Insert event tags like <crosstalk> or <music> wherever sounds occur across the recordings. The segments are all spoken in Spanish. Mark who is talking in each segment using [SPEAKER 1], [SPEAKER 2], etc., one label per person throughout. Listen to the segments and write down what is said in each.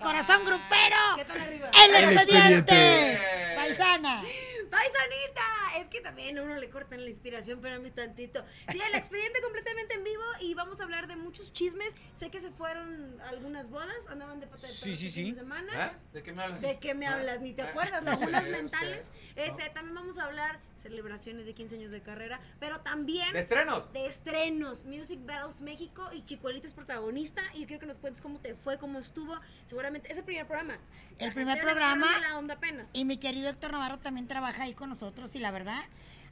[SPEAKER 1] corazón grupero.
[SPEAKER 2] ¿Qué tan arriba?
[SPEAKER 1] El,
[SPEAKER 3] El
[SPEAKER 1] expediente.
[SPEAKER 3] expediente.
[SPEAKER 1] Paisana.
[SPEAKER 2] ¡Paisanita! Es que también a uno le cortan la inspiración, pero a mí tantito. Sí, el expediente completamente en vivo y vamos a hablar de muchos chismes. Sé que se fueron a algunas bodas, andaban de pata de perro
[SPEAKER 3] Sí, sí, ¿Ah?
[SPEAKER 2] este fin
[SPEAKER 3] sí.
[SPEAKER 2] de semana.
[SPEAKER 4] ¿Eh? ¿De qué me hablas?
[SPEAKER 2] ¿De qué me
[SPEAKER 4] ¿Eh?
[SPEAKER 2] hablas? Ni te
[SPEAKER 4] ¿Eh? <laughs>
[SPEAKER 2] acuerdas,
[SPEAKER 4] No
[SPEAKER 2] lagunas
[SPEAKER 4] sé,
[SPEAKER 2] mentales.
[SPEAKER 4] no sé,
[SPEAKER 2] Este, también vamos a hablar celebraciones de 15 años de carrera, pero también
[SPEAKER 4] ¿no? ¿De estrenos?
[SPEAKER 2] de estrenos, Music Battles México y Chicuelita es protagonista y yo quiero que nos cuentes cómo te fue, cómo estuvo, seguramente es el primer programa.
[SPEAKER 1] El primer
[SPEAKER 2] Ustedes
[SPEAKER 1] programa.
[SPEAKER 2] agarraron la onda apenas.
[SPEAKER 1] Y mi querido Héctor Navarro también trabaja ahí con nosotros y la verdad,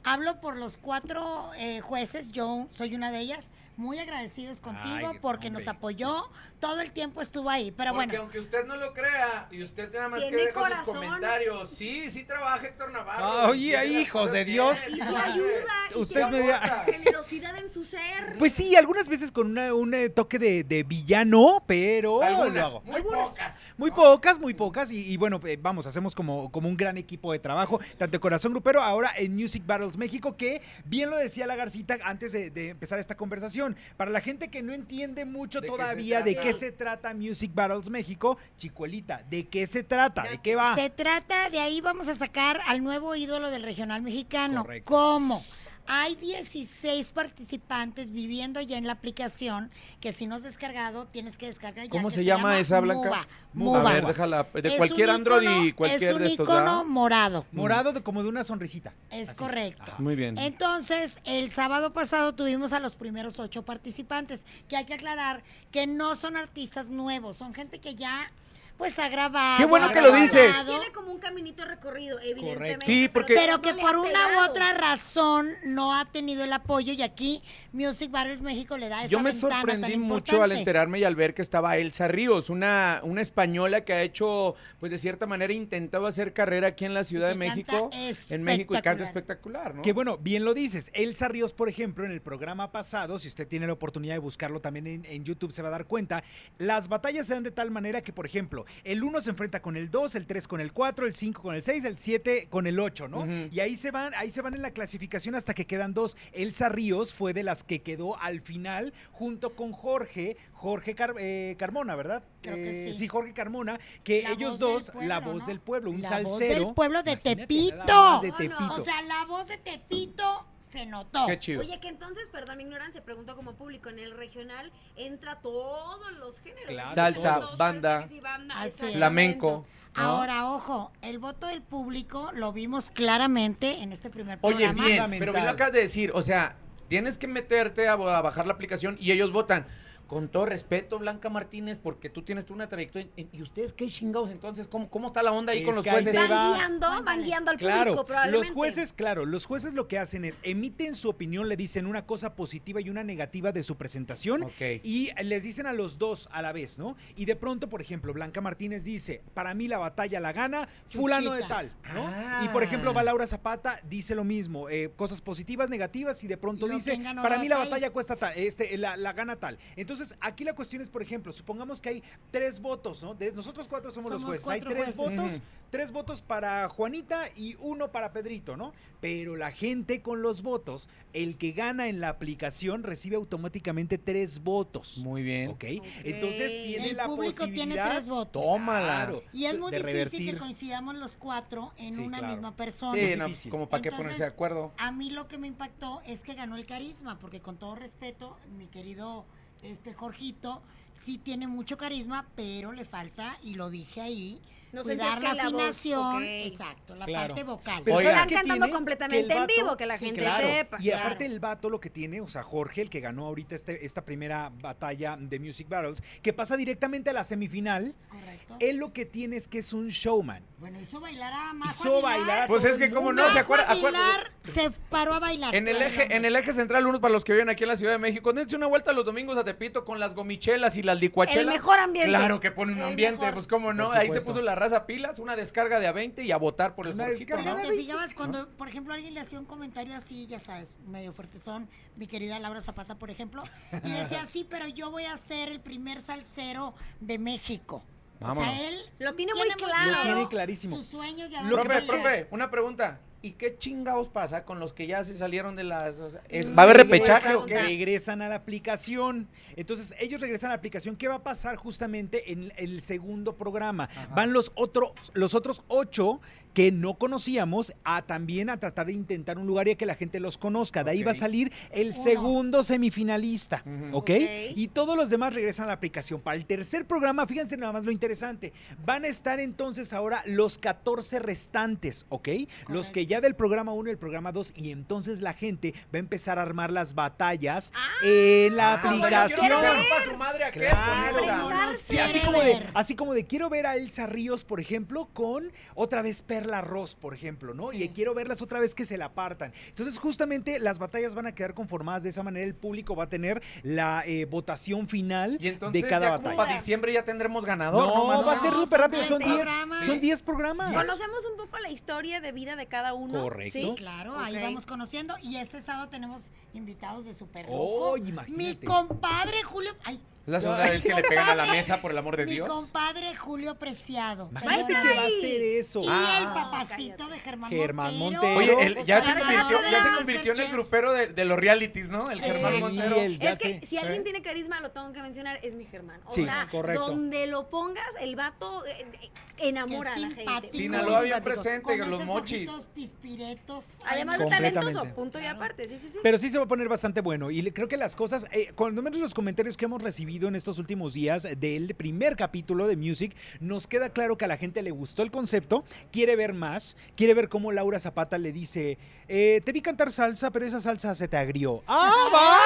[SPEAKER 1] hablo por los cuatro eh, jueces, yo soy una de ellas, muy agradecidos contigo
[SPEAKER 3] Ay,
[SPEAKER 1] porque
[SPEAKER 3] hombre.
[SPEAKER 1] nos apoyó, todo el tiempo estuvo ahí, pero
[SPEAKER 4] Porque
[SPEAKER 1] bueno,
[SPEAKER 4] aunque usted no lo crea y usted nada más que
[SPEAKER 2] Tiene
[SPEAKER 4] deja
[SPEAKER 2] corazón.
[SPEAKER 4] sus comentarios, sí, sí trabaja Héctor Navarro.
[SPEAKER 3] Ah,
[SPEAKER 4] Sí,
[SPEAKER 3] oye,
[SPEAKER 4] las
[SPEAKER 3] hijos
[SPEAKER 4] cosas
[SPEAKER 3] de
[SPEAKER 4] bien,
[SPEAKER 3] Dios.
[SPEAKER 2] Y
[SPEAKER 4] no
[SPEAKER 2] te
[SPEAKER 4] hace.
[SPEAKER 2] ayuda y
[SPEAKER 3] Usted
[SPEAKER 2] tiene
[SPEAKER 3] me da- <laughs>
[SPEAKER 2] generosidad en su ser.
[SPEAKER 3] Pues sí, algunas veces con una- un eh, toque de, de villano, pero lo hago.
[SPEAKER 4] Algunas, muy Ah. pocas.
[SPEAKER 3] Muy
[SPEAKER 4] ¿no?
[SPEAKER 3] pocas, muy pocas. Y, y bueno, eh, vamos, hacemos como, como un gran equipo de trabajo, tanto en Corazón Grupero, ahora en Music Battles México, que bien lo decía la Garcita antes de, de empezar esta conversación. Para la gente que no entiende mucho
[SPEAKER 4] ¿De qué se
[SPEAKER 3] todavía de
[SPEAKER 4] trata?
[SPEAKER 3] qué se trata Music Battles México, Chicuelita, ¿de qué se trata? ¿De qué va?
[SPEAKER 1] se trata de ahí vamos a sacar al nuevo ídolo del regional mexicano.
[SPEAKER 3] Correcto.
[SPEAKER 1] ¿Cómo? Hay 16 participantes viviendo ya en la aplicación que si no has descargado tienes que descargar ya.
[SPEAKER 5] ¿Cómo
[SPEAKER 1] que
[SPEAKER 5] se llama esa, Blanca?
[SPEAKER 1] Muba, Muba.
[SPEAKER 5] A ver, déjala.
[SPEAKER 1] Es
[SPEAKER 5] De
[SPEAKER 1] un
[SPEAKER 5] cualquier Android
[SPEAKER 1] icono-
[SPEAKER 5] y cualquier
[SPEAKER 1] es un
[SPEAKER 5] de estos.
[SPEAKER 1] icono
[SPEAKER 5] ¿verdad?
[SPEAKER 1] morado.
[SPEAKER 3] Morado de, como de una sonrisita.
[SPEAKER 1] Es
[SPEAKER 3] Así.
[SPEAKER 1] correcto.
[SPEAKER 3] Ajá.
[SPEAKER 5] Ah, Muy bien.
[SPEAKER 1] Entonces, el sábado pasado tuvimos a los primeros ocho participantes, que hay que aclarar que no son artistas nuevos, son gente que ya, pues, ha grabado.
[SPEAKER 5] Qué bueno
[SPEAKER 1] ha
[SPEAKER 5] que lo
[SPEAKER 1] grabado,
[SPEAKER 5] dices.
[SPEAKER 2] Tiene como un caminito recorrido, evidentemente.
[SPEAKER 5] Sí, porque-
[SPEAKER 1] Pero que
[SPEAKER 2] no le
[SPEAKER 1] por
[SPEAKER 2] ha
[SPEAKER 1] una u
[SPEAKER 2] pegado.
[SPEAKER 1] otra razón no ha tenido el apoyo y aquí Music Battles México le da esa
[SPEAKER 5] Yo me
[SPEAKER 1] ventana tan
[SPEAKER 5] sorprendí mucho al
[SPEAKER 1] importante.
[SPEAKER 5] enterarme y al ver que estaba Elsa Ríos, una, una española que ha hecho, pues de cierta manera, intentado hacer carrera aquí en la Ciudad
[SPEAKER 1] que
[SPEAKER 5] de
[SPEAKER 1] canta
[SPEAKER 5] México. En México y canta espectacular, ¿no?
[SPEAKER 3] Que bueno, bien lo dices. Elsa Ríos, por ejemplo, en el programa pasado, si usted tiene la oportunidad de buscarlo también en, en YouTube, se va a dar cuenta, las batallas se dan de tal manera que, por ejemplo, el 1 se enfrenta con el 2, el 3 con el 4, el 5 con el 6, el 7 con el 8, ¿no?
[SPEAKER 5] Ujú.
[SPEAKER 3] Y ahí se van, ahí se van en la clasificación hasta que quedan dos. Elsa Ríos fue de las que quedó al final junto con Jorge, Jorge Car- eh, Carmona, ¿verdad?
[SPEAKER 1] Creo que
[SPEAKER 3] Eh,
[SPEAKER 1] sí.
[SPEAKER 3] sí, Jorge Carmona, que
[SPEAKER 1] La voz
[SPEAKER 3] ellos
[SPEAKER 1] del
[SPEAKER 3] dos, la
[SPEAKER 1] pueblo,
[SPEAKER 3] voz
[SPEAKER 1] ¿no?
[SPEAKER 3] del pueblo, un
[SPEAKER 1] La voz
[SPEAKER 3] salsero.
[SPEAKER 1] del pueblo de
[SPEAKER 3] Imagínate nada
[SPEAKER 1] Tepito.
[SPEAKER 3] más de
[SPEAKER 2] No, no.
[SPEAKER 3] Tepito.
[SPEAKER 1] O sea, la voz de Tepito se notó.
[SPEAKER 5] Qué chido.
[SPEAKER 2] Oye, que entonces, perdón mi ignorancia, pregunto como público, en el regional entra todos los géneros.
[SPEAKER 3] Claro,
[SPEAKER 5] Salsa,
[SPEAKER 2] todos,
[SPEAKER 5] banda,
[SPEAKER 2] salsa, sí, banda,
[SPEAKER 1] Así
[SPEAKER 2] exacto.
[SPEAKER 1] es.
[SPEAKER 5] Flamenco. ¿no?
[SPEAKER 1] Ahora, ojo, el voto del público lo vimos claramente en este primer
[SPEAKER 5] Oye,
[SPEAKER 1] programa.
[SPEAKER 5] bien,
[SPEAKER 3] Fundamental.
[SPEAKER 5] pero bien lo acabas de decir, o sea, tienes que meterte a, a bajar la aplicación y ellos votan. Con todo respeto, Blanca Martínez, porque tú tienes tú una trayectoria. ¿Y y ustedes qué chingados entonces? ¿Cómo, cómo está la onda ahí
[SPEAKER 3] Es
[SPEAKER 5] con los
[SPEAKER 3] que ahí
[SPEAKER 5] jueces?
[SPEAKER 3] te va.
[SPEAKER 2] Van guiando, van
[SPEAKER 1] Ándale.
[SPEAKER 2] guiando al
[SPEAKER 3] Claro,
[SPEAKER 2] público, probablemente.
[SPEAKER 3] los jueces, claro, los jueces lo que hacen es emiten su opinión, le dicen una cosa positiva y una negativa de su presentación
[SPEAKER 5] Ok.
[SPEAKER 3] y les dicen a los dos a la vez, ¿no? Y de pronto, por ejemplo, Blanca Martínez dice, para mí la batalla la gana fulano de
[SPEAKER 1] Chuchita.
[SPEAKER 3] tal, ¿no?
[SPEAKER 5] Ah.
[SPEAKER 3] Y por ejemplo, va Laura Zapata, dice lo mismo, eh, cosas positivas, negativas y de pronto
[SPEAKER 1] Lo
[SPEAKER 3] dice,
[SPEAKER 1] que ganó
[SPEAKER 3] para
[SPEAKER 1] la
[SPEAKER 3] mí la
[SPEAKER 1] batalla".
[SPEAKER 3] batalla cuesta tal, este, la, la gana tal. Entonces, aquí la cuestión es, por ejemplo, supongamos que hay tres votos, ¿no? De, nosotros cuatro somos, los
[SPEAKER 1] Somos
[SPEAKER 3] jueces, hay
[SPEAKER 1] cuatro
[SPEAKER 3] tres
[SPEAKER 1] jueces.
[SPEAKER 3] votos
[SPEAKER 5] Ujú.
[SPEAKER 3] tres votos para Juanita y uno para Pedrito, ¿no? Pero la gente con los votos, el que gana en la aplicación recibe automáticamente tres votos.
[SPEAKER 5] Muy bien.
[SPEAKER 3] ¿Ok? Entonces tiene
[SPEAKER 1] El
[SPEAKER 3] la
[SPEAKER 1] público
[SPEAKER 3] posibilidad.
[SPEAKER 1] tiene tres votos.
[SPEAKER 5] Tómala.
[SPEAKER 3] Claro,
[SPEAKER 1] Y es muy
[SPEAKER 3] de
[SPEAKER 1] difícil
[SPEAKER 3] revertir.
[SPEAKER 1] que coincidamos los cuatro en
[SPEAKER 3] Sí,
[SPEAKER 1] una
[SPEAKER 3] claro.
[SPEAKER 1] misma persona.
[SPEAKER 5] Sí,
[SPEAKER 3] Es
[SPEAKER 5] no,
[SPEAKER 3] difícil.
[SPEAKER 5] como para qué
[SPEAKER 1] Entonces-
[SPEAKER 5] ponerse de acuerdo.
[SPEAKER 1] A mí lo que me impactó es que ganó el carisma, porque con todo respeto, mi querido este Jorgito sí tiene mucho carisma, pero le falta, y lo dije ahí,
[SPEAKER 2] No sentías
[SPEAKER 1] cuidar
[SPEAKER 2] que
[SPEAKER 1] la
[SPEAKER 2] la voz,
[SPEAKER 1] afinación,
[SPEAKER 2] ok.
[SPEAKER 1] exacto, la
[SPEAKER 3] Claro.
[SPEAKER 1] parte vocal.
[SPEAKER 3] Pero
[SPEAKER 5] Oiga.
[SPEAKER 3] ¿saben qué
[SPEAKER 2] Están Pues cantando
[SPEAKER 3] tiene?
[SPEAKER 2] completamente
[SPEAKER 3] Que el
[SPEAKER 2] en vivo, que la gente sepa.
[SPEAKER 3] Y
[SPEAKER 2] Claro.
[SPEAKER 3] aparte el vato lo que tiene, o sea, Jorge, el que ganó ahorita este- esta primera batalla de Music Battles, que pasa directamente a la semifinal,
[SPEAKER 1] Correcto.
[SPEAKER 3] él lo que tiene es que es un showman.
[SPEAKER 1] Bueno, hizo bailar a Majo
[SPEAKER 3] Hizo
[SPEAKER 1] Aguilar.
[SPEAKER 3] bailar a
[SPEAKER 5] Pues
[SPEAKER 3] todo
[SPEAKER 5] es que
[SPEAKER 3] el
[SPEAKER 5] cómo
[SPEAKER 3] mundo.
[SPEAKER 5] no, se acuerda.
[SPEAKER 1] Majo
[SPEAKER 5] acuerda-
[SPEAKER 1] Aguilar se paró a bailar.
[SPEAKER 5] En el
[SPEAKER 1] Claro,
[SPEAKER 5] eje, en el eje central, uno para los que viven aquí en la Ciudad de México, dense una vuelta los domingos a Tepito con las gomichelas y las licuachelas.
[SPEAKER 2] El mejor ambiente.
[SPEAKER 5] Claro que pone un
[SPEAKER 1] El
[SPEAKER 5] ambiente,
[SPEAKER 1] mejor.
[SPEAKER 5] pues cómo no.
[SPEAKER 3] Por
[SPEAKER 5] Ahí se
[SPEAKER 3] supuesto.
[SPEAKER 5] puso la raza pilas, una descarga de a 20 y a votar por el
[SPEAKER 3] Una
[SPEAKER 5] Jorgito,
[SPEAKER 3] descarga
[SPEAKER 5] ¿no?
[SPEAKER 3] de
[SPEAKER 1] ¿Te fijabas cuando, por ejemplo, alguien le hacía un comentario así, ya sabes, medio fuertezón, mi querida Laura Zapata, por ejemplo, y
[SPEAKER 5] <laughs>
[SPEAKER 1] decía, sí, pero yo voy a ser el primer salsero de México. O
[SPEAKER 5] Vámonos.
[SPEAKER 1] sea, él
[SPEAKER 2] Lo tiene muy
[SPEAKER 3] Lo
[SPEAKER 2] claro.
[SPEAKER 3] tiene clarísimo.
[SPEAKER 1] sus sueños ya
[SPEAKER 3] Lo que
[SPEAKER 5] profe,
[SPEAKER 3] pasa-
[SPEAKER 5] profe, una pregunta. ¿Y qué chingados pasa con los que ya se salieron de las... o sea, es-
[SPEAKER 2] Mm,
[SPEAKER 5] ¿Va a haber
[SPEAKER 2] y luego
[SPEAKER 5] repechaje
[SPEAKER 2] esa
[SPEAKER 5] o qué?
[SPEAKER 2] onda.
[SPEAKER 3] Regresan a la aplicación. Entonces, ellos regresan a la aplicación. ¿Qué va a pasar justamente en el segundo programa? Van los, otros los otros ocho que no conocíamos a también a tratar de intentar un lugar y a que la gente los conozca. De ahí va a
[SPEAKER 5] Ok.
[SPEAKER 3] salir el
[SPEAKER 1] Uno.
[SPEAKER 3] segundo semifinalista.
[SPEAKER 5] Ujú.
[SPEAKER 3] ¿ok? Y todos los demás regresan a la aplicación. Para el tercer programa, fíjense nada más lo interesante. Van a estar entonces ahora los 14 restantes, ¿ok? Los
[SPEAKER 1] Correcto.
[SPEAKER 3] que ya del programa 1 y el programa 2. Y entonces la gente va a empezar a armar las batallas en la
[SPEAKER 5] Ah, bueno, quiero
[SPEAKER 3] aplicación.
[SPEAKER 5] que se rompa su madre aquel,
[SPEAKER 3] Claro.
[SPEAKER 5] pues,
[SPEAKER 1] Hombre,
[SPEAKER 5] esa.
[SPEAKER 1] no lo
[SPEAKER 3] Sí, así
[SPEAKER 1] quiere
[SPEAKER 3] como, de,
[SPEAKER 1] ver.
[SPEAKER 3] así como de quiero ver a Elsa Ríos, por ejemplo, con otra vez Perla Ross, por ejemplo, ¿no?
[SPEAKER 1] Sí.
[SPEAKER 3] Y quiero verlas otra vez que se la apartan. Entonces, justamente las batallas van a quedar conformadas de esa manera. El público va a tener la eh, votación final
[SPEAKER 5] Y entonces
[SPEAKER 3] de cada
[SPEAKER 5] ya como
[SPEAKER 3] batalla.
[SPEAKER 5] para diciembre ya tendremos ganador.
[SPEAKER 3] No,
[SPEAKER 5] más,
[SPEAKER 3] va a
[SPEAKER 1] no,
[SPEAKER 3] ser
[SPEAKER 1] son
[SPEAKER 3] súper rápido. Son
[SPEAKER 1] diez
[SPEAKER 3] 10
[SPEAKER 1] programas.
[SPEAKER 3] son 10 programas.
[SPEAKER 2] Conocemos un poco la historia de vida de cada uno.
[SPEAKER 3] Correcto.
[SPEAKER 1] Sí,
[SPEAKER 2] ¿sí?
[SPEAKER 1] claro,
[SPEAKER 2] Ok.
[SPEAKER 1] ahí vamos conociendo. Y este sábado tenemos invitados de super
[SPEAKER 3] Oh,
[SPEAKER 1] lujo. Mi
[SPEAKER 3] imagínate.
[SPEAKER 1] compadre Julio. Ay,
[SPEAKER 5] Es la segunda vez que le pegan a la mesa, por el amor de
[SPEAKER 1] mi
[SPEAKER 5] Dios.
[SPEAKER 1] compadre Julio Preciado.
[SPEAKER 3] Imagínate
[SPEAKER 1] Perdón.
[SPEAKER 3] que va a
[SPEAKER 2] ahí.
[SPEAKER 3] ser eso.
[SPEAKER 1] Y
[SPEAKER 5] Ah.
[SPEAKER 1] el papacito de Germán,
[SPEAKER 3] Germán
[SPEAKER 1] Montero.
[SPEAKER 3] Montero.
[SPEAKER 5] Oye, él ya se
[SPEAKER 1] Ganador
[SPEAKER 5] convirtió,
[SPEAKER 1] de
[SPEAKER 5] ya se
[SPEAKER 1] Masterchef.
[SPEAKER 5] convirtió en el grupero de, de los realities, ¿no? El Germán
[SPEAKER 1] Sí,
[SPEAKER 5] Montero.
[SPEAKER 3] el- ya
[SPEAKER 2] Es que
[SPEAKER 3] sé.
[SPEAKER 2] si alguien
[SPEAKER 5] ¿Eh?
[SPEAKER 2] tiene carisma, lo tengo que mencionar, es mi Germán. O
[SPEAKER 3] Sí,
[SPEAKER 2] sea,
[SPEAKER 3] correcto.
[SPEAKER 2] donde lo pongas, el vato eh, eh, enamora a la gente.
[SPEAKER 1] simpático.
[SPEAKER 5] Sinaloa bien
[SPEAKER 2] Simpático.
[SPEAKER 5] presente,
[SPEAKER 1] Con
[SPEAKER 5] los
[SPEAKER 1] esos
[SPEAKER 5] mochis.
[SPEAKER 1] ojitos pispiretos.
[SPEAKER 2] Además de
[SPEAKER 3] Completamente.
[SPEAKER 2] talentoso, punto y
[SPEAKER 1] Claro.
[SPEAKER 2] aparte. Sí, sí, sí.
[SPEAKER 3] Pero sí se va a poner bastante bueno. Y le- creo que las cosas, eh, cuando menos los comentarios que hemos recibido en estos últimos días del primer capítulo de Music, nos queda claro que a la gente le gustó el concepto, quiere ver más, quiere ver cómo Laura Zapata le dice, eh, te vi cantar salsa, pero esa salsa se te agrió. ¡Ah, va!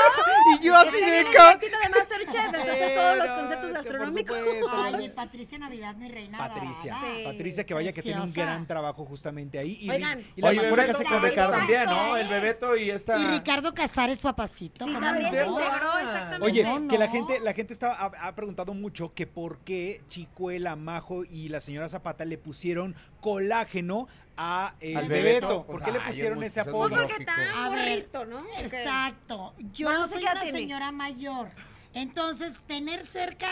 [SPEAKER 3] Y yo así de...
[SPEAKER 2] Tiene
[SPEAKER 3] ca-
[SPEAKER 2] el de Masterchef, entonces todos los conceptos gastronómicos. <laughs>
[SPEAKER 1] Oye, Patricia Navidad, mi reina.
[SPEAKER 3] Patricia,
[SPEAKER 1] dorada.
[SPEAKER 2] Sí.
[SPEAKER 3] Patricia que vaya que tiene un
[SPEAKER 1] Preciosa.
[SPEAKER 3] gran trabajo justamente ahí. Y,
[SPEAKER 2] Oigan.
[SPEAKER 3] y la
[SPEAKER 5] Oye,
[SPEAKER 3] mejor que
[SPEAKER 5] Bebeto,
[SPEAKER 3] hace
[SPEAKER 1] Bebeto
[SPEAKER 3] con Ricardo.
[SPEAKER 5] también, ¿no?
[SPEAKER 1] Casares.
[SPEAKER 5] El Bebeto y esta...
[SPEAKER 1] Y Ricardo Casares, papacito.
[SPEAKER 2] Sí,
[SPEAKER 1] ¿cómo
[SPEAKER 2] también se
[SPEAKER 1] no?
[SPEAKER 2] integró, exactamente.
[SPEAKER 3] Oye,
[SPEAKER 1] No,
[SPEAKER 3] que la
[SPEAKER 1] no.
[SPEAKER 3] gente, la gente estaba, ha, ha preguntado mucho que por qué Chicuela, Majo y la señora Zapata le pusieron colágeno a eh,
[SPEAKER 5] Al
[SPEAKER 3] Bebeto.
[SPEAKER 5] Bebeto.
[SPEAKER 3] ¿Por
[SPEAKER 5] Pues,
[SPEAKER 3] qué le
[SPEAKER 5] ay, es
[SPEAKER 3] pusieron
[SPEAKER 5] muy-
[SPEAKER 3] ese
[SPEAKER 5] es muy
[SPEAKER 2] Pues
[SPEAKER 3] apodo?
[SPEAKER 5] lógico.
[SPEAKER 2] porque tan
[SPEAKER 1] A ver,
[SPEAKER 2] gorrito, ¿no?
[SPEAKER 1] Exacto. Yo
[SPEAKER 2] Bueno, no sé
[SPEAKER 1] soy
[SPEAKER 2] qué edad
[SPEAKER 1] una
[SPEAKER 2] tiene.
[SPEAKER 1] señora mayor. Entonces, tener cerca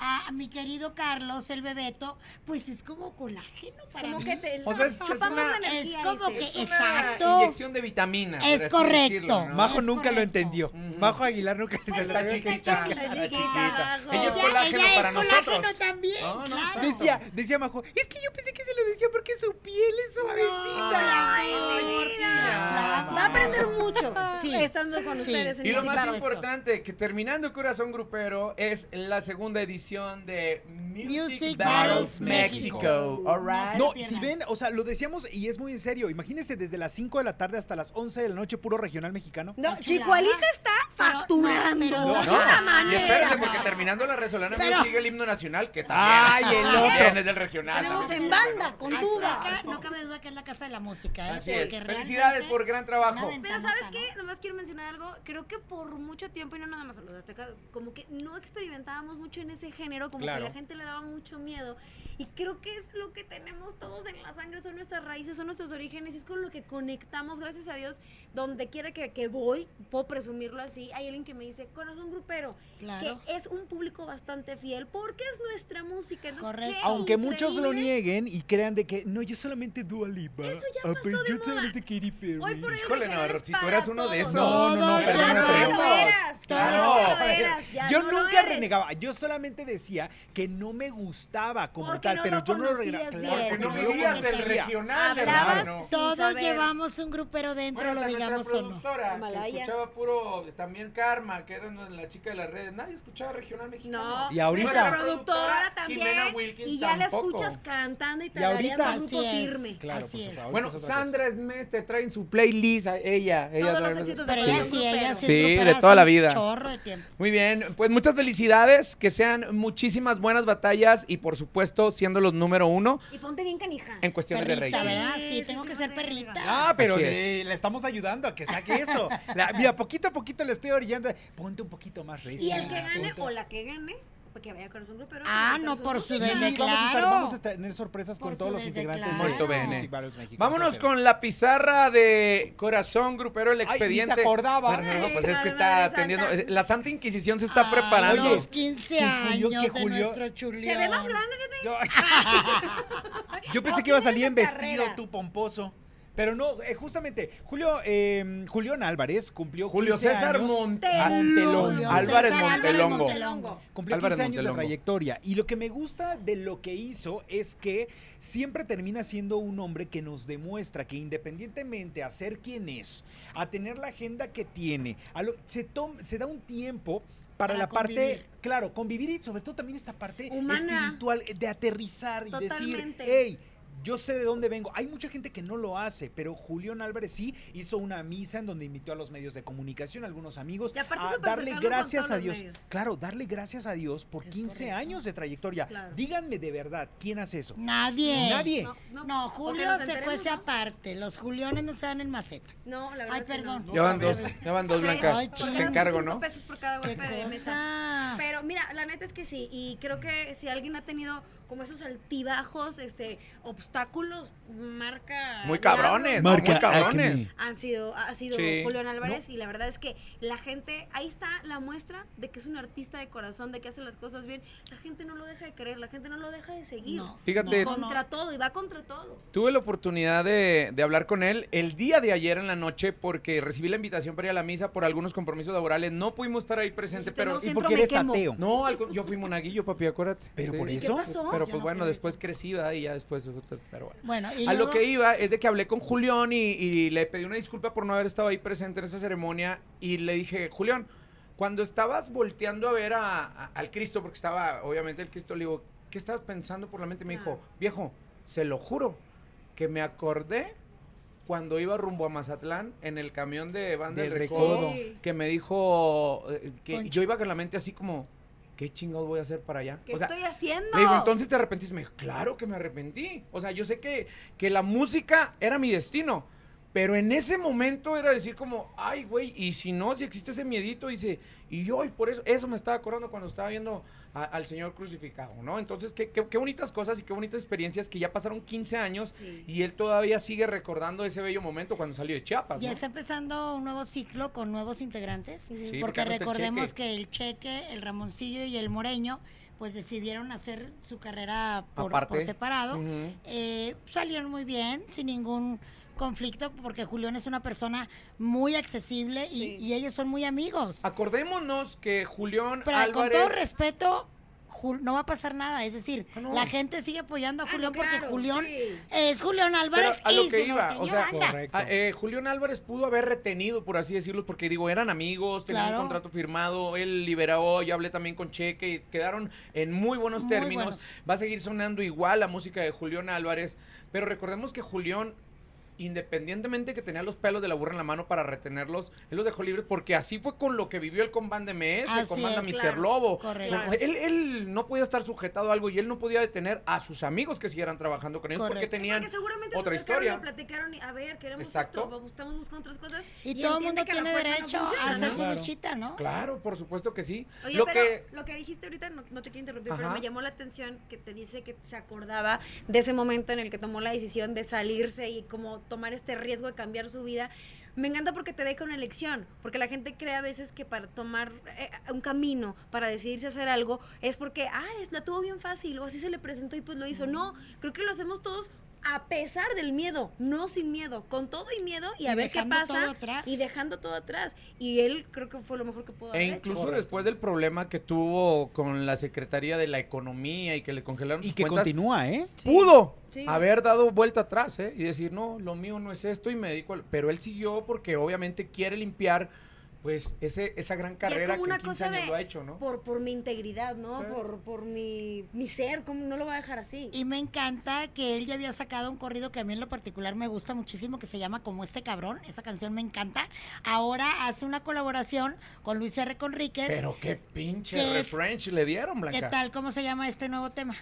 [SPEAKER 1] a mi querido Carlos, el bebeto, pues es como colágeno para
[SPEAKER 2] Como
[SPEAKER 1] mí. <laughs>
[SPEAKER 2] que te
[SPEAKER 5] O sea, es- es
[SPEAKER 2] chupamos
[SPEAKER 5] una-
[SPEAKER 2] energía,
[SPEAKER 1] es como
[SPEAKER 2] dice.
[SPEAKER 1] que-
[SPEAKER 5] Es una
[SPEAKER 1] Exacto.
[SPEAKER 5] inyección de vitaminas.
[SPEAKER 1] Es
[SPEAKER 5] por así
[SPEAKER 1] correcto.
[SPEAKER 5] decirlo, ¿no?
[SPEAKER 3] Majo
[SPEAKER 1] Es
[SPEAKER 3] nunca lo
[SPEAKER 1] correcto.
[SPEAKER 3] entendió.
[SPEAKER 5] Ujú. Pues,
[SPEAKER 3] Majo Aguilar nunca se
[SPEAKER 5] Está
[SPEAKER 3] la había
[SPEAKER 5] chiquita,
[SPEAKER 3] entendido.
[SPEAKER 5] está
[SPEAKER 1] chiquita.
[SPEAKER 5] chiquita.
[SPEAKER 2] Ella
[SPEAKER 5] Ella es
[SPEAKER 1] Ella-
[SPEAKER 5] colágeno
[SPEAKER 1] ella
[SPEAKER 5] para
[SPEAKER 1] es colágeno
[SPEAKER 5] nosotros.
[SPEAKER 1] también,
[SPEAKER 5] No, no,
[SPEAKER 1] claro.
[SPEAKER 5] exacto.
[SPEAKER 3] Decía, decía Majo, es que yo pensé que se lo decía porque su piel es suavecita.
[SPEAKER 2] Ay, mi vida.
[SPEAKER 1] Ay,
[SPEAKER 2] Va a aprender mucho
[SPEAKER 1] Sí.
[SPEAKER 2] estando con
[SPEAKER 1] Sí.
[SPEAKER 2] ustedes en
[SPEAKER 5] Y lo
[SPEAKER 1] Sí,
[SPEAKER 5] más
[SPEAKER 1] claro, eso.
[SPEAKER 5] importante, que terminando Corazón Grupero es la segunda edición de Music,
[SPEAKER 1] Music
[SPEAKER 5] Battles
[SPEAKER 1] Battles
[SPEAKER 5] Mexico.
[SPEAKER 1] México.
[SPEAKER 5] All right.
[SPEAKER 3] No,
[SPEAKER 1] se
[SPEAKER 3] si
[SPEAKER 1] pierdan.
[SPEAKER 3] ven, o sea, lo decíamos y es muy en serio. Imagínense desde las 5 de la tarde hasta las 11 de la noche, puro regional mexicano.
[SPEAKER 2] No,
[SPEAKER 1] Está
[SPEAKER 2] Chicualita
[SPEAKER 1] chulada.
[SPEAKER 2] está
[SPEAKER 1] Pero-
[SPEAKER 2] facturando.
[SPEAKER 1] pero-
[SPEAKER 5] No,
[SPEAKER 1] No,
[SPEAKER 2] de otra
[SPEAKER 5] y
[SPEAKER 2] manera.
[SPEAKER 5] espérate, porque
[SPEAKER 1] no.
[SPEAKER 5] terminando la resolana
[SPEAKER 1] Pero-
[SPEAKER 5] sigue el himno nacional, que
[SPEAKER 3] Ay,
[SPEAKER 5] también,
[SPEAKER 3] el
[SPEAKER 5] también
[SPEAKER 3] otro.
[SPEAKER 5] es del regional.
[SPEAKER 2] Tenemos
[SPEAKER 5] también
[SPEAKER 2] en
[SPEAKER 5] es del
[SPEAKER 2] banda,
[SPEAKER 5] regional.
[SPEAKER 2] con
[SPEAKER 1] Hasta
[SPEAKER 2] duda.
[SPEAKER 1] acá no cabe duda que es la casa de la música. ¿eh?
[SPEAKER 5] Así es.
[SPEAKER 1] Porque
[SPEAKER 5] Felicidades
[SPEAKER 1] realmente
[SPEAKER 5] por gran trabajo.
[SPEAKER 1] una ventaja.
[SPEAKER 2] Pero ¿sabes
[SPEAKER 1] ¿no?
[SPEAKER 2] qué? Nomás quiero mencionar algo. Creo que por mucho tiempo, y no nada más a los aztecas, como que no experimentábamos mucho en ese género, como
[SPEAKER 5] Claro.
[SPEAKER 2] que la gente le daba mucho miedo. Y creo que es lo que tenemos todos en la sangre, son nuestras raíces, son nuestros orígenes, es con lo que conectamos, gracias a Dios, donde quiera que, que voy, puedo presumirlo así, hay alguien que me dice, corazón grupero,
[SPEAKER 1] Claro.
[SPEAKER 2] que es un público bastante fiel, porque es nuestra música. Entonces,
[SPEAKER 1] Correcto.
[SPEAKER 2] qué
[SPEAKER 3] Aunque muchos lo
[SPEAKER 2] increíble.
[SPEAKER 3] nieguen y crean de que no, yo solamente Dua Lipa. Eso ya
[SPEAKER 2] pasó de
[SPEAKER 3] yo
[SPEAKER 2] moda.
[SPEAKER 3] solamente Katy Perry.
[SPEAKER 2] Hoy por hoy,
[SPEAKER 5] Híjole,
[SPEAKER 2] el regional
[SPEAKER 5] Navarro,
[SPEAKER 2] es
[SPEAKER 5] si tú
[SPEAKER 2] para
[SPEAKER 5] eras uno de
[SPEAKER 2] todos.
[SPEAKER 5] esos.
[SPEAKER 3] No, no, no,
[SPEAKER 1] Todo
[SPEAKER 3] pero
[SPEAKER 1] ya
[SPEAKER 3] no
[SPEAKER 1] no
[SPEAKER 3] creemos.
[SPEAKER 1] lo eras,
[SPEAKER 2] todo ya
[SPEAKER 5] Claro.
[SPEAKER 2] no lo eras, ya
[SPEAKER 3] yo
[SPEAKER 2] no lo
[SPEAKER 3] nunca
[SPEAKER 2] eres.
[SPEAKER 3] renegaba, yo solamente decía que no me gustaba como
[SPEAKER 2] Porque
[SPEAKER 3] tal,
[SPEAKER 2] no
[SPEAKER 3] pero
[SPEAKER 2] lo
[SPEAKER 3] yo no lo
[SPEAKER 2] conocías
[SPEAKER 3] renegaba.
[SPEAKER 2] bien.
[SPEAKER 5] Porque no
[SPEAKER 1] Porque
[SPEAKER 5] vivías
[SPEAKER 1] no
[SPEAKER 5] del
[SPEAKER 1] conocía.
[SPEAKER 5] regional,
[SPEAKER 2] Hablabas
[SPEAKER 5] hermano.
[SPEAKER 2] sin
[SPEAKER 1] Todos
[SPEAKER 2] saber.
[SPEAKER 1] llevamos un grupero dentro,
[SPEAKER 5] Bueno,
[SPEAKER 1] lo
[SPEAKER 5] hasta
[SPEAKER 1] digamos
[SPEAKER 5] nuestra
[SPEAKER 1] o no.
[SPEAKER 5] productora, que
[SPEAKER 2] Himalaya.
[SPEAKER 5] escuchaba puro, también Karma, que era la chica de las redes, nadie escuchaba regional mexicano.
[SPEAKER 2] No,
[SPEAKER 3] Y ahorita-
[SPEAKER 2] nuestra
[SPEAKER 5] Nuestra
[SPEAKER 2] productora
[SPEAKER 5] productora, Jimena
[SPEAKER 2] también.
[SPEAKER 5] Wilkins,
[SPEAKER 2] Y ya la
[SPEAKER 5] tampoco.
[SPEAKER 2] escuchas cantando y
[SPEAKER 3] Y ahorita-
[SPEAKER 2] tarareando al grupo
[SPEAKER 1] Así es.
[SPEAKER 2] firme.
[SPEAKER 3] Claro,
[SPEAKER 1] Así
[SPEAKER 3] por
[SPEAKER 1] es.
[SPEAKER 3] supuesto, ahorita
[SPEAKER 5] Bueno,
[SPEAKER 3] es otra cosa.
[SPEAKER 5] Sandra Esmes te trae en su playlist a ella. ella
[SPEAKER 2] Todos los
[SPEAKER 5] trae-
[SPEAKER 2] éxitos de
[SPEAKER 1] Pero
[SPEAKER 2] Sí.
[SPEAKER 1] ella sí, ella sí. es
[SPEAKER 5] Sí, de
[SPEAKER 1] grupera
[SPEAKER 5] toda
[SPEAKER 1] hace
[SPEAKER 5] la
[SPEAKER 1] un
[SPEAKER 5] vida.
[SPEAKER 1] Chorro de tiempo.
[SPEAKER 5] Muy bien, pues muchas felicidades, que sean muchísimas buenas batallas y por supuesto siendo los número uno
[SPEAKER 2] Y ponte bien canija.
[SPEAKER 5] en cuestiones de
[SPEAKER 1] Perrita,
[SPEAKER 5] rey.
[SPEAKER 1] ¿verdad?
[SPEAKER 2] Sí,
[SPEAKER 1] Sí,
[SPEAKER 2] sí,
[SPEAKER 1] tengo
[SPEAKER 2] sí,
[SPEAKER 1] que
[SPEAKER 2] no
[SPEAKER 1] ser
[SPEAKER 2] te
[SPEAKER 1] perrita.
[SPEAKER 2] digas.
[SPEAKER 3] Ah, pero
[SPEAKER 5] Así es.
[SPEAKER 3] le, le estamos ayudando a que saque eso. La- mira, poquito a poquito le estoy orillando. Ponte un poquito más recio.
[SPEAKER 2] Y el que
[SPEAKER 3] ponte-
[SPEAKER 2] gane o la que gane, porque vaya con un grupero.
[SPEAKER 1] Ah,
[SPEAKER 2] que
[SPEAKER 1] no,
[SPEAKER 2] su
[SPEAKER 1] por su
[SPEAKER 2] música.
[SPEAKER 3] Sí,
[SPEAKER 1] desde
[SPEAKER 3] vamos, a estar-
[SPEAKER 1] claro.
[SPEAKER 3] vamos a tener sorpresas
[SPEAKER 1] Por
[SPEAKER 3] con
[SPEAKER 1] su
[SPEAKER 3] todos los
[SPEAKER 1] desde
[SPEAKER 3] integrantes
[SPEAKER 1] claro.
[SPEAKER 5] Molto bene.
[SPEAKER 3] Music Battles México.
[SPEAKER 5] Vámonos
[SPEAKER 3] Eso
[SPEAKER 5] con la pizarra de Corazón Grupero, el
[SPEAKER 3] queda. Ay, ni
[SPEAKER 5] expediente.
[SPEAKER 3] se acordaba.
[SPEAKER 5] No, no, no, pues
[SPEAKER 2] Ay,
[SPEAKER 5] es que
[SPEAKER 2] Madre
[SPEAKER 5] está
[SPEAKER 2] Santa.
[SPEAKER 5] atendiendo. es- La Santa Inquisición se está
[SPEAKER 1] Ay,
[SPEAKER 5] preparando.
[SPEAKER 1] los 15
[SPEAKER 3] ¿Qué Julio,
[SPEAKER 1] años
[SPEAKER 3] qué
[SPEAKER 1] de
[SPEAKER 3] Julio?
[SPEAKER 1] nuestro chulión.
[SPEAKER 2] Se ve más grande que
[SPEAKER 3] <laughs> Yo, yo pensé que iba a salir en
[SPEAKER 2] Opina de
[SPEAKER 3] vestido
[SPEAKER 2] carrera.
[SPEAKER 3] tú pomposo. Pero no, eh, justamente, Julio, eh, Julián Álvarez cumplió
[SPEAKER 5] Julio
[SPEAKER 3] 15
[SPEAKER 5] César
[SPEAKER 3] años.
[SPEAKER 2] Telongo.
[SPEAKER 3] Montelongo.
[SPEAKER 5] Álvarez
[SPEAKER 1] César
[SPEAKER 5] Montelongo.
[SPEAKER 1] Montelongo.
[SPEAKER 3] Cumplió
[SPEAKER 5] Álvarez
[SPEAKER 3] 15 años de
[SPEAKER 5] Montelongo.
[SPEAKER 3] trayectoria. Y lo que me gusta de lo que hizo es que siempre termina siendo un hombre que nos demuestra que independientemente a ser quien es, a tener la agenda que tiene, a lo- se, tom- se da un tiempo para,
[SPEAKER 1] Para
[SPEAKER 3] la parte,
[SPEAKER 1] convivir.
[SPEAKER 3] claro, convivir y sobre todo también esta parte
[SPEAKER 2] Humana.
[SPEAKER 3] espiritual eh, de aterrizar y decir,
[SPEAKER 2] Totalmente.
[SPEAKER 3] hey, yo sé de dónde vengo. Hay mucha gente que no lo hace, pero Julián Álvarez sí hizo una misa en donde invitó a los medios de comunicación, a algunos amigos,
[SPEAKER 2] Y aparte
[SPEAKER 3] a
[SPEAKER 2] súper
[SPEAKER 3] darle
[SPEAKER 2] cercano con
[SPEAKER 3] gracias
[SPEAKER 2] todos
[SPEAKER 3] a
[SPEAKER 2] los
[SPEAKER 3] Dios.
[SPEAKER 2] medios.
[SPEAKER 3] Claro, darle gracias a Dios por
[SPEAKER 1] Es
[SPEAKER 3] 15
[SPEAKER 1] correcto.
[SPEAKER 3] años de trayectoria.
[SPEAKER 2] Claro.
[SPEAKER 3] Díganme de verdad, ¿quién hace
[SPEAKER 5] Mm,
[SPEAKER 3] eso?
[SPEAKER 1] Nadie.
[SPEAKER 3] Nadie.
[SPEAKER 1] No,
[SPEAKER 2] porque
[SPEAKER 1] Julio
[SPEAKER 2] nos
[SPEAKER 1] se
[SPEAKER 2] enteremos,
[SPEAKER 1] cuece
[SPEAKER 2] ¿no?
[SPEAKER 1] aparte. Los Juliones no se dan en maceta.
[SPEAKER 2] No, la verdad.
[SPEAKER 1] Ay,
[SPEAKER 2] es que
[SPEAKER 1] perdón.
[SPEAKER 2] no.
[SPEAKER 5] Ya van
[SPEAKER 1] Otra
[SPEAKER 5] dos,
[SPEAKER 1] vez.
[SPEAKER 5] ya van dos, Blanca.
[SPEAKER 1] Ay,
[SPEAKER 5] Te
[SPEAKER 1] chingada.
[SPEAKER 5] encargo,
[SPEAKER 2] Cinco
[SPEAKER 5] ¿no?
[SPEAKER 2] pesos por cada
[SPEAKER 1] Qué
[SPEAKER 2] golpe de mesa.
[SPEAKER 1] cosa.
[SPEAKER 2] Pero mira, la neta es que sí, y creo que si alguien ha tenido como esos altibajos, este, obstáculos, marca...
[SPEAKER 5] Muy cabrones, ¿no?
[SPEAKER 2] diablo,
[SPEAKER 5] muy cabrones.
[SPEAKER 2] Han sido, ha sido
[SPEAKER 5] Sí.
[SPEAKER 2] Julián Álvarez y la verdad es que la gente, ahí está la muestra de que es un artista de corazón, de que hace las cosas bien. La gente no lo deja de querer, la gente no lo deja de seguir.
[SPEAKER 1] No,
[SPEAKER 5] Fíjate.
[SPEAKER 1] no, no.
[SPEAKER 2] Contra todo, y va contra todo.
[SPEAKER 5] Tuve la oportunidad de, de hablar con él el día de ayer en la noche porque recibí la invitación para ir a la misa por algunos compromisos laborales. No pudimos estar ahí presentes,
[SPEAKER 2] Dijiste,
[SPEAKER 5] pero...
[SPEAKER 2] Este, no, sí.
[SPEAKER 3] Y
[SPEAKER 2] Centro
[SPEAKER 3] porque
[SPEAKER 2] me
[SPEAKER 3] eres
[SPEAKER 2] quemo.
[SPEAKER 3] ateo.
[SPEAKER 5] No, algo- yo fui monaguillo, papi, acuérdate.
[SPEAKER 3] Pero por
[SPEAKER 5] ¿Y
[SPEAKER 3] eso-
[SPEAKER 2] ¿Qué pasó?
[SPEAKER 5] Pero
[SPEAKER 1] Yo
[SPEAKER 5] pues
[SPEAKER 1] no
[SPEAKER 5] bueno,
[SPEAKER 1] creo
[SPEAKER 5] después crecí, ¿verdad? Y ya después... pues, Pero bueno.
[SPEAKER 1] Bueno, y
[SPEAKER 5] a
[SPEAKER 1] luego,
[SPEAKER 5] lo que iba es de que hablé con Julián y, y le pedí una disculpa por no haber estado ahí presente en esa ceremonia y le dije, Julián, cuando estabas volteando a ver a- a- al Cristo, porque estaba obviamente el Cristo, le digo, ¿qué estabas pensando por la mente? Me dijo,
[SPEAKER 2] Claro.
[SPEAKER 5] viejo, se lo juro, que me acordé cuando iba rumbo a Mazatlán en el camión de Banda del
[SPEAKER 3] Del
[SPEAKER 5] Recodo,
[SPEAKER 2] Recodo.
[SPEAKER 5] que me dijo eh, que
[SPEAKER 1] Poncho.
[SPEAKER 5] yo iba con la mente así como, ¿qué chingados voy a hacer para allá?
[SPEAKER 2] ¿Qué
[SPEAKER 5] O sea,
[SPEAKER 2] estoy haciendo?
[SPEAKER 5] le digo, entonces te arrepentiste. Me dijo, claro que me arrepentí. O sea, yo sé que, que la música era mi destino. Pero en ese momento era decir como, ay, güey, y si no, si existe ese miedito, dice, y yo, y por eso, eso me estaba acordando cuando estaba viendo a- al Señor crucificado, ¿no? Entonces, qué, qué- qué bonitas cosas y qué bonitas experiencias que ya pasaron 15 años
[SPEAKER 2] Sí.
[SPEAKER 5] y él todavía sigue recordando ese bello momento cuando salió de Chiapas,
[SPEAKER 1] ya
[SPEAKER 5] ¿no?
[SPEAKER 1] está empezando un nuevo ciclo con nuevos integrantes.
[SPEAKER 2] Ujú.
[SPEAKER 5] Sí,
[SPEAKER 1] porque
[SPEAKER 5] ahora está el
[SPEAKER 1] recordemos
[SPEAKER 5] Cheque.
[SPEAKER 1] que el Cheque, el Ramoncillo y el Moreño, pues decidieron hacer su carrera por,
[SPEAKER 5] Aparte.
[SPEAKER 1] por separado.
[SPEAKER 5] Ujú.
[SPEAKER 1] Eh, salieron muy bien, sin ningún conflicto, porque Julián es una persona muy accesible y,
[SPEAKER 2] Sí.
[SPEAKER 1] y ellos son muy amigos.
[SPEAKER 5] Acordémonos que Julián
[SPEAKER 1] Pero
[SPEAKER 5] Álvarez...
[SPEAKER 1] con todo respeto, Jul- no va a pasar nada. Es decir,
[SPEAKER 5] Ah, no.
[SPEAKER 1] la gente sigue apoyando a
[SPEAKER 2] Ah,
[SPEAKER 1] Julián
[SPEAKER 2] no, claro,
[SPEAKER 1] porque Julián
[SPEAKER 2] sí.
[SPEAKER 1] es Julián Álvarez
[SPEAKER 5] a lo
[SPEAKER 1] y
[SPEAKER 5] que
[SPEAKER 1] su
[SPEAKER 5] iba,
[SPEAKER 1] norteña
[SPEAKER 5] o sea,
[SPEAKER 1] banda.
[SPEAKER 3] correcto.
[SPEAKER 5] Ah, eh, Julián Álvarez pudo haber retenido, por así decirlo, porque digo, eran amigos, tenían
[SPEAKER 1] Claro.
[SPEAKER 5] un contrato firmado, él liberó, yo hablé también con Cheque, y quedaron en muy buenos
[SPEAKER 1] Muy
[SPEAKER 5] términos.
[SPEAKER 1] buenos.
[SPEAKER 5] Va a seguir sonando igual la música de Julián Álvarez, pero recordemos que Julián, independientemente que tenía los pelos de la burra en la mano para retenerlos, él los dejó libres porque así fue con lo que vivió el con Banda MS, con
[SPEAKER 1] Así
[SPEAKER 5] Banda
[SPEAKER 1] es.
[SPEAKER 5] Mr.
[SPEAKER 2] Claro.
[SPEAKER 5] Lobo.
[SPEAKER 1] Correcto.
[SPEAKER 5] Con- Él, él no podía estar sujetado a algo y él no podía detener a sus amigos que siguieran trabajando con ellos porque
[SPEAKER 1] Correcto.
[SPEAKER 5] tenían
[SPEAKER 2] Porque seguramente
[SPEAKER 5] otra
[SPEAKER 2] se acercaron y
[SPEAKER 5] historia.
[SPEAKER 2] lo platicaron y a ver, queremos
[SPEAKER 5] Exacto.
[SPEAKER 2] esto, estamos buscando otras cosas.
[SPEAKER 1] Y, todo el
[SPEAKER 2] entiende
[SPEAKER 1] mundo
[SPEAKER 2] que a la
[SPEAKER 1] tiene
[SPEAKER 2] fuerza no
[SPEAKER 1] derecho a
[SPEAKER 2] funciona,
[SPEAKER 1] hacer
[SPEAKER 2] ¿no?
[SPEAKER 1] su
[SPEAKER 3] Claro.
[SPEAKER 1] luchita, ¿no?
[SPEAKER 5] Claro, por supuesto que sí.
[SPEAKER 2] Oh. Oye,
[SPEAKER 5] lo
[SPEAKER 2] pero
[SPEAKER 5] que
[SPEAKER 2] lo que dijiste ahorita, no, no te quiero interrumpir, pero
[SPEAKER 5] Ajá.
[SPEAKER 2] me llamó la atención que te dice que se acordaba de ese momento en el que tomó la decisión de salirse y como tomar este riesgo de cambiar su vida. Me encanta porque te deja una elección, porque la gente cree a veces que para tomar eh, un camino, para decidirse a hacer algo, es porque, ah, es, la tuvo bien fácil, o así se le presentó y pues lo hizo. No, creo que lo hacemos todos a pesar del miedo, no sin miedo, con todo y miedo y a
[SPEAKER 1] Y
[SPEAKER 2] ver qué
[SPEAKER 1] dejando
[SPEAKER 2] pasa
[SPEAKER 1] todo atrás.
[SPEAKER 2] y dejando todo atrás. Y él creo que fue lo mejor que pudo haber
[SPEAKER 5] E
[SPEAKER 2] hecho.
[SPEAKER 5] incluso después del problema que tuvo con la Secretaría de la Economía y que le congelaron
[SPEAKER 3] Y
[SPEAKER 5] sus
[SPEAKER 3] que
[SPEAKER 5] cuentas,
[SPEAKER 3] continúa, ¿eh?
[SPEAKER 5] pudo
[SPEAKER 2] Sí.
[SPEAKER 5] haber dado vuelta atrás ¿eh? y decir, no, lo mío no es esto y me dedico al... Pero él siguió porque obviamente quiere limpiar pues ese, esa gran carrera
[SPEAKER 2] como
[SPEAKER 5] que
[SPEAKER 2] una
[SPEAKER 5] en 15
[SPEAKER 2] cosa
[SPEAKER 5] años
[SPEAKER 2] de-
[SPEAKER 5] lo ha hecho, ¿no?
[SPEAKER 2] por, por mi integridad, ¿no?
[SPEAKER 5] Sí.
[SPEAKER 2] Por, por mi, mi ser, ¿cómo no lo voy a dejar así?
[SPEAKER 1] Y me encanta que él ya había sacado un corrido que a mí en lo particular me gusta muchísimo, que se llama Como este cabrón. Esa canción me encanta. Ahora hace una colaboración con Luis R. Conríquez.
[SPEAKER 5] Pero qué pinche
[SPEAKER 1] ¿Qué-
[SPEAKER 5] refrench le dieron, Blanca.
[SPEAKER 1] ¿Qué tal? ¿Cómo se llama este nuevo tema?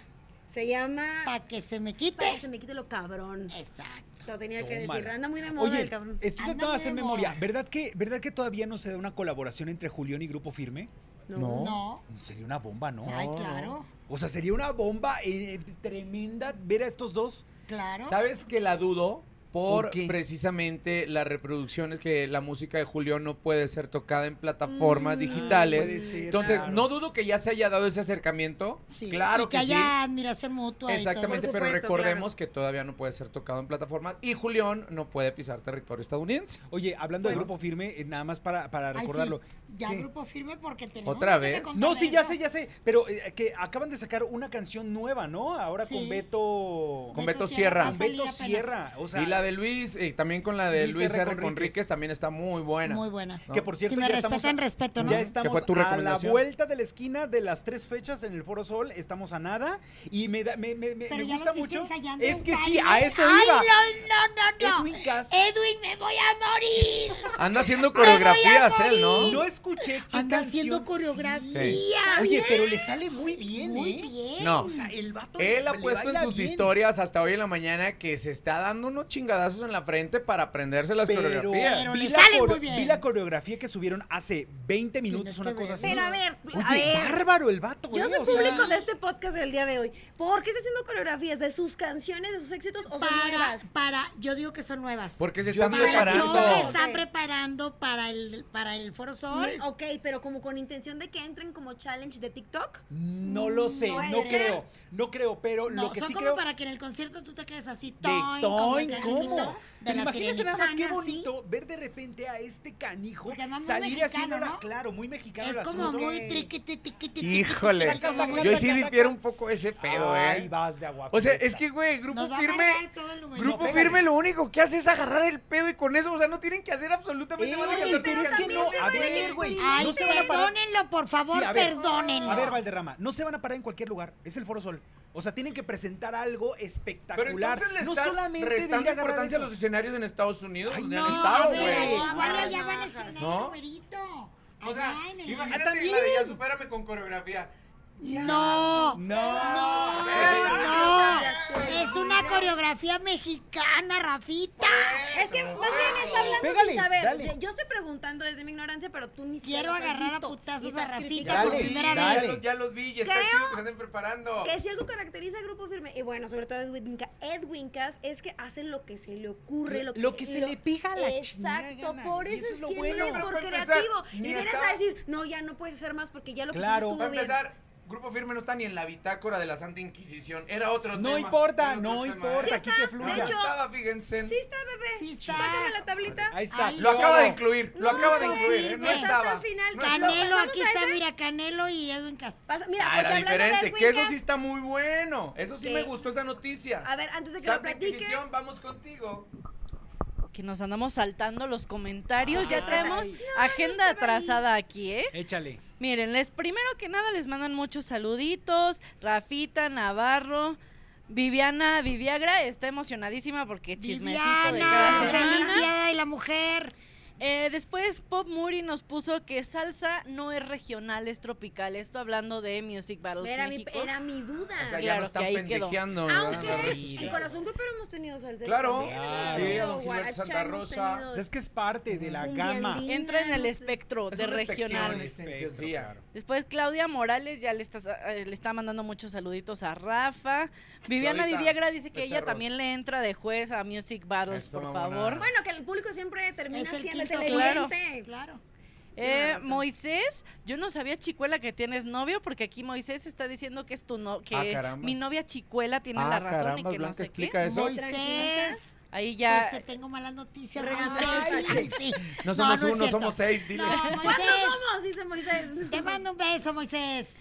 [SPEAKER 2] se llama...
[SPEAKER 1] Para que se me
[SPEAKER 2] Para que
[SPEAKER 1] quite.
[SPEAKER 2] se me quite lo cabrón.
[SPEAKER 1] Exacto.
[SPEAKER 2] Lo tenía que decir.
[SPEAKER 3] Tómala.
[SPEAKER 2] Anda muy de moda
[SPEAKER 3] Oye,
[SPEAKER 2] el cabrón.
[SPEAKER 3] estoy tratando
[SPEAKER 1] Ándale,
[SPEAKER 3] de hacer
[SPEAKER 1] amor.
[SPEAKER 3] memoria. ¿Verdad que, ¿Verdad que todavía no se da una colaboración entre Julián y Grupo Firme? Mm,
[SPEAKER 5] No.
[SPEAKER 1] No.
[SPEAKER 3] Sería una bomba, ¿no?
[SPEAKER 1] Ay,
[SPEAKER 5] No.
[SPEAKER 1] claro.
[SPEAKER 3] O sea, sería una bomba eh, tremenda ver a estos dos.
[SPEAKER 1] Claro.
[SPEAKER 5] ¿Sabes que la dudo? por
[SPEAKER 3] ¿Por qué?
[SPEAKER 5] precisamente las reproducciones que la música de Julio no puede ser tocada
[SPEAKER 2] Mm,
[SPEAKER 5] en plataformas digitales.
[SPEAKER 3] puede ser,
[SPEAKER 5] Entonces,
[SPEAKER 3] claro.
[SPEAKER 5] no dudo que ya se haya dado ese acercamiento.
[SPEAKER 1] Sí, y
[SPEAKER 5] Claro que,
[SPEAKER 1] que haya
[SPEAKER 5] sí.
[SPEAKER 1] admiración mutua. y todo.
[SPEAKER 5] Exactamente,
[SPEAKER 2] Por
[SPEAKER 5] pero
[SPEAKER 2] supuesto,
[SPEAKER 5] recordemos que todavía no puede ser tocado en plataformas y Julián no puede pisar territorio estadounidense.
[SPEAKER 3] Oye, hablando de
[SPEAKER 5] Bueno.
[SPEAKER 3] Grupo Firme, eh, nada más para, para
[SPEAKER 1] Ay, sí,
[SPEAKER 3] recordarlo.
[SPEAKER 1] ya
[SPEAKER 3] ¿Qué?
[SPEAKER 1] grupo firme porque tenemos
[SPEAKER 5] ¿Otra
[SPEAKER 1] mucho que
[SPEAKER 5] vez?
[SPEAKER 1] contar
[SPEAKER 3] No,
[SPEAKER 1] de
[SPEAKER 3] sí, ya
[SPEAKER 1] eso.
[SPEAKER 3] sé, ya sé. Pero eh, que acaban de sacar una canción nueva, ¿no? Ahora
[SPEAKER 1] Sí.
[SPEAKER 3] con Beto.
[SPEAKER 5] Con Beto Sierra.
[SPEAKER 1] va a
[SPEAKER 3] con Beto
[SPEAKER 1] salir apenas.
[SPEAKER 3] Sierra. O sea,
[SPEAKER 5] y la de Luis, y también con la de
[SPEAKER 3] Luis
[SPEAKER 5] Luis,
[SPEAKER 3] R.
[SPEAKER 5] R.
[SPEAKER 3] Conríquez.
[SPEAKER 5] Conríquez también está muy buena.
[SPEAKER 1] Muy buena.
[SPEAKER 5] ¿no?
[SPEAKER 3] que por cierto,
[SPEAKER 1] si me
[SPEAKER 3] ya estamos
[SPEAKER 1] respetan,
[SPEAKER 3] a-
[SPEAKER 1] respeto, ¿no?
[SPEAKER 3] Ya estamos
[SPEAKER 5] fue tu
[SPEAKER 3] a la
[SPEAKER 5] recomendación?
[SPEAKER 3] vuelta de la esquina de las tres fechas en el Foro Sol, estamos a nada y me, da- me, me- me-
[SPEAKER 1] Pero
[SPEAKER 3] me
[SPEAKER 1] ya
[SPEAKER 3] gusta
[SPEAKER 1] los viste
[SPEAKER 3] mucho.
[SPEAKER 1] ensayando
[SPEAKER 3] Es
[SPEAKER 1] un
[SPEAKER 3] que sí,
[SPEAKER 1] baile.
[SPEAKER 3] a eso
[SPEAKER 1] Ay,
[SPEAKER 3] iba.
[SPEAKER 1] no, no, no, no.
[SPEAKER 3] Edwin Cass.
[SPEAKER 1] Edwin, me voy a morir.
[SPEAKER 5] Anda haciendo coreografías él, ¿no?
[SPEAKER 3] No escuché <laughs> qué
[SPEAKER 1] Anda
[SPEAKER 3] canción-
[SPEAKER 1] haciendo
[SPEAKER 5] Sí.
[SPEAKER 1] coreografía. ¿eh?
[SPEAKER 3] Oye, pero le sale muy bien,
[SPEAKER 1] Muy
[SPEAKER 3] ¿eh?
[SPEAKER 1] bien.
[SPEAKER 5] No.
[SPEAKER 3] O sea, el vato
[SPEAKER 5] Él
[SPEAKER 3] le-
[SPEAKER 5] ha
[SPEAKER 3] le
[SPEAKER 5] puesto en
[SPEAKER 3] baila
[SPEAKER 5] sus
[SPEAKER 3] bien.
[SPEAKER 5] historias hasta hoy en la mañana que se está dando unos chingadazos en la frente para aprenderse las
[SPEAKER 3] Pero,
[SPEAKER 5] coreografías.
[SPEAKER 1] Pero
[SPEAKER 3] vi
[SPEAKER 1] le
[SPEAKER 3] la
[SPEAKER 1] salen
[SPEAKER 3] core-
[SPEAKER 1] muy bien.
[SPEAKER 3] Vi la coreografía que subieron hace 20 minutos,
[SPEAKER 1] Tienes
[SPEAKER 3] una
[SPEAKER 1] que
[SPEAKER 3] cosa
[SPEAKER 1] ver.
[SPEAKER 3] así.
[SPEAKER 2] Pero a ver, a
[SPEAKER 3] Oye,
[SPEAKER 2] ver.
[SPEAKER 3] bárbaro el vato,
[SPEAKER 2] Yo
[SPEAKER 3] ¿eh?
[SPEAKER 2] soy
[SPEAKER 3] O sea,
[SPEAKER 2] público de este podcast del día de hoy. ¿Por qué está haciendo coreografías de sus canciones, de sus éxitos o son
[SPEAKER 1] Para,
[SPEAKER 2] nuevas?
[SPEAKER 1] para, yo digo que son nuevas.
[SPEAKER 5] Porque se
[SPEAKER 3] Yo
[SPEAKER 5] están
[SPEAKER 3] vi-
[SPEAKER 1] para el show
[SPEAKER 5] preparando.
[SPEAKER 1] que
[SPEAKER 2] está-
[SPEAKER 1] están
[SPEAKER 2] Ok.
[SPEAKER 1] preparando para el, para el Foro Sol.
[SPEAKER 2] Mm, Ok, pero como con intención de que entren como challenge de TikTok.
[SPEAKER 3] No lo sé,
[SPEAKER 2] No
[SPEAKER 3] no,
[SPEAKER 2] es.
[SPEAKER 3] creo. No creo, pero
[SPEAKER 1] No,
[SPEAKER 3] lo que
[SPEAKER 1] son
[SPEAKER 3] sí
[SPEAKER 1] como
[SPEAKER 3] creo.
[SPEAKER 1] para que en el concierto tú te quedes así,
[SPEAKER 3] de
[SPEAKER 1] toin, como el
[SPEAKER 3] Toin,
[SPEAKER 1] cangrejito
[SPEAKER 3] ¿cómo?
[SPEAKER 1] De la
[SPEAKER 3] Imagínense
[SPEAKER 1] sirenita.
[SPEAKER 3] nada más qué
[SPEAKER 2] sirenita.
[SPEAKER 3] bonito ver de repente a este canijo
[SPEAKER 1] Porque además muy
[SPEAKER 3] salir así,
[SPEAKER 1] mexicano,
[SPEAKER 3] la-
[SPEAKER 1] ¿no?
[SPEAKER 3] claro, muy mexicano. el
[SPEAKER 1] Es como
[SPEAKER 3] asunto.
[SPEAKER 1] muy triquiti, tiquiti, tiquiti,
[SPEAKER 5] Híjole.
[SPEAKER 1] tiquiti, como muy
[SPEAKER 5] Yo sí
[SPEAKER 1] taca, taca.
[SPEAKER 5] difiero un poco ese pedo,
[SPEAKER 3] Ay,
[SPEAKER 5] ¿eh?
[SPEAKER 3] vas de agua.
[SPEAKER 5] O sea,
[SPEAKER 3] fiesta.
[SPEAKER 5] es que, güey, Grupo
[SPEAKER 1] Nos va a
[SPEAKER 5] Firme.
[SPEAKER 1] amargar todo el lugar.
[SPEAKER 5] Grupo
[SPEAKER 3] No, pégale.
[SPEAKER 5] Firme lo único que hace es agarrar el pedo y con eso, o sea, no tienen que hacer absolutamente más de
[SPEAKER 3] Ey,
[SPEAKER 5] cantar
[SPEAKER 3] pero es
[SPEAKER 5] tres
[SPEAKER 3] que
[SPEAKER 5] canciones.
[SPEAKER 3] no,
[SPEAKER 2] se
[SPEAKER 3] a
[SPEAKER 2] vale que
[SPEAKER 3] ver, güey,
[SPEAKER 1] Ay,
[SPEAKER 3] no se van a parar.
[SPEAKER 1] perdónenlo, por favor,
[SPEAKER 3] Sí, a ver.
[SPEAKER 1] perdónenlo.
[SPEAKER 3] A ver, Valderrama, no se van a parar en cualquier lugar, es el Foro Sol. O sea, tienen que presentar algo
[SPEAKER 5] Pero
[SPEAKER 3] espectacular.
[SPEAKER 5] entonces le
[SPEAKER 3] no
[SPEAKER 5] estás
[SPEAKER 3] solamente de ir
[SPEAKER 5] restando
[SPEAKER 3] a agarrar
[SPEAKER 5] importancia a
[SPEAKER 3] eso.
[SPEAKER 5] los escenarios en Estados Unidos,
[SPEAKER 3] Ay,
[SPEAKER 5] donde
[SPEAKER 1] no,
[SPEAKER 5] han
[SPEAKER 1] a
[SPEAKER 5] estado,
[SPEAKER 1] ver,
[SPEAKER 5] güey.
[SPEAKER 1] igual
[SPEAKER 2] Bajas,
[SPEAKER 1] ya van a
[SPEAKER 2] bajas.
[SPEAKER 1] estrenar el
[SPEAKER 5] ¿No?
[SPEAKER 1] numerito.
[SPEAKER 4] O sea,
[SPEAKER 1] Allá en el-
[SPEAKER 4] imagínate la de ya supérame con coreografía.
[SPEAKER 1] No, no,
[SPEAKER 3] No.
[SPEAKER 1] no. Es una coreografía mexicana, Rafita.
[SPEAKER 2] Es que más bien está hablando
[SPEAKER 3] Pégale,
[SPEAKER 2] sin saber.
[SPEAKER 3] dale.
[SPEAKER 2] Yo, yo estoy preguntando desde mi ignorancia, pero tú ni siquiera
[SPEAKER 1] Quiero
[SPEAKER 2] los has
[SPEAKER 1] agarrar a
[SPEAKER 2] visto.
[SPEAKER 1] putazos
[SPEAKER 2] Y
[SPEAKER 1] a
[SPEAKER 2] estás
[SPEAKER 5] Pues,
[SPEAKER 1] Rafita
[SPEAKER 2] criticando.
[SPEAKER 1] por
[SPEAKER 3] Dale,
[SPEAKER 1] primera
[SPEAKER 3] dale.
[SPEAKER 1] vez.
[SPEAKER 4] Ya los, ya los vi y está
[SPEAKER 2] Creo
[SPEAKER 4] chido que se anden preparando.
[SPEAKER 2] Que si algo caracteriza a Grupo Firme, y bueno, sobre todo a Edwin, Ca- Edwin Cass, es que hacen lo que se le ocurre, lo que,
[SPEAKER 3] Lo que se le pega a la chingada
[SPEAKER 2] Exacto,
[SPEAKER 3] gana,
[SPEAKER 2] por
[SPEAKER 3] y
[SPEAKER 2] eso, es lo
[SPEAKER 5] bueno.
[SPEAKER 2] bueno.
[SPEAKER 5] Pero
[SPEAKER 2] por
[SPEAKER 5] para empezar,
[SPEAKER 2] creativo.
[SPEAKER 5] ni
[SPEAKER 2] Y vienes
[SPEAKER 5] estaba-
[SPEAKER 2] a decir, no, ya no puedes hacer más porque ya lo que
[SPEAKER 3] Claro.
[SPEAKER 2] hiciste
[SPEAKER 5] Para
[SPEAKER 2] estuvo bien.
[SPEAKER 5] empezar, Grupo Firme no está ni en la bitácora de la Santa Inquisición. Era otro tema.
[SPEAKER 3] No importa,
[SPEAKER 5] Era otro
[SPEAKER 3] no
[SPEAKER 5] tema,
[SPEAKER 3] importa,
[SPEAKER 5] ¿eh?
[SPEAKER 3] aquí que
[SPEAKER 5] No
[SPEAKER 3] fluya.
[SPEAKER 2] de hecho-
[SPEAKER 5] estaba, fíjense.
[SPEAKER 2] Sí está, bebé.
[SPEAKER 1] Sí está.
[SPEAKER 2] Pásame la tablita.
[SPEAKER 3] Ahí está.
[SPEAKER 1] Ahí
[SPEAKER 5] Lo acaba de
[SPEAKER 3] Todo.
[SPEAKER 5] incluir, lo
[SPEAKER 2] No, pues
[SPEAKER 5] acaba de
[SPEAKER 2] no
[SPEAKER 5] incluir.
[SPEAKER 2] sirve.
[SPEAKER 5] ¿eh? No
[SPEAKER 1] Hasta
[SPEAKER 5] estaba.
[SPEAKER 2] el final,
[SPEAKER 5] no estaba.
[SPEAKER 1] Canelo,
[SPEAKER 2] ¿Pasamos
[SPEAKER 1] aquí
[SPEAKER 2] a
[SPEAKER 1] está,
[SPEAKER 2] ese?
[SPEAKER 1] mira, Canelo y Edwin Cass.
[SPEAKER 2] Pasa- mira,
[SPEAKER 5] Ah,
[SPEAKER 2] porque
[SPEAKER 5] era
[SPEAKER 2] hablando de
[SPEAKER 5] diferente,
[SPEAKER 2] Edwin
[SPEAKER 5] que eso
[SPEAKER 2] Cass-
[SPEAKER 5] sí está muy bueno. Eso sí
[SPEAKER 2] Que-
[SPEAKER 5] me gustó esa noticia.
[SPEAKER 2] A ver, antes de que lo
[SPEAKER 5] Santa
[SPEAKER 2] platique.
[SPEAKER 5] Inquisición, vamos contigo.
[SPEAKER 6] Que nos andamos saltando los comentarios. ya traemos
[SPEAKER 3] Ay. No,
[SPEAKER 6] agenda atrasada aquí, ¿eh?
[SPEAKER 3] Échale.
[SPEAKER 6] Miren, les primero que nada les mandan muchos saluditos. Rafita, Navarro, Viviana, Viviagra está emocionadísima porque chismecito de
[SPEAKER 1] Viviana,
[SPEAKER 6] cada
[SPEAKER 1] feliz
[SPEAKER 6] semana.
[SPEAKER 1] día de la mujer.
[SPEAKER 6] Eh, después Pop Muri nos puso que salsa no es regional, es tropical. Esto hablando de Music Battles
[SPEAKER 2] Era mi,
[SPEAKER 6] México.
[SPEAKER 2] era mi duda.
[SPEAKER 5] O sea, ya
[SPEAKER 6] Claro
[SPEAKER 5] no
[SPEAKER 6] que
[SPEAKER 5] están
[SPEAKER 6] ahí quedó.
[SPEAKER 5] pendejeando.
[SPEAKER 2] Aunque
[SPEAKER 5] ¿verdad?
[SPEAKER 2] en Corazón Grupero hemos tenido salsa.
[SPEAKER 5] Claro.
[SPEAKER 3] Claro.
[SPEAKER 5] Sí, a Don Gilberto Santa Rosa.
[SPEAKER 3] O sea, es que es parte de la
[SPEAKER 2] Un
[SPEAKER 3] gama.
[SPEAKER 2] viandín.
[SPEAKER 6] Entra en el
[SPEAKER 2] no sé.
[SPEAKER 6] espectro
[SPEAKER 5] Es
[SPEAKER 6] de
[SPEAKER 5] una
[SPEAKER 6] regional.
[SPEAKER 5] espección. Licenciada.
[SPEAKER 3] claro.
[SPEAKER 6] Después Claudia Morales ya le está, eh, le está mandando muchos saluditos a Rafa. Viviana
[SPEAKER 5] Claudita,
[SPEAKER 6] Viviagra dice que ella
[SPEAKER 5] becerros.
[SPEAKER 6] también le entra de juez a Music Battles,
[SPEAKER 5] Eso,
[SPEAKER 6] por
[SPEAKER 5] mamona.
[SPEAKER 6] favor.
[SPEAKER 2] Bueno, que el público siempre termina
[SPEAKER 1] Es el
[SPEAKER 2] siendo
[SPEAKER 1] quinto
[SPEAKER 6] claro.
[SPEAKER 2] televidente.
[SPEAKER 1] Claro.
[SPEAKER 6] Eh,
[SPEAKER 2] razón.
[SPEAKER 6] Moisés, yo no sabía Chicuela que tienes novio porque aquí Moisés está diciendo que es tu no, que
[SPEAKER 5] Ah, caramba. Ah,
[SPEAKER 6] mi novia Chicuela tiene la razón y que no sé
[SPEAKER 5] explica
[SPEAKER 6] qué.
[SPEAKER 5] eso.
[SPEAKER 1] Moisés,
[SPEAKER 6] Ahí
[SPEAKER 1] pues
[SPEAKER 6] ya
[SPEAKER 1] te tengo malas noticias.
[SPEAKER 2] Ay,
[SPEAKER 1] Moisés. Sí.
[SPEAKER 5] No somos
[SPEAKER 1] es
[SPEAKER 5] uno,
[SPEAKER 1] cierto.
[SPEAKER 5] somos seis,
[SPEAKER 2] <laughs>
[SPEAKER 5] dile.
[SPEAKER 1] No,
[SPEAKER 2] ¿Cuántos
[SPEAKER 1] Moisés,
[SPEAKER 2] somos? Dice Moisés.
[SPEAKER 1] te mando un beso, Moisés.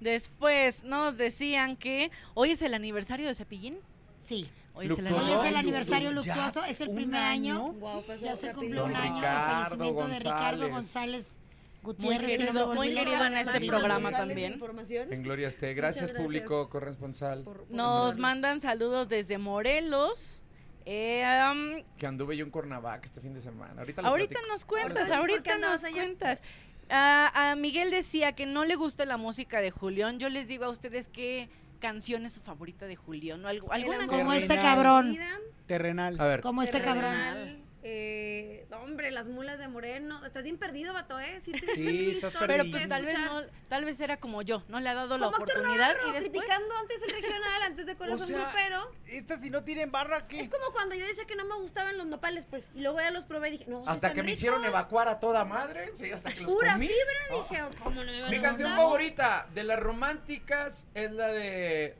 [SPEAKER 6] después nos decían que hoy es el aniversario de Cepillín.
[SPEAKER 1] Sí. Hoy
[SPEAKER 6] Hoy
[SPEAKER 5] Ay,
[SPEAKER 1] es el
[SPEAKER 5] Luctuoso.
[SPEAKER 1] aniversario
[SPEAKER 3] Ya,
[SPEAKER 1] luctuoso, es el
[SPEAKER 3] un
[SPEAKER 1] primer año.
[SPEAKER 2] Wow, pasó
[SPEAKER 1] Ya se
[SPEAKER 2] rápido.
[SPEAKER 1] cumplió un
[SPEAKER 5] Don
[SPEAKER 1] año
[SPEAKER 5] Ricardo
[SPEAKER 1] del fallecimiento de Ricardo
[SPEAKER 5] González.
[SPEAKER 1] González
[SPEAKER 6] Muy
[SPEAKER 1] Gutiérrez. si no me
[SPEAKER 6] querido,
[SPEAKER 1] volví
[SPEAKER 6] muy
[SPEAKER 1] loca.
[SPEAKER 6] querido en este
[SPEAKER 1] Saludos,
[SPEAKER 6] programa
[SPEAKER 1] González.
[SPEAKER 6] también.
[SPEAKER 5] En
[SPEAKER 2] Información.
[SPEAKER 5] gloria esté. Gracias,
[SPEAKER 2] Muchas gracias.
[SPEAKER 5] público corresponsal.
[SPEAKER 2] Por- por-
[SPEAKER 6] Nos
[SPEAKER 2] por-
[SPEAKER 6] mandan saludos desde Morelos. Eh, am,
[SPEAKER 5] Que anduve yo en Cuernavaca este fin de semana. Ahorita les
[SPEAKER 6] ahorita
[SPEAKER 5] platico.
[SPEAKER 6] nos
[SPEAKER 2] Ahorita
[SPEAKER 6] cuentas,
[SPEAKER 2] les- ¿por qué
[SPEAKER 6] ahorita
[SPEAKER 2] andabas
[SPEAKER 6] nos
[SPEAKER 2] allá?
[SPEAKER 6] cuentas. Ah, a Miguel decía que no le gusta la música de Julián. Yo les digo a ustedes qué canción es su favorita de Julián. o algo-
[SPEAKER 2] El
[SPEAKER 6] alguna
[SPEAKER 2] amor
[SPEAKER 1] Como
[SPEAKER 2] de
[SPEAKER 1] este
[SPEAKER 2] la
[SPEAKER 1] cabrón.
[SPEAKER 2] vida,
[SPEAKER 3] Terrenal.
[SPEAKER 5] A ver,
[SPEAKER 1] Como este
[SPEAKER 2] terrenal,
[SPEAKER 1] cabrón.
[SPEAKER 6] cabrón.
[SPEAKER 2] eh, no, hombre, las mulas de Moreno. Estás bien perdido, vato, ¿eh? Sí, tienes
[SPEAKER 5] Sí,
[SPEAKER 2] <laughs> mil
[SPEAKER 5] estás
[SPEAKER 2] historias
[SPEAKER 6] Pero
[SPEAKER 5] Sí.
[SPEAKER 2] que
[SPEAKER 6] pues tal vez
[SPEAKER 2] escuchar.
[SPEAKER 6] no, tal vez era como yo, no le ha dado la
[SPEAKER 2] Como Héctor
[SPEAKER 6] oportunidad
[SPEAKER 2] Navarro,
[SPEAKER 6] y después
[SPEAKER 2] criticando antes el regional,
[SPEAKER 6] <laughs>
[SPEAKER 2] antes de corazón
[SPEAKER 3] sea,
[SPEAKER 2] grupero.
[SPEAKER 3] Estas si no tienen barra, ¿qué?
[SPEAKER 2] Es como cuando yo decía que no me gustaban los nopales, pues, y luego ya los probé y dije, no, sí
[SPEAKER 5] Hasta
[SPEAKER 2] están
[SPEAKER 5] que me hicieron
[SPEAKER 2] ricos.
[SPEAKER 5] evacuar a toda madre. Sí, hasta que los
[SPEAKER 2] Pura
[SPEAKER 5] comí.
[SPEAKER 2] fibra, dije, oh, ¿cómo no me van a
[SPEAKER 5] Mi canción
[SPEAKER 2] gustar?
[SPEAKER 5] favorita de las románticas es la de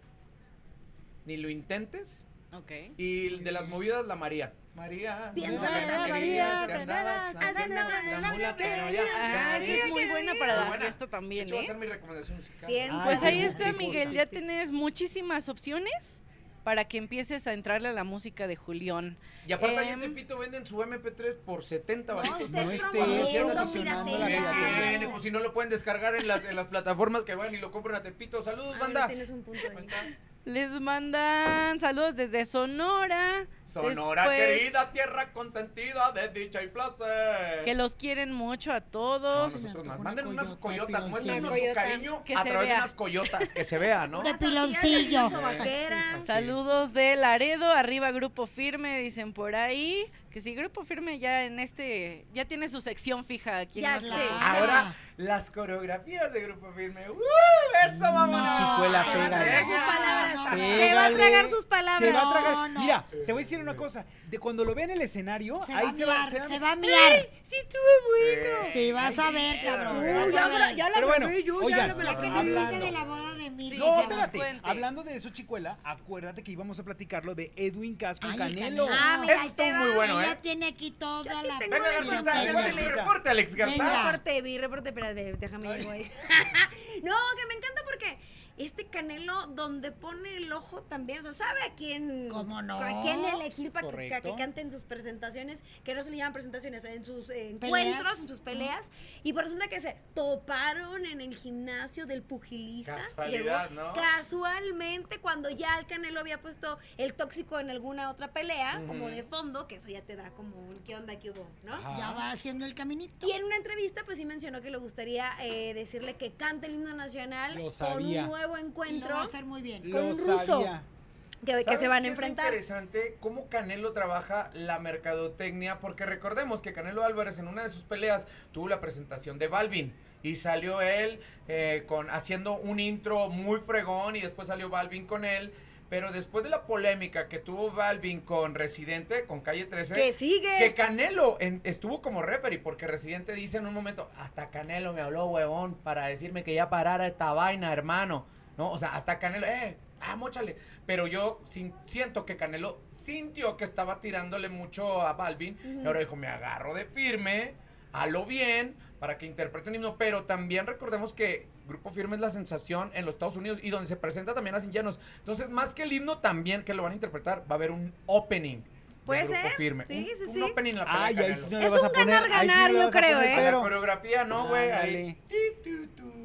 [SPEAKER 5] Ni lo intentes
[SPEAKER 2] Ah,
[SPEAKER 6] Ok.
[SPEAKER 5] y de las movidas la María. María,
[SPEAKER 2] Piensa
[SPEAKER 5] no me
[SPEAKER 1] en la
[SPEAKER 5] querías,
[SPEAKER 1] María,
[SPEAKER 5] que
[SPEAKER 1] te
[SPEAKER 5] andabas
[SPEAKER 2] andabas
[SPEAKER 5] haciendo
[SPEAKER 2] haciendo
[SPEAKER 5] la
[SPEAKER 2] la
[SPEAKER 5] mula, pero
[SPEAKER 2] quería.
[SPEAKER 5] ya.
[SPEAKER 6] Ah, sí, es muy buena para la
[SPEAKER 5] buena.
[SPEAKER 6] fiesta
[SPEAKER 5] De
[SPEAKER 6] también,
[SPEAKER 5] hecho, va a ser
[SPEAKER 6] ¿eh?
[SPEAKER 5] mi recomendación musical.
[SPEAKER 2] Piensa.
[SPEAKER 5] Ah,
[SPEAKER 6] Pues
[SPEAKER 5] sí,
[SPEAKER 6] ahí
[SPEAKER 5] sí,
[SPEAKER 6] está,
[SPEAKER 5] sí,
[SPEAKER 6] Miguel,
[SPEAKER 5] sí.
[SPEAKER 6] ya tienes muchísimas opciones para que empieces a entrarle a la música de Julián.
[SPEAKER 5] Y aparte, ahí en
[SPEAKER 6] Em.
[SPEAKER 5] Tepito venden su MP3 por 70
[SPEAKER 2] No,
[SPEAKER 5] baritos.
[SPEAKER 2] ustedes
[SPEAKER 3] No estés
[SPEAKER 2] promoviendo
[SPEAKER 3] promocionando la
[SPEAKER 2] piratería.
[SPEAKER 5] Bien, pues si no lo pueden descargar en las, en las plataformas que van y lo compran a Tepito. Saludos,
[SPEAKER 2] Ah,
[SPEAKER 5] banda.
[SPEAKER 2] Tienes un punto
[SPEAKER 5] ¿Cómo
[SPEAKER 2] ahí.
[SPEAKER 5] están?
[SPEAKER 6] Les mandan saludos desde Sonora.
[SPEAKER 5] Sonora
[SPEAKER 6] Después,
[SPEAKER 5] querida, tierra consentida de dicha y placer.
[SPEAKER 6] Que los quieren mucho a
[SPEAKER 5] No,
[SPEAKER 6] todos.
[SPEAKER 5] nosotros
[SPEAKER 1] Una
[SPEAKER 5] más.
[SPEAKER 1] coyota,
[SPEAKER 5] Manden unas coyotas,
[SPEAKER 1] piloncillo.
[SPEAKER 2] Una
[SPEAKER 5] muéstrenos su
[SPEAKER 2] coyota.
[SPEAKER 5] cariño
[SPEAKER 6] Que
[SPEAKER 5] a
[SPEAKER 6] se
[SPEAKER 5] través de
[SPEAKER 6] vea.
[SPEAKER 5] unas coyotas, que se vea, ¿no?
[SPEAKER 1] De
[SPEAKER 2] Tortillas
[SPEAKER 1] piloncillo.
[SPEAKER 2] de vaquera.
[SPEAKER 5] Sí.
[SPEAKER 6] Saludos de Laredo, arriba Grupo Firme, dicen por ahí. Que si Grupo Firme ya en este, ya tiene su sección fija aquí. en
[SPEAKER 2] Ya,
[SPEAKER 6] nuestra-
[SPEAKER 2] sí.
[SPEAKER 5] Ahora, las coreografías de Grupo Firme. ¡Uh!
[SPEAKER 3] Mm,
[SPEAKER 5] ¡Eso,
[SPEAKER 1] No,
[SPEAKER 5] mamá!
[SPEAKER 3] Chicuela,
[SPEAKER 1] se va a
[SPEAKER 3] pégale.
[SPEAKER 1] tragar sus
[SPEAKER 2] Sus palabras.
[SPEAKER 1] palabras.
[SPEAKER 2] Se va a tragar sus
[SPEAKER 3] Se va
[SPEAKER 2] palabras.
[SPEAKER 3] a tragar.
[SPEAKER 1] No, no.
[SPEAKER 3] Mira, te voy a decir una cosa. De cuando lo vean en el escenario,
[SPEAKER 1] Se
[SPEAKER 3] ahí
[SPEAKER 1] va a
[SPEAKER 3] se va,
[SPEAKER 1] miar,
[SPEAKER 3] se va
[SPEAKER 1] se va a miar.
[SPEAKER 3] Sí, estuvo
[SPEAKER 5] bueno.
[SPEAKER 1] Sí, vas a ver, cabrón.
[SPEAKER 5] Uy,
[SPEAKER 1] vas a
[SPEAKER 2] ya me la-
[SPEAKER 1] ver.
[SPEAKER 2] ya la
[SPEAKER 3] Pero bueno,
[SPEAKER 2] grabé yo, ya
[SPEAKER 3] oigan,
[SPEAKER 2] la- me
[SPEAKER 1] Ya que
[SPEAKER 5] Ah,
[SPEAKER 1] nos dijiste
[SPEAKER 5] hablando.
[SPEAKER 1] de la boda de Miri.
[SPEAKER 6] que
[SPEAKER 3] No,
[SPEAKER 6] nos
[SPEAKER 3] espérate.
[SPEAKER 6] cuente.
[SPEAKER 3] Hablando de eso, Chicuela, acuérdate que íbamos a platicarlo de Edwin Cas con
[SPEAKER 1] Ay, el
[SPEAKER 3] Canelo.
[SPEAKER 1] Canelo.
[SPEAKER 2] Ah, mira, ahí
[SPEAKER 5] Esto
[SPEAKER 2] te
[SPEAKER 5] muy
[SPEAKER 2] va.
[SPEAKER 5] bueno,
[SPEAKER 1] Ella
[SPEAKER 5] ¿eh?
[SPEAKER 1] tiene aquí toda la
[SPEAKER 2] tengo
[SPEAKER 5] Venga,
[SPEAKER 2] una
[SPEAKER 5] Garzón,
[SPEAKER 2] Venga,
[SPEAKER 5] ¿cuál es el
[SPEAKER 3] Garzón.
[SPEAKER 5] reporte, Alex Garzón?
[SPEAKER 1] Venga.
[SPEAKER 2] Reporte, vi, reporte, pero de- déjame ir, güey. <laughs> no, que me encanta porque este Canelo, donde pone el ojo también, o sea, sabe a quién.
[SPEAKER 1] ¿Cómo no?
[SPEAKER 2] A quién elegir para que,
[SPEAKER 3] Correcto.
[SPEAKER 2] que canten sus presentaciones, que no se le llaman presentaciones, en sus eh,
[SPEAKER 1] Peleas.
[SPEAKER 2] encuentros, en sus peleas. Y por resulta que se toparon en el gimnasio del pugilista.
[SPEAKER 5] Casualidad,
[SPEAKER 2] Llegó
[SPEAKER 5] ¿no?
[SPEAKER 2] Casualmente, cuando ya el Canelo había puesto el tóxico en alguna otra pelea, como de fondo, que eso ya te da como un qué onda que hubo, ¿no?
[SPEAKER 1] Ya
[SPEAKER 5] Ah.
[SPEAKER 1] va haciendo el caminito.
[SPEAKER 2] Y en una entrevista, pues sí mencionó que le gustaría eh, decirle que cante el himno nacional
[SPEAKER 3] Lo
[SPEAKER 2] con
[SPEAKER 3] sabía.
[SPEAKER 2] un nuevo
[SPEAKER 1] Y lo va a
[SPEAKER 2] encuentro
[SPEAKER 1] hacer muy bien.
[SPEAKER 2] Con
[SPEAKER 3] Lo
[SPEAKER 2] un ruso.
[SPEAKER 3] sabía.
[SPEAKER 2] que, que
[SPEAKER 5] ¿Sabes
[SPEAKER 2] se van
[SPEAKER 5] qué
[SPEAKER 2] a
[SPEAKER 5] es lo
[SPEAKER 2] enfrentar.
[SPEAKER 5] interesante cómo Canelo trabaja la mercadotecnia, porque recordemos que Canelo Álvarez en una de sus peleas tuvo la presentación de Balvin y salió él eh, con haciendo un intro muy fregón y después salió Balvin con él. Pero después de la polémica que tuvo Balvin con Residente, con Calle 13,
[SPEAKER 2] Que sigue.
[SPEAKER 5] ¿eh? que Canelo en- estuvo como referee, porque Residente dice en un momento, hasta Canelo me habló, huevón, para decirme que ya parara esta vaina, hermano. No, o sea, hasta Canelo, eh, ah, mochale. Pero yo sin- siento que Canelo sintió que estaba tirándole mucho a Balvin. Y ahora dijo, me agarro de firme, a lo bien, para que interprete un himno. Pero también recordemos que Grupo Firme es la sensación en los Estados Unidos y donde se presenta también a Llanos. Entonces, más que el himno también que lo van a interpretar, va a haber un opening. de
[SPEAKER 2] Puede
[SPEAKER 5] Grupo
[SPEAKER 2] ser,
[SPEAKER 5] Firme.
[SPEAKER 2] sí,
[SPEAKER 5] Un-
[SPEAKER 2] sí,
[SPEAKER 5] un
[SPEAKER 2] sí.
[SPEAKER 5] opening en la pelea
[SPEAKER 3] Ay,
[SPEAKER 5] de
[SPEAKER 3] ahí
[SPEAKER 5] Canelo.
[SPEAKER 3] sí no le
[SPEAKER 2] Es
[SPEAKER 3] vas
[SPEAKER 2] un
[SPEAKER 3] a poner. ahí sí no le
[SPEAKER 2] ganar-ganar, yo
[SPEAKER 3] vas a poner,
[SPEAKER 2] creo, ¿eh?
[SPEAKER 5] A la
[SPEAKER 3] pero-
[SPEAKER 5] coreografía, ¿no, güey? Ahí.
[SPEAKER 3] Ándale.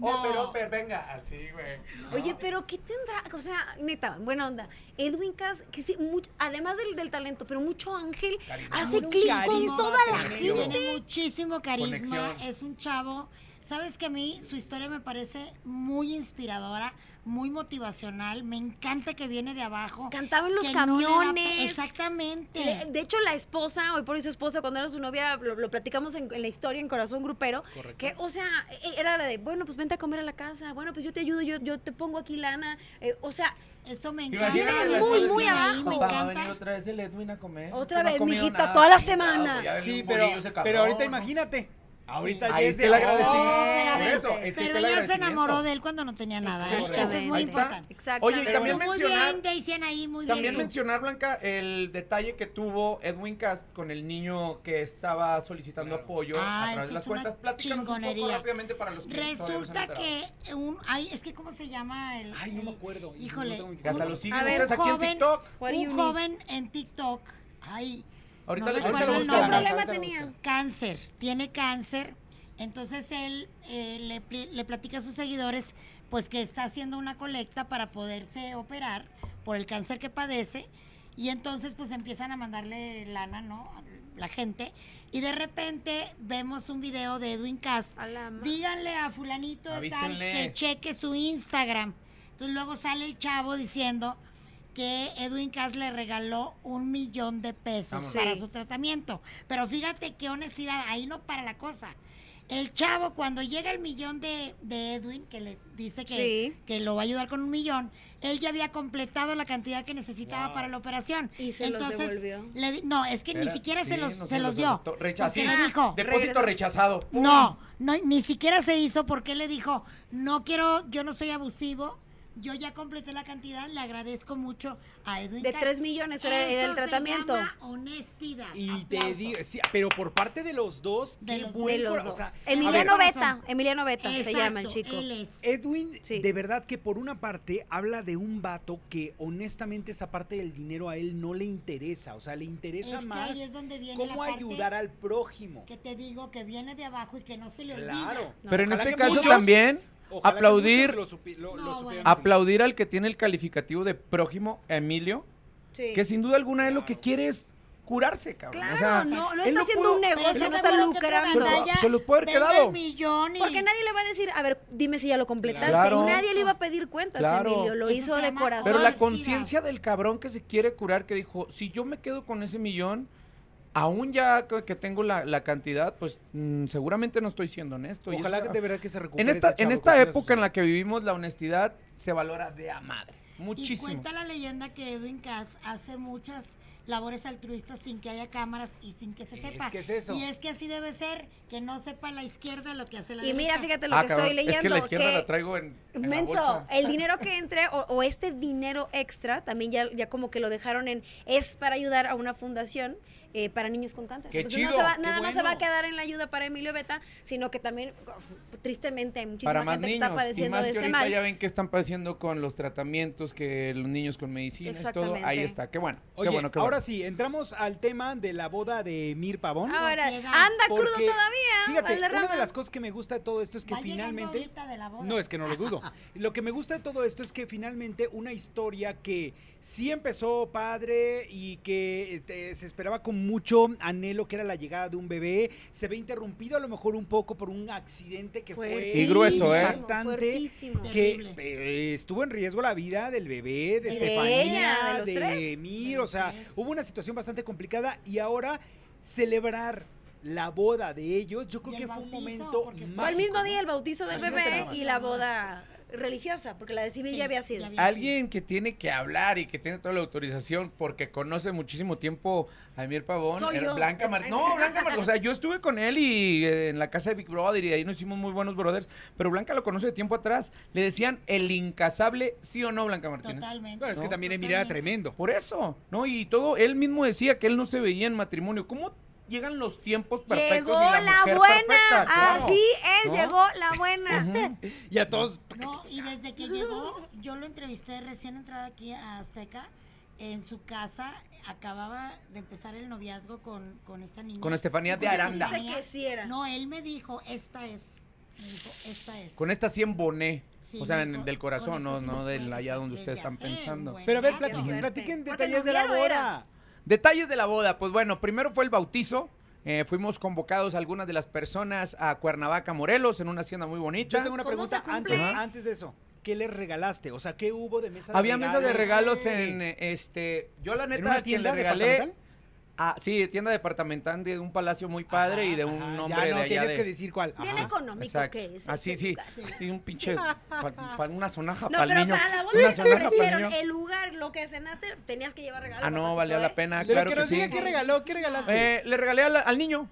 [SPEAKER 5] Oper,
[SPEAKER 1] No.
[SPEAKER 5] oper, venga, así, güey.
[SPEAKER 2] Oye, pero ¿qué tendrá? O sea, neta, buena onda. Edwin Cass, que sí, mucho- además del, del talento, pero mucho ángel,
[SPEAKER 5] Carisma.
[SPEAKER 2] hace
[SPEAKER 1] Tiene
[SPEAKER 2] clic con
[SPEAKER 1] muchísimo-
[SPEAKER 2] toda la
[SPEAKER 5] Conexión.
[SPEAKER 2] gente.
[SPEAKER 1] Tiene muchísimo carisma.
[SPEAKER 5] Conexión.
[SPEAKER 1] Es un chavo. Sabes que a mí su historia me parece muy inspiradora, muy motivacional. Me encanta que viene de abajo.
[SPEAKER 2] Cantaba en los
[SPEAKER 1] que no le da pe-
[SPEAKER 2] camiones.
[SPEAKER 1] Exactamente.
[SPEAKER 2] Le- de hecho, la esposa, hoy por hoy su esposa, cuando era su novia, lo, lo platicamos en, en la historia en Corazón Grupero, que, o sea, e- era la de, bueno, pues vente a comer a la casa, bueno, pues yo te ayudo, yo, yo te pongo aquí lana, eh, o sea,
[SPEAKER 1] Eso me encanta.
[SPEAKER 5] Imagínate
[SPEAKER 2] Viene
[SPEAKER 5] la
[SPEAKER 2] muy,
[SPEAKER 5] esposa
[SPEAKER 2] muy
[SPEAKER 5] ahí,
[SPEAKER 1] ahí, Me
[SPEAKER 2] abajo.
[SPEAKER 5] Va a venir
[SPEAKER 1] encanta.
[SPEAKER 5] otra vez el Edwin a comer.
[SPEAKER 2] Otra
[SPEAKER 5] Es que no
[SPEAKER 2] vez,
[SPEAKER 5] ha comido
[SPEAKER 2] mijita,
[SPEAKER 5] nada,
[SPEAKER 2] toda la
[SPEAKER 5] chingado,
[SPEAKER 2] semana.
[SPEAKER 5] Ah, pues ya denle
[SPEAKER 3] Sí,
[SPEAKER 5] un
[SPEAKER 3] pero,
[SPEAKER 5] bolillo a ese
[SPEAKER 3] pero ahorita
[SPEAKER 5] cabrón, ¿no?
[SPEAKER 3] imagínate. Ahorita
[SPEAKER 5] Ahí
[SPEAKER 3] ya es
[SPEAKER 5] está
[SPEAKER 3] de
[SPEAKER 5] el
[SPEAKER 3] oh,
[SPEAKER 5] agradecimiento.
[SPEAKER 1] pero a ver,
[SPEAKER 5] Eso, es
[SPEAKER 1] Pero
[SPEAKER 5] que está el
[SPEAKER 1] ella se
[SPEAKER 5] agradecimiento.
[SPEAKER 1] enamoró de él cuando no tenía nada. ¿eh?
[SPEAKER 2] Exactamente.
[SPEAKER 1] Eso es muy
[SPEAKER 5] Ahí está.
[SPEAKER 1] importante.
[SPEAKER 2] Exactamente.
[SPEAKER 5] Oye, y también
[SPEAKER 1] Muy
[SPEAKER 5] mencionar...
[SPEAKER 1] bien, Daisy ahí, muy
[SPEAKER 5] También
[SPEAKER 1] bien.
[SPEAKER 5] mencionar, Blanca, el detalle que tuvo Edwin Cast con el niño que estaba solicitando apoyo
[SPEAKER 1] Ah,
[SPEAKER 5] a través
[SPEAKER 1] eso
[SPEAKER 5] de las
[SPEAKER 1] es una
[SPEAKER 5] cuentas. Platícanos un poco
[SPEAKER 1] chingonería.
[SPEAKER 5] rápidamente para los que todavía no se han
[SPEAKER 1] Resulta
[SPEAKER 5] enterado.
[SPEAKER 1] que un. Ay, es que, ¿cómo se llama el.?
[SPEAKER 3] Ay, no me
[SPEAKER 1] el-
[SPEAKER 3] acuerdo.
[SPEAKER 1] Híjole.
[SPEAKER 3] No tengo mi-
[SPEAKER 5] Que hasta
[SPEAKER 3] un-
[SPEAKER 5] lo siguen
[SPEAKER 2] A ver,
[SPEAKER 5] ustedes aquí en TikTok.
[SPEAKER 2] What do you
[SPEAKER 1] un
[SPEAKER 2] need?
[SPEAKER 1] joven en TikTok. Ay,
[SPEAKER 5] Ahorita
[SPEAKER 1] no
[SPEAKER 5] les-
[SPEAKER 1] recuerdo
[SPEAKER 5] ahorita
[SPEAKER 1] el
[SPEAKER 5] lo buscamos,
[SPEAKER 1] nombre.
[SPEAKER 2] problema
[SPEAKER 5] ahorita lo
[SPEAKER 2] tenía?
[SPEAKER 5] buscamos.
[SPEAKER 1] cáncer, tiene cáncer. Entonces él eh, le, pli- le platica a sus seguidores pues que está haciendo una colecta para poderse operar por el cáncer que padece y entonces pues empiezan a mandarle lana, ¿no? A La gente y de repente vemos un video de Edwin Cass.
[SPEAKER 2] A la ma-
[SPEAKER 1] Díganle a fulanito de tal
[SPEAKER 5] Avísenle.
[SPEAKER 1] que cheque su Instagram. Entonces luego sale el chavo diciendo que Edwin Cass le regaló un millón de pesos
[SPEAKER 5] Vámonos.
[SPEAKER 1] para
[SPEAKER 2] Sí.
[SPEAKER 1] su tratamiento. Pero fíjate qué honestidad, ahí no para la cosa. El chavo, cuando llega el millón de, de Edwin, que le dice que,
[SPEAKER 2] Sí.
[SPEAKER 1] que lo va a ayudar con un millón, él ya había completado la cantidad que necesitaba para la operación.
[SPEAKER 2] Y se los devolvió.
[SPEAKER 1] le di- no, es que ni
[SPEAKER 5] Era-
[SPEAKER 1] siquiera se
[SPEAKER 5] sí,
[SPEAKER 1] los,
[SPEAKER 5] no
[SPEAKER 1] se los dio.
[SPEAKER 5] aceptó. Recha-
[SPEAKER 1] Porque
[SPEAKER 5] sí,
[SPEAKER 1] le dijo,
[SPEAKER 5] Depósito
[SPEAKER 2] Regresa.
[SPEAKER 5] rechazado. ¡Pum!
[SPEAKER 1] no, no, ni siquiera se hizo porque le dijo, no quiero, yo no soy abusivo, yo ya completé la cantidad, le agradezco mucho a Edwin.
[SPEAKER 2] De
[SPEAKER 1] Cass".
[SPEAKER 2] 3 millones era era
[SPEAKER 1] Eso
[SPEAKER 2] el tratamiento.
[SPEAKER 1] Se llama honestidad.
[SPEAKER 3] Y te
[SPEAKER 1] Aplauso.
[SPEAKER 3] digo, sí, pero por parte de los dos,
[SPEAKER 1] De
[SPEAKER 3] qué
[SPEAKER 1] los-
[SPEAKER 3] buen
[SPEAKER 2] De los
[SPEAKER 3] cora- o
[SPEAKER 2] dos.
[SPEAKER 3] sea, a
[SPEAKER 2] Emiliano
[SPEAKER 1] ver.
[SPEAKER 2] Beta. Emiliano Beta se llama el
[SPEAKER 1] Exacto,
[SPEAKER 2] chico.
[SPEAKER 1] Él es.
[SPEAKER 3] Edwin,
[SPEAKER 2] Sí.
[SPEAKER 3] de verdad que por una parte habla de un vato que honestamente esa parte del dinero a él no le interesa, o sea, le interesa
[SPEAKER 1] Es que
[SPEAKER 3] más
[SPEAKER 1] ahí es donde viene la
[SPEAKER 3] cómo
[SPEAKER 1] parte
[SPEAKER 3] ayudar al prójimo.
[SPEAKER 1] que te digo que viene de abajo y que no se le olvida.
[SPEAKER 3] Claro.
[SPEAKER 5] Pero en
[SPEAKER 3] Ojalá
[SPEAKER 5] este
[SPEAKER 3] que
[SPEAKER 5] caso
[SPEAKER 3] muchos-
[SPEAKER 5] también,
[SPEAKER 3] Ojalá que
[SPEAKER 5] aplaudir,
[SPEAKER 3] muchos lo supi-
[SPEAKER 1] No,
[SPEAKER 3] lo- lo supieran
[SPEAKER 1] bueno.
[SPEAKER 3] utilizar.
[SPEAKER 5] aplaudir al que tiene el calificativo de prójimo, a Emilio,
[SPEAKER 2] Sí.
[SPEAKER 5] que sin duda alguna él lo que
[SPEAKER 3] Claro.
[SPEAKER 5] quiere es curarse, cabrón.
[SPEAKER 2] Claro,
[SPEAKER 5] O sea,
[SPEAKER 2] no, no
[SPEAKER 5] él
[SPEAKER 2] está haciendo
[SPEAKER 5] pudo-
[SPEAKER 2] un
[SPEAKER 1] Pero
[SPEAKER 2] negocio,
[SPEAKER 1] eso
[SPEAKER 2] Ah, no está
[SPEAKER 1] seguro que
[SPEAKER 2] lucrando.
[SPEAKER 1] otra
[SPEAKER 5] Se lo- se lo puede haber
[SPEAKER 1] venga
[SPEAKER 5] quedado.
[SPEAKER 1] el millón y-
[SPEAKER 2] Porque nadie le va a decir, a ver, dime si ya lo completaste.
[SPEAKER 5] Claro.
[SPEAKER 2] Nadie le iba a pedir cuentas,
[SPEAKER 5] Claro.
[SPEAKER 2] Emilio. Lo
[SPEAKER 1] Eso
[SPEAKER 2] hizo
[SPEAKER 1] se
[SPEAKER 2] de
[SPEAKER 1] llama
[SPEAKER 2] corazón.
[SPEAKER 5] Pero la
[SPEAKER 1] Respira.
[SPEAKER 5] conciencia del cabrón que se quiere curar, que dijo, si yo me quedo con ese millón, aún ya que que tengo la, la cantidad, pues mm, seguramente no estoy siendo honesto. Y
[SPEAKER 3] Ojalá
[SPEAKER 5] eso-
[SPEAKER 3] que de verdad que se recupere.
[SPEAKER 5] en esta,
[SPEAKER 3] ese chavo,
[SPEAKER 5] en
[SPEAKER 3] que
[SPEAKER 5] esta
[SPEAKER 3] siga
[SPEAKER 5] época en
[SPEAKER 3] sus-
[SPEAKER 5] la que vivimos, la honestidad se valora de a madre.
[SPEAKER 1] Y
[SPEAKER 5] Muchísimo.
[SPEAKER 1] cuenta la leyenda que Edwin Cass hace muchas labores altruistas sin que haya cámaras y sin que se
[SPEAKER 3] Es
[SPEAKER 1] sepa.
[SPEAKER 3] que es eso.
[SPEAKER 1] Y es que así debe ser, que no sepa la izquierda lo que hace la
[SPEAKER 2] Y mira,
[SPEAKER 1] derecha.
[SPEAKER 2] fíjate lo
[SPEAKER 5] Ah,
[SPEAKER 2] que
[SPEAKER 5] cabrón,
[SPEAKER 2] estoy leyendo.
[SPEAKER 5] Es que la izquierda
[SPEAKER 2] que-
[SPEAKER 5] la traigo en, en la
[SPEAKER 2] Menso,
[SPEAKER 5] bolsa.
[SPEAKER 2] el dinero que entre o, o este dinero extra, también ya, ya como que lo dejaron en, es para ayudar a una fundación eh, para niños con cáncer.
[SPEAKER 5] ¡Qué
[SPEAKER 2] Entonces, no
[SPEAKER 5] chido!
[SPEAKER 2] se va-
[SPEAKER 5] ¡Qué
[SPEAKER 2] nada más se va a
[SPEAKER 5] bueno!
[SPEAKER 2] quedar en la ayuda para Emilio Beta, sino que también, oh, tristemente, hay muchísima
[SPEAKER 5] Para más
[SPEAKER 2] gente
[SPEAKER 5] niños.
[SPEAKER 2] que está
[SPEAKER 5] y
[SPEAKER 2] padeciendo de
[SPEAKER 5] más que
[SPEAKER 2] este
[SPEAKER 5] ahorita
[SPEAKER 2] mal.
[SPEAKER 5] ya ven que están padeciendo con los tratamientos, que los niños con medicinas, todo. Ahí
[SPEAKER 2] Exactamente.
[SPEAKER 5] está. Qué bueno.
[SPEAKER 3] Oye,
[SPEAKER 5] qué bueno, qué
[SPEAKER 3] ahora
[SPEAKER 5] bueno.
[SPEAKER 3] sí, entramos al tema de la boda de Mir Pavón.
[SPEAKER 2] Ahora,
[SPEAKER 1] Porque
[SPEAKER 2] anda crudo
[SPEAKER 3] porque-
[SPEAKER 2] todavía.
[SPEAKER 3] Fíjate,
[SPEAKER 2] Valderrama.
[SPEAKER 3] una de las cosas que me gusta de todo esto es que
[SPEAKER 1] Va llegando
[SPEAKER 3] finalmente...
[SPEAKER 1] ahorita de la boda.
[SPEAKER 3] No, es que no lo dudo. Lo que me gusta de todo esto es que finalmente una historia que sí empezó padre y que eh, te- se esperaba con mucho anhelo, que era la llegada de un bebé, se ve interrumpido a lo mejor un poco por un accidente que fue
[SPEAKER 2] Fuertísimo,
[SPEAKER 5] Y grueso, ¿eh?
[SPEAKER 3] impactante,
[SPEAKER 2] fuertísimo.
[SPEAKER 3] que
[SPEAKER 1] Terrible.
[SPEAKER 3] eh, estuvo en riesgo la vida del bebé, de,
[SPEAKER 2] De
[SPEAKER 3] Estefanía,
[SPEAKER 2] ella, de los tres.
[SPEAKER 1] De
[SPEAKER 3] Mir, o
[SPEAKER 1] los
[SPEAKER 3] sea,
[SPEAKER 1] tres.
[SPEAKER 3] hubo una situación bastante complicada y ahora celebrar la boda de ellos, yo creo
[SPEAKER 1] Y
[SPEAKER 3] que
[SPEAKER 1] el
[SPEAKER 3] fue un
[SPEAKER 1] bautizo,
[SPEAKER 3] momento
[SPEAKER 1] porque fue
[SPEAKER 2] Fue el mismo
[SPEAKER 3] mágico,
[SPEAKER 2] día
[SPEAKER 3] ¿no?
[SPEAKER 2] el bautizo del
[SPEAKER 3] Ay, no te
[SPEAKER 2] bebé
[SPEAKER 3] grabas.
[SPEAKER 2] y la boda religiosa, porque la de civil
[SPEAKER 1] Sí,
[SPEAKER 2] ya había sido.
[SPEAKER 1] ya había
[SPEAKER 5] Alguien que tiene que hablar y que tiene toda la autorización porque conoce muchísimo tiempo a Emir Pavón.
[SPEAKER 2] Soy
[SPEAKER 5] era
[SPEAKER 2] yo.
[SPEAKER 5] Blanca Mar- No, Blanca Mar- O sea, yo estuve con él y eh, en la casa de Big Brother y ahí nos hicimos muy buenos brothers. Pero Blanca lo conoce de tiempo atrás. Le decían el incasable, ¿sí o no, Blanca Martínez?
[SPEAKER 1] Totalmente.
[SPEAKER 3] Bueno, es que
[SPEAKER 5] No.
[SPEAKER 3] también Emir era
[SPEAKER 1] Totalmente.
[SPEAKER 3] tremendo.
[SPEAKER 5] Por eso, ¿no? Y todo, él mismo decía que él no se veía en matrimonio. ¿Cómo llegan los tiempos perfectos?
[SPEAKER 2] Llegó
[SPEAKER 5] y
[SPEAKER 2] la,
[SPEAKER 5] la, mujer
[SPEAKER 2] buena, ah,
[SPEAKER 5] perfecta? Claro.
[SPEAKER 2] así es,
[SPEAKER 5] ¿No?
[SPEAKER 2] llegó la buena.
[SPEAKER 5] Ujú.
[SPEAKER 3] Y a todos
[SPEAKER 1] No, y desde que llegó, yo lo entrevisté recién entrada aquí a Azteca, en su casa, acababa de empezar el noviazgo con, con esta niña.
[SPEAKER 5] Con
[SPEAKER 3] este
[SPEAKER 5] Estefanía de
[SPEAKER 1] Con
[SPEAKER 5] Aranda.
[SPEAKER 1] Estefanía.
[SPEAKER 2] Dice Pues que sí era.
[SPEAKER 1] No, él me dijo, esta es. Me dijo, esta es.
[SPEAKER 5] Con esta 100 boné.
[SPEAKER 1] Sí,
[SPEAKER 5] o sea,
[SPEAKER 1] me
[SPEAKER 5] en-
[SPEAKER 1] dijo,
[SPEAKER 5] del corazón,
[SPEAKER 1] con
[SPEAKER 5] no,
[SPEAKER 1] esta sí
[SPEAKER 5] no
[SPEAKER 1] me
[SPEAKER 5] del
[SPEAKER 1] puedo
[SPEAKER 5] allá donde
[SPEAKER 1] desde
[SPEAKER 5] ustedes están
[SPEAKER 1] hace un
[SPEAKER 5] pensando.
[SPEAKER 1] buen
[SPEAKER 3] Pero a ver,
[SPEAKER 1] rato.
[SPEAKER 3] platiquen,
[SPEAKER 2] fuerte.
[SPEAKER 3] platiquen
[SPEAKER 2] Porque
[SPEAKER 3] detalles de la
[SPEAKER 2] noviero era.
[SPEAKER 3] boda.
[SPEAKER 5] Detalles de la boda. Pues bueno, primero fue el bautizo. Eh, fuimos convocados algunas de las personas a Cuernavaca, Morelos, en una hacienda muy
[SPEAKER 3] Yo
[SPEAKER 5] bonita.
[SPEAKER 3] tengo una
[SPEAKER 2] ¿Cómo
[SPEAKER 3] pregunta
[SPEAKER 2] se
[SPEAKER 3] antes,
[SPEAKER 2] cumple?
[SPEAKER 3] Ajá. antes de eso. ¿Qué les regalaste? O sea, ¿qué hubo de mesa de
[SPEAKER 5] Había
[SPEAKER 3] regalos?
[SPEAKER 5] mesa de regalos
[SPEAKER 3] Sí.
[SPEAKER 5] en eh, este. Yo la
[SPEAKER 3] ¿En
[SPEAKER 5] neta
[SPEAKER 3] una
[SPEAKER 5] a quien
[SPEAKER 3] tienda
[SPEAKER 5] le regalé.
[SPEAKER 3] departamental?
[SPEAKER 5] Ah, sí, tienda departamental de un palacio muy padre
[SPEAKER 3] Ajá,
[SPEAKER 5] y de
[SPEAKER 3] ajá,
[SPEAKER 5] un
[SPEAKER 3] ya
[SPEAKER 5] hombre
[SPEAKER 3] no,
[SPEAKER 5] de allá
[SPEAKER 3] tienes
[SPEAKER 5] de.
[SPEAKER 3] que decir cuál.
[SPEAKER 2] Bien
[SPEAKER 3] Ajá.
[SPEAKER 2] económico
[SPEAKER 5] Exacto.
[SPEAKER 2] que es.
[SPEAKER 5] Así,
[SPEAKER 2] este
[SPEAKER 5] sí.
[SPEAKER 2] lugar.
[SPEAKER 5] Y un pinche. pa- pa- una sonaja
[SPEAKER 2] No,
[SPEAKER 5] para el
[SPEAKER 2] pero
[SPEAKER 5] niño.
[SPEAKER 2] para la boda
[SPEAKER 5] una
[SPEAKER 2] que
[SPEAKER 5] sonaja para
[SPEAKER 2] ofrecieron,
[SPEAKER 5] el niño.
[SPEAKER 2] el lugar, lo que cenaste, tenías que llevar regalos.
[SPEAKER 5] Ah, no,
[SPEAKER 2] papacito,
[SPEAKER 5] valía
[SPEAKER 2] ¿eh?
[SPEAKER 5] la pena,
[SPEAKER 3] Pero
[SPEAKER 5] claro
[SPEAKER 3] que
[SPEAKER 5] que
[SPEAKER 3] nos
[SPEAKER 5] sí.
[SPEAKER 3] diga qué regaló, qué regalaste.
[SPEAKER 5] Eh, le regalé al, al niño.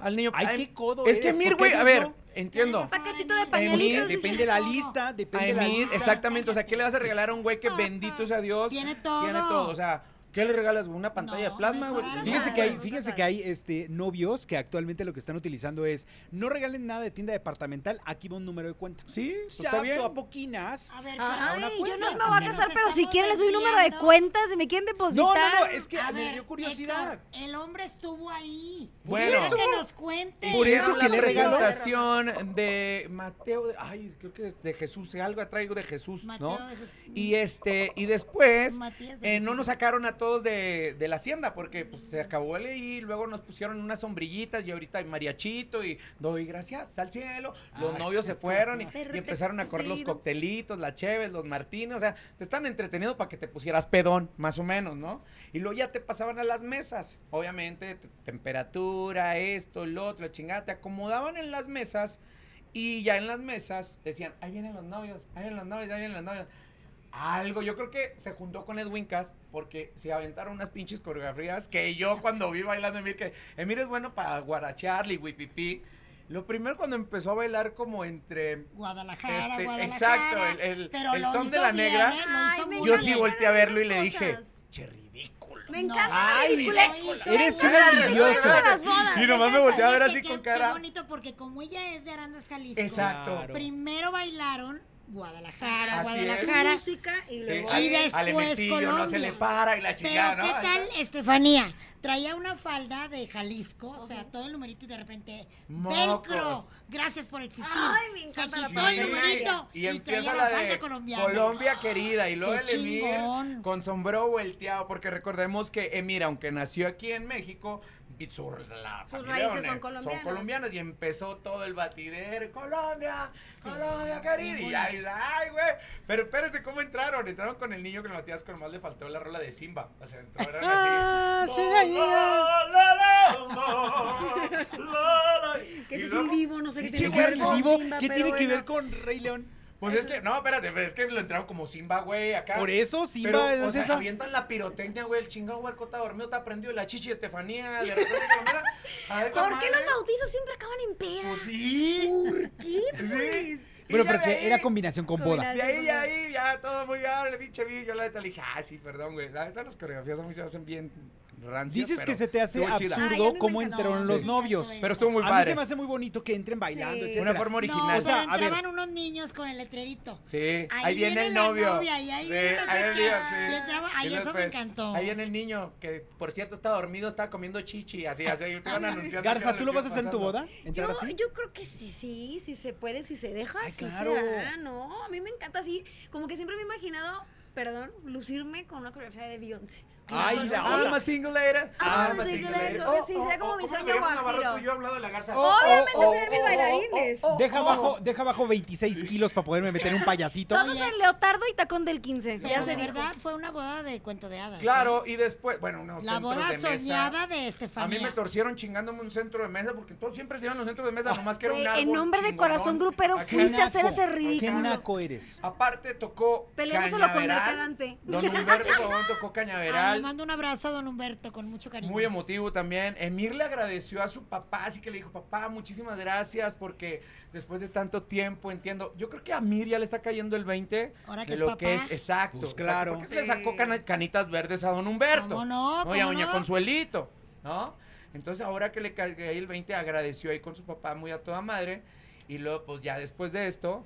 [SPEAKER 5] Al niño.
[SPEAKER 3] Ay, qué codo
[SPEAKER 5] Es que
[SPEAKER 3] eres,
[SPEAKER 5] Mir,
[SPEAKER 3] ¿por qué
[SPEAKER 5] güey, a
[SPEAKER 3] ellos
[SPEAKER 5] ver,
[SPEAKER 3] no?
[SPEAKER 5] entiendo.
[SPEAKER 2] Paquetito de
[SPEAKER 5] Emir,
[SPEAKER 2] pañuelitos.
[SPEAKER 5] depende
[SPEAKER 2] dice.
[SPEAKER 3] Depende la lista, depende
[SPEAKER 5] A
[SPEAKER 3] de la
[SPEAKER 5] Emir,
[SPEAKER 3] lista.
[SPEAKER 5] exactamente. O sea, ¿qué le vas a regalar a un güey que bendito sea Dios?
[SPEAKER 1] Tiene todo.
[SPEAKER 5] Tiene todo. O sea, ¿qué le regalas? güey? ¿Una pantalla
[SPEAKER 1] No,
[SPEAKER 5] de plasma,
[SPEAKER 1] mejor
[SPEAKER 5] güey?
[SPEAKER 1] algo.
[SPEAKER 5] Fíjate
[SPEAKER 2] Claro,
[SPEAKER 3] Fíjense que hay,
[SPEAKER 2] nunca
[SPEAKER 3] fíjense
[SPEAKER 2] sabes.
[SPEAKER 3] que hay este, novios que actualmente lo que están utilizando es no regalen nada de tienda departamental, aquí va un número de cuenta.
[SPEAKER 5] Sí, pues, está
[SPEAKER 3] Exacto,
[SPEAKER 5] bien.
[SPEAKER 3] ¿a poquinas?
[SPEAKER 1] A ver, pero
[SPEAKER 2] Ay,
[SPEAKER 1] ahora
[SPEAKER 2] yo
[SPEAKER 1] cuenta.
[SPEAKER 2] Ah, pues, no me voy a
[SPEAKER 1] Nos
[SPEAKER 2] casar, pero si
[SPEAKER 1] estamos
[SPEAKER 2] quieren les doy un número de
[SPEAKER 1] desviando.
[SPEAKER 2] cuenta, si me quieren depositar.
[SPEAKER 3] No, no, no, es que
[SPEAKER 1] A
[SPEAKER 3] me
[SPEAKER 1] ver,
[SPEAKER 3] dio curiosidad.
[SPEAKER 1] Héctor, el hombre estuvo ahí.
[SPEAKER 5] Bueno.
[SPEAKER 1] Deja que nos cuente.
[SPEAKER 3] Por eso
[SPEAKER 5] Hicieron
[SPEAKER 3] que
[SPEAKER 5] la
[SPEAKER 3] le regaló.
[SPEAKER 5] presentación de Mateo, de- ay, creo que es de Jesús, algo traigo de Jesús,
[SPEAKER 1] Mateo
[SPEAKER 5] ¿no?
[SPEAKER 1] de Jesús.
[SPEAKER 5] Y este, y después
[SPEAKER 1] Matías de
[SPEAKER 5] eh, no
[SPEAKER 1] Jesús.
[SPEAKER 5] nos sacaron a todos de, de la hacienda, porque pues, se acabó el y luego nos pusieron unas sombrillitas y ahorita hay mariachito y doy gracias al cielo. Los novios se fueron y,
[SPEAKER 2] De
[SPEAKER 5] y
[SPEAKER 2] repente,
[SPEAKER 5] empezaron a correr los
[SPEAKER 2] sí, no.
[SPEAKER 5] coctelitos, las cheves, los martines, o sea, te están entreteniendo para que te pusieras pedón, más o menos, ¿no? Y luego ya te pasaban a las mesas, obviamente, te- temperatura, esto, lo otro, la chingada, te acomodaban en las mesas y ya en las mesas decían, ahí vienen los novios, ahí vienen los novios, ahí vienen los novios. Algo, yo creo que se juntó con Edwin Cast porque se aventaron unas pinches coreografías que yo cuando vi bailando Emir, que Emir es bueno para guaracharle y huipipi. Lo primero cuando empezó a bailar como entre
[SPEAKER 1] Guadalajara,
[SPEAKER 5] Este,
[SPEAKER 1] Guadalajara.
[SPEAKER 5] exacto, el- el-
[SPEAKER 1] pero
[SPEAKER 5] el
[SPEAKER 1] lo
[SPEAKER 5] son de
[SPEAKER 1] hizo
[SPEAKER 5] la
[SPEAKER 1] bien,
[SPEAKER 5] negra.
[SPEAKER 1] ¿eh? Lo hizo
[SPEAKER 2] Ay, me
[SPEAKER 1] muy
[SPEAKER 5] yo
[SPEAKER 2] encanta
[SPEAKER 5] sí
[SPEAKER 1] bien.
[SPEAKER 5] volteé a verlo y
[SPEAKER 2] esas
[SPEAKER 5] le dije,
[SPEAKER 2] cosas.
[SPEAKER 5] che ridículo.
[SPEAKER 2] Me
[SPEAKER 1] No,
[SPEAKER 2] encanta
[SPEAKER 5] ay,
[SPEAKER 2] la ridícula.
[SPEAKER 1] ridículo.
[SPEAKER 5] Eres
[SPEAKER 2] Me
[SPEAKER 5] un
[SPEAKER 2] encanta la ridícula
[SPEAKER 5] envidioso.
[SPEAKER 2] de las bodas,
[SPEAKER 5] Y nomás me volteé a ver
[SPEAKER 1] Fíjate
[SPEAKER 5] así
[SPEAKER 1] qué-
[SPEAKER 5] con
[SPEAKER 1] Qué
[SPEAKER 5] cara.
[SPEAKER 1] bonito, porque como ella es de Arandas, Jalisco.
[SPEAKER 5] Exacto.
[SPEAKER 3] Claro.
[SPEAKER 1] Primero bailaron Guadalajara,
[SPEAKER 5] Así es.
[SPEAKER 1] Guadalajara.
[SPEAKER 2] música y
[SPEAKER 5] Sí,
[SPEAKER 2] luego...
[SPEAKER 1] Y
[SPEAKER 5] al- al
[SPEAKER 1] después
[SPEAKER 5] Emercillo, no se
[SPEAKER 1] Colombia.
[SPEAKER 5] le para y la chingada,
[SPEAKER 1] Pero
[SPEAKER 5] ¿no?
[SPEAKER 1] ¿qué tal Estefanía? Traía una falda de Jalisco, o sea, todo el numerito y de repente,
[SPEAKER 5] Mocos.
[SPEAKER 1] velcro, gracias por existir.
[SPEAKER 2] Ay, me
[SPEAKER 1] Se
[SPEAKER 2] encanta
[SPEAKER 1] quitó
[SPEAKER 2] la
[SPEAKER 1] el
[SPEAKER 2] falda.
[SPEAKER 1] numerito
[SPEAKER 5] Y,
[SPEAKER 1] y,
[SPEAKER 5] empieza
[SPEAKER 1] traía
[SPEAKER 5] la
[SPEAKER 1] la
[SPEAKER 5] de
[SPEAKER 1] falda colombiana.
[SPEAKER 5] Colombia querida y luego
[SPEAKER 1] Qué
[SPEAKER 5] el Emir
[SPEAKER 1] chingón.
[SPEAKER 5] con sombrero volteado porque recordemos que Emir aunque nació aquí en México vi- su- la
[SPEAKER 2] Sus
[SPEAKER 5] familia
[SPEAKER 2] raíces
[SPEAKER 5] de
[SPEAKER 2] son
[SPEAKER 5] él
[SPEAKER 2] colombianas.
[SPEAKER 5] son colombianas y empezó todo el batidero Colombia
[SPEAKER 1] Sí, bien
[SPEAKER 5] Colombia querida y
[SPEAKER 1] bonito.
[SPEAKER 5] ahí, ay güey pero espérense cómo entraron entraron con el niño que lo matías con más le faltó la rola de Simba o sea entraron
[SPEAKER 3] Ah,
[SPEAKER 5] así
[SPEAKER 3] sí, ahí, ah.
[SPEAKER 5] La, la, la, la, la.
[SPEAKER 2] Que
[SPEAKER 5] Y
[SPEAKER 2] ese sí
[SPEAKER 5] luego-
[SPEAKER 2] vivo, no sé qué
[SPEAKER 5] Pinche
[SPEAKER 2] tiene que ver
[SPEAKER 5] huerco.
[SPEAKER 2] con
[SPEAKER 3] vivo,
[SPEAKER 2] Simba,
[SPEAKER 3] ¿qué
[SPEAKER 2] pero
[SPEAKER 3] tiene que
[SPEAKER 2] bueno.
[SPEAKER 3] ver con Rey León?
[SPEAKER 5] Pues es que, no, espérate, pero es que lo entraron como Simba, güey, acá.
[SPEAKER 3] Por eso
[SPEAKER 5] Pero,
[SPEAKER 3] Simba ah,
[SPEAKER 5] o
[SPEAKER 3] es
[SPEAKER 5] sea,
[SPEAKER 3] esa.
[SPEAKER 5] avientan la pirotecnia, güey, el chingado huerco está dormido, está prendido la chichi Estefanía, de repente Colomera, a esa
[SPEAKER 2] ¿Por qué
[SPEAKER 5] madre.
[SPEAKER 2] los bautizos siempre acaban en peda?
[SPEAKER 5] Pues sí.
[SPEAKER 2] ¿Por qué? pues?
[SPEAKER 5] sí. Y
[SPEAKER 3] Bueno,
[SPEAKER 5] ya de
[SPEAKER 3] porque
[SPEAKER 5] ahí-
[SPEAKER 3] era combinación con boda.
[SPEAKER 5] De ahí, ya ahí, ya todo muy bien, el pinche vi, yo la neta le dije, ah, sí, perdón, güey, la neta las coreografías a mí se me hacen bien rancias,
[SPEAKER 3] Dices que
[SPEAKER 5] pero
[SPEAKER 3] se te hace
[SPEAKER 5] estuvo chida.
[SPEAKER 2] Ay, a mí
[SPEAKER 3] absurdo
[SPEAKER 2] me
[SPEAKER 3] cómo
[SPEAKER 2] encanta.
[SPEAKER 3] entraron
[SPEAKER 1] No,
[SPEAKER 3] los
[SPEAKER 1] sí.
[SPEAKER 3] novios.
[SPEAKER 1] Ay,
[SPEAKER 5] Pero estuvo muy
[SPEAKER 3] a mí
[SPEAKER 5] padre.
[SPEAKER 3] se me hace muy bonito que entren bailando,
[SPEAKER 2] Sí.
[SPEAKER 5] Una
[SPEAKER 3] etcétera.
[SPEAKER 5] forma
[SPEAKER 1] No,
[SPEAKER 5] original.
[SPEAKER 1] pero
[SPEAKER 3] O sea, a ver.
[SPEAKER 1] entraban unos niños con el letrerito.
[SPEAKER 5] Sí, ahí,
[SPEAKER 1] Ahí
[SPEAKER 5] viene,
[SPEAKER 1] viene
[SPEAKER 5] el
[SPEAKER 1] la
[SPEAKER 5] novio.
[SPEAKER 1] novia, y ahí
[SPEAKER 5] Sí,
[SPEAKER 1] viene no sé
[SPEAKER 5] viene el
[SPEAKER 1] qué,
[SPEAKER 5] novio, sí.
[SPEAKER 1] y entraba- ay,
[SPEAKER 5] Y
[SPEAKER 1] eso me
[SPEAKER 5] después,
[SPEAKER 1] encantó.
[SPEAKER 5] Ahí viene el niño, que por cierto está dormido, está comiendo chichi, así, así. ahí te van anunciando qué
[SPEAKER 3] Garza,
[SPEAKER 5] es
[SPEAKER 3] ¿tú lo
[SPEAKER 5] que
[SPEAKER 3] vas a
[SPEAKER 5] va
[SPEAKER 3] hacer en tu
[SPEAKER 5] pasando.
[SPEAKER 3] boda? ¿Entrar
[SPEAKER 2] Yo,
[SPEAKER 3] así?
[SPEAKER 2] yo creo que sí, sí, sí se puede, si se deja,
[SPEAKER 3] Ay,
[SPEAKER 2] sí
[SPEAKER 3] claro.
[SPEAKER 2] se hará, ¿no? A mí me encanta así, como que siempre me he imaginado, perdón, lucirme con una coreografía de Beyoncé.
[SPEAKER 5] Ay,
[SPEAKER 2] Una
[SPEAKER 5] la
[SPEAKER 2] cosa así.
[SPEAKER 5] I'm a single lady.
[SPEAKER 2] Ah,
[SPEAKER 5] I'm a
[SPEAKER 2] sí,
[SPEAKER 5] single
[SPEAKER 2] claro,
[SPEAKER 5] lady.
[SPEAKER 2] claro, sí, sería como mi
[SPEAKER 5] oh, ¿cómo
[SPEAKER 2] sueño
[SPEAKER 5] veríamos Navarro
[SPEAKER 2] guajiro.
[SPEAKER 5] tú y yo hablando de la garza?
[SPEAKER 3] Oh,
[SPEAKER 2] Obviamente
[SPEAKER 3] oh,
[SPEAKER 2] serán mis
[SPEAKER 3] oh,
[SPEAKER 2] bailarines.
[SPEAKER 3] Deja abajo, deja abajo 26 kilos para poderme meter en un payasito.
[SPEAKER 2] Todos en leotardo y tacón del 15.
[SPEAKER 1] Pero
[SPEAKER 2] Ya
[SPEAKER 1] de
[SPEAKER 2] se
[SPEAKER 1] verdad fue una boda de cuento de hadas.
[SPEAKER 5] Claro, y después, bueno, unos
[SPEAKER 1] ¿eh? La
[SPEAKER 5] centros
[SPEAKER 1] boda
[SPEAKER 5] de mesa.
[SPEAKER 1] soñada de
[SPEAKER 5] A
[SPEAKER 1] Estefanía.
[SPEAKER 5] mí me torcieron chingándome un centro de mesa porque todos siempre se iban a los centros de
[SPEAKER 1] Ah,
[SPEAKER 5] mesa, nomás que era un
[SPEAKER 2] Güey,
[SPEAKER 5] árbol
[SPEAKER 2] en nombre de
[SPEAKER 5] chingonón.
[SPEAKER 2] corazón grupero
[SPEAKER 5] Acá
[SPEAKER 3] Qué
[SPEAKER 2] fuiste a hacer
[SPEAKER 3] naco,
[SPEAKER 2] ese
[SPEAKER 3] Qué
[SPEAKER 2] ridículo.
[SPEAKER 3] naco eres.
[SPEAKER 5] Aparte tocó
[SPEAKER 2] Peleándoselo con
[SPEAKER 5] Cañaveral.
[SPEAKER 2] Mercadante.
[SPEAKER 5] Don Humberto Pavón
[SPEAKER 1] <laughs> Ay,
[SPEAKER 5] tocó
[SPEAKER 1] le
[SPEAKER 5] Cañaveral.
[SPEAKER 1] mando un abrazo a don Humberto con mucho cariño.
[SPEAKER 5] Muy emotivo también. Emir le agradeció a su papá, así que le dijo, papá, muchísimas gracias porque después de tanto tiempo, entiendo. Yo creo que a Mir ya le está cayendo el 20
[SPEAKER 1] Ahora que
[SPEAKER 5] de
[SPEAKER 1] es
[SPEAKER 5] lo
[SPEAKER 1] papá.
[SPEAKER 5] que es exacto.
[SPEAKER 3] Pues
[SPEAKER 5] exacto,
[SPEAKER 3] claro.
[SPEAKER 5] porque le
[SPEAKER 2] Sí.
[SPEAKER 5] sacó cana- canitas verdes a don Humberto.
[SPEAKER 1] ¿Cómo no?
[SPEAKER 5] y a
[SPEAKER 1] ¿Cómo
[SPEAKER 5] doña
[SPEAKER 1] no?
[SPEAKER 5] Consuelito, ¿no? Entonces ahora que le cayó el 20, agradeció ahí con su papá muy a toda madre. Y luego, pues ya después de esto,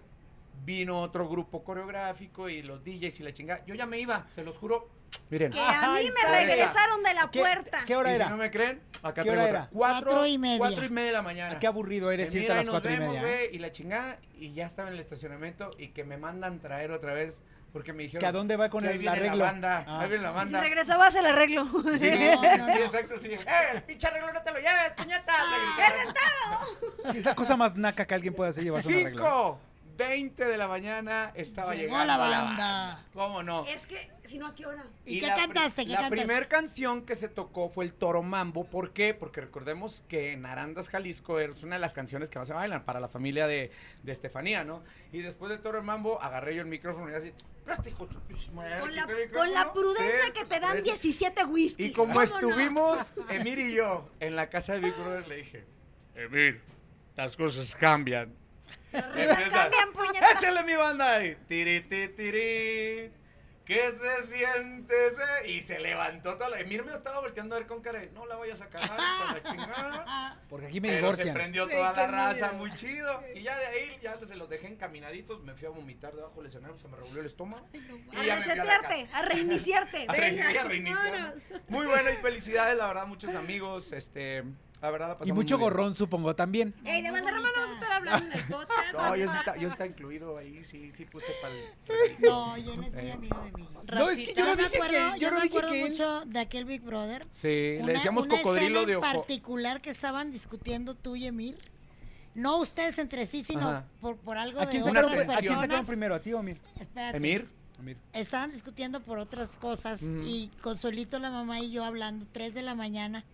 [SPEAKER 5] vino otro grupo coreográfico y los DJs y la chingada. Yo ya me iba, se los juro. Miren.
[SPEAKER 2] Que a mí me
[SPEAKER 5] Ay,
[SPEAKER 2] regresaron de la
[SPEAKER 3] ¿Qué-
[SPEAKER 2] puerta.
[SPEAKER 3] ¿Qué hora
[SPEAKER 5] Y
[SPEAKER 3] era?
[SPEAKER 5] si no me creen, acá
[SPEAKER 3] ¿Qué
[SPEAKER 5] traigo
[SPEAKER 3] hora
[SPEAKER 5] otra.
[SPEAKER 3] era?
[SPEAKER 5] Cuatro,
[SPEAKER 1] Cuatro y media.
[SPEAKER 5] cuatro y media de la mañana.
[SPEAKER 3] Qué aburrido eres
[SPEAKER 5] Que
[SPEAKER 3] irte a
[SPEAKER 5] mira,
[SPEAKER 3] las
[SPEAKER 5] nos
[SPEAKER 3] 4 y
[SPEAKER 5] vemos,
[SPEAKER 3] media. ¿eh?
[SPEAKER 5] güey, y la chingada, y ya estaba en el estacionamiento y que me mandan traer otra vez porque me dijeron
[SPEAKER 3] ¿Que a dónde va con
[SPEAKER 5] que ahí
[SPEAKER 3] el
[SPEAKER 5] viene
[SPEAKER 3] arreglo?
[SPEAKER 5] La banda,
[SPEAKER 3] Ah.
[SPEAKER 5] ahí viene la
[SPEAKER 2] Si
[SPEAKER 5] banda.
[SPEAKER 2] regresabas el arreglo.
[SPEAKER 1] <laughs>
[SPEAKER 5] Sí,
[SPEAKER 1] No, no,
[SPEAKER 5] sí,
[SPEAKER 1] no.
[SPEAKER 5] exacto, sí. ¡Eh, el pinche arreglo no te lo lleves, puñeta!
[SPEAKER 1] Ah,
[SPEAKER 3] Sí, Es la cosa más naca que alguien puede hacer llevarse un arreglo.
[SPEAKER 5] 5, 20 de la mañana estaba
[SPEAKER 1] Llegó
[SPEAKER 5] llegando
[SPEAKER 1] la banda.
[SPEAKER 5] ¿Cómo no?
[SPEAKER 2] Es que, si no, ¿a qué hora?
[SPEAKER 1] ¿Y, qué
[SPEAKER 5] la pri-
[SPEAKER 1] cantaste? ¿Qué
[SPEAKER 5] la
[SPEAKER 1] cantaste?
[SPEAKER 5] primera canción que se tocó fue el Toro Mambo. ¿Por qué? Porque recordemos que en Arandas, Jalisco, es una de las canciones que más se bailan para la familia de, de Estefanía, ¿no? Y después del Toro Mambo, agarré yo el micrófono y así, "Presta, hijo de tu pinche madre",
[SPEAKER 2] Con la,
[SPEAKER 5] quité el
[SPEAKER 2] con la
[SPEAKER 5] micrófono.
[SPEAKER 2] prudencia
[SPEAKER 5] Sí,
[SPEAKER 2] que te dan
[SPEAKER 5] es-
[SPEAKER 2] 17 whiskies.
[SPEAKER 5] Y como
[SPEAKER 2] ¿Cómo no?
[SPEAKER 5] estuvimos, Emir y yo, en la casa de Big Brother, le dije, Emir, las cosas cambian.
[SPEAKER 2] Las reglas
[SPEAKER 5] Empieza,
[SPEAKER 2] cambian, puñetas.
[SPEAKER 5] Échale mi banda ahí. Tiri, ti, tiri. ¿Qué se siente? ese? Y se levantó toda la... Emir me estaba volteando a ver con cara de, no la voy a sacar, con
[SPEAKER 3] <laughs>
[SPEAKER 5] la chingada.
[SPEAKER 1] Ah,
[SPEAKER 3] Porque aquí me
[SPEAKER 5] Pero se
[SPEAKER 3] divorcian.
[SPEAKER 5] prendió
[SPEAKER 2] Sí,
[SPEAKER 5] toda la
[SPEAKER 2] qué
[SPEAKER 5] raza,
[SPEAKER 2] miedo.
[SPEAKER 5] muy chido. Y ya de ahí, ya se los dejé encaminaditos, me fui a vomitar debajo del escenario, se me revolvió el estómago. <laughs> Y
[SPEAKER 2] A
[SPEAKER 5] ya me fui a la casa.
[SPEAKER 2] resetearte, a reiniciarte.
[SPEAKER 5] <laughs> A
[SPEAKER 2] venga,
[SPEAKER 5] reiniciar, reiniciar, ¿no?
[SPEAKER 2] vámonos.
[SPEAKER 5] Muy bueno y felicidades, la verdad, muchos amigos, este, La verdad la pasamos
[SPEAKER 3] Y mucho
[SPEAKER 5] muy bien.
[SPEAKER 3] gorrón, supongo, también.
[SPEAKER 2] Ey, de
[SPEAKER 1] Muy
[SPEAKER 2] Valderrama no
[SPEAKER 1] bonita.
[SPEAKER 2] vamos a estar hablando en el podcast.
[SPEAKER 5] No, yo sí está, yo sí está incluido ahí, sí, sí puse para
[SPEAKER 1] No, y él es muy amigo de mí.
[SPEAKER 3] No, es
[SPEAKER 1] Yo,
[SPEAKER 3] que yo no
[SPEAKER 1] me
[SPEAKER 3] dije que-
[SPEAKER 1] acuerdo,
[SPEAKER 3] yo
[SPEAKER 1] yo
[SPEAKER 3] no
[SPEAKER 1] me
[SPEAKER 3] dije
[SPEAKER 1] acuerdo
[SPEAKER 3] que él-
[SPEAKER 1] mucho de aquel Big Brother.
[SPEAKER 5] Sí,
[SPEAKER 1] Una-
[SPEAKER 5] le decíamos
[SPEAKER 1] una
[SPEAKER 5] cocodrilo
[SPEAKER 1] escena
[SPEAKER 5] de
[SPEAKER 1] en
[SPEAKER 5] ojo.
[SPEAKER 1] particular que estaban discutiendo tú y Emir. No ustedes entre sí, sino
[SPEAKER 5] Ajá.
[SPEAKER 1] por, por algo
[SPEAKER 3] ¿A
[SPEAKER 1] de
[SPEAKER 3] quién
[SPEAKER 1] otras
[SPEAKER 3] sacaron,
[SPEAKER 5] pre-
[SPEAKER 3] a quién
[SPEAKER 1] personas.
[SPEAKER 3] sacaron primero? ¿A ti o a mí?
[SPEAKER 1] Espérate.
[SPEAKER 5] Emir, Mm.
[SPEAKER 1] Estaban discutiendo por otras cosas
[SPEAKER 5] Ujú.
[SPEAKER 1] y Consuelito, la mamá y yo hablando, 3 de la mañana.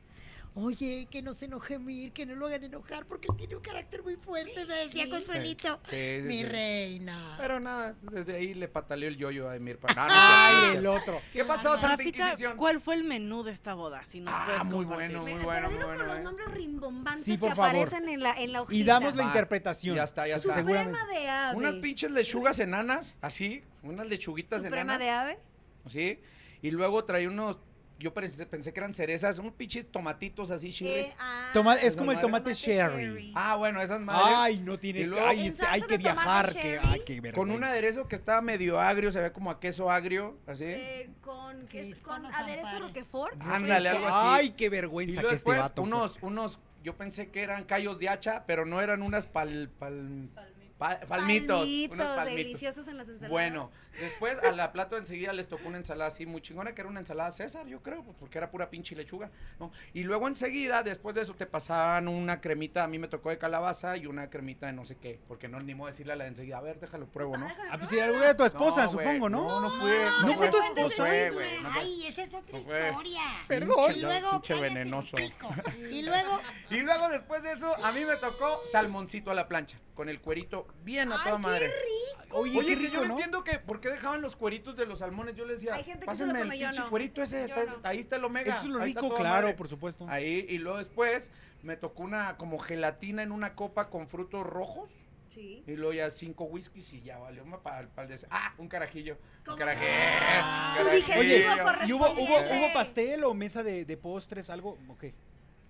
[SPEAKER 1] Oye, que no se enoje Mir, que no lo hagan enojar porque tiene un carácter muy fuerte, me decía Consuelito.
[SPEAKER 5] sí, sí,
[SPEAKER 1] Mi
[SPEAKER 5] sí.
[SPEAKER 1] reina.
[SPEAKER 5] Pero nada, desde ahí le pataleó el yoyo a Emir. Para... No, no, no,
[SPEAKER 3] Ay,
[SPEAKER 5] no,
[SPEAKER 3] el
[SPEAKER 5] no.
[SPEAKER 3] otro.
[SPEAKER 5] ¿Qué pasó, Santa
[SPEAKER 6] Rafita,
[SPEAKER 5] Inquisición?
[SPEAKER 6] ¿cuál fue el menú de esta boda? Si nos
[SPEAKER 5] Ah,
[SPEAKER 6] puedes
[SPEAKER 5] muy
[SPEAKER 6] compartir.
[SPEAKER 5] bueno.
[SPEAKER 2] Pero
[SPEAKER 5] bueno,
[SPEAKER 2] dilo
[SPEAKER 5] muy
[SPEAKER 2] con
[SPEAKER 5] bueno,
[SPEAKER 2] los
[SPEAKER 5] eh.
[SPEAKER 2] nombres rimbombantes
[SPEAKER 3] Sí, por
[SPEAKER 2] que
[SPEAKER 3] favor.
[SPEAKER 2] aparecen en la, en la hojita.
[SPEAKER 3] Y damos la
[SPEAKER 5] Va,
[SPEAKER 3] interpretación.
[SPEAKER 5] ya está, ya está.
[SPEAKER 2] Suprema de ave.
[SPEAKER 5] Unas pinches lechugas enanas, así, unas lechuguitas
[SPEAKER 2] Suprema
[SPEAKER 5] enanas.
[SPEAKER 2] de ave.
[SPEAKER 5] ¿Sí? Y luego traía unos, yo pensé, pensé que eran cerezas, unos pinches tomatitos así chiles.
[SPEAKER 2] Eh, ah,
[SPEAKER 3] Toma- es
[SPEAKER 5] como el
[SPEAKER 3] tomate sherry.
[SPEAKER 5] Ah, bueno, esas madres.
[SPEAKER 3] Ay, no tiene.
[SPEAKER 5] Y luego-
[SPEAKER 3] ay,
[SPEAKER 2] En
[SPEAKER 3] este,
[SPEAKER 2] salsa
[SPEAKER 3] hay
[SPEAKER 2] de
[SPEAKER 3] que
[SPEAKER 2] tomate
[SPEAKER 3] viajar. Que,
[SPEAKER 2] cherry.
[SPEAKER 3] ay, qué vergüenza.
[SPEAKER 5] con un aderezo que estaba medio agrio, se ve como a queso agrio, así.
[SPEAKER 2] eh, con que es-
[SPEAKER 1] Sí,
[SPEAKER 2] con
[SPEAKER 1] como
[SPEAKER 2] aderezo
[SPEAKER 1] zampare.
[SPEAKER 2] Roquefort.
[SPEAKER 5] Ándale, algo así.
[SPEAKER 3] Ay, qué
[SPEAKER 5] y
[SPEAKER 3] vergüenza
[SPEAKER 5] luego
[SPEAKER 3] que este
[SPEAKER 5] después,
[SPEAKER 3] vato. fue.
[SPEAKER 5] unos, unos, yo pensé que eran callos de hacha, pero no eran unas pal, pal, pal- palmitos. unos palmitos.
[SPEAKER 2] deliciosos en las ensaladas.
[SPEAKER 5] Bueno, después a la plato enseguida les tocó una ensalada así muy chingona, que era una ensalada César, yo creo, pues, porque era pura pinche lechuga, ¿no? Y luego enseguida, después de eso, te pasaban una cremita, a mí me tocó de calabaza y una cremita de no sé qué, porque no ni modo decirle a la de enseguida, a ver, déjalo pruebo, ¿no?
[SPEAKER 2] Déjame
[SPEAKER 3] Ah, pues
[SPEAKER 2] probar.
[SPEAKER 3] si era tu esposa,
[SPEAKER 5] No, güey,
[SPEAKER 3] supongo, ¿no?
[SPEAKER 5] No, no fue.
[SPEAKER 2] No,
[SPEAKER 3] no
[SPEAKER 5] fue,
[SPEAKER 3] fue tu
[SPEAKER 5] no
[SPEAKER 3] esposa.
[SPEAKER 5] fue, güey, no fue.
[SPEAKER 1] Ay, esa es otra
[SPEAKER 5] No fue.
[SPEAKER 1] historia.
[SPEAKER 3] Perdón.
[SPEAKER 1] Y luego,
[SPEAKER 5] Pinche
[SPEAKER 1] cállate,
[SPEAKER 5] venenoso.
[SPEAKER 1] chico. Y luego,
[SPEAKER 5] Y luego después de eso, a mí me tocó salmoncito a la plancha, con el cuerito bien a
[SPEAKER 2] Ay,
[SPEAKER 5] toda
[SPEAKER 2] qué
[SPEAKER 5] madre.
[SPEAKER 3] Oye,
[SPEAKER 5] Oye,
[SPEAKER 3] qué
[SPEAKER 5] que
[SPEAKER 3] rico,
[SPEAKER 5] yo no,
[SPEAKER 3] ¿no?
[SPEAKER 5] entiendo que por qué dejaban los cueritos de los salmones. Yo les decía,
[SPEAKER 2] Hay gente que se lo
[SPEAKER 5] pásenme
[SPEAKER 2] come,
[SPEAKER 5] el
[SPEAKER 2] yo
[SPEAKER 5] pinche
[SPEAKER 2] no.
[SPEAKER 5] cuerito ese,
[SPEAKER 2] Yo
[SPEAKER 5] está-
[SPEAKER 2] no.
[SPEAKER 5] ahí está el omega.
[SPEAKER 3] Eso es lo
[SPEAKER 5] ahí está
[SPEAKER 3] rico,
[SPEAKER 5] toda
[SPEAKER 3] claro,
[SPEAKER 5] madre.
[SPEAKER 3] por supuesto.
[SPEAKER 5] Ahí, y luego después me tocó una como gelatina en una copa con frutos rojos.
[SPEAKER 2] Sí.
[SPEAKER 5] Y luego ya cinco whiskies y ya valió para el des... Ah, un carajillo. Un
[SPEAKER 2] ¿Cómo
[SPEAKER 5] carajillo.
[SPEAKER 2] no?
[SPEAKER 5] un
[SPEAKER 2] Su
[SPEAKER 5] carajillo.
[SPEAKER 2] digestivo corre-
[SPEAKER 3] ¿Y hubo, hubo,
[SPEAKER 2] correspondiente.
[SPEAKER 3] hubo pastel o mesa de, de postres, algo? Ok.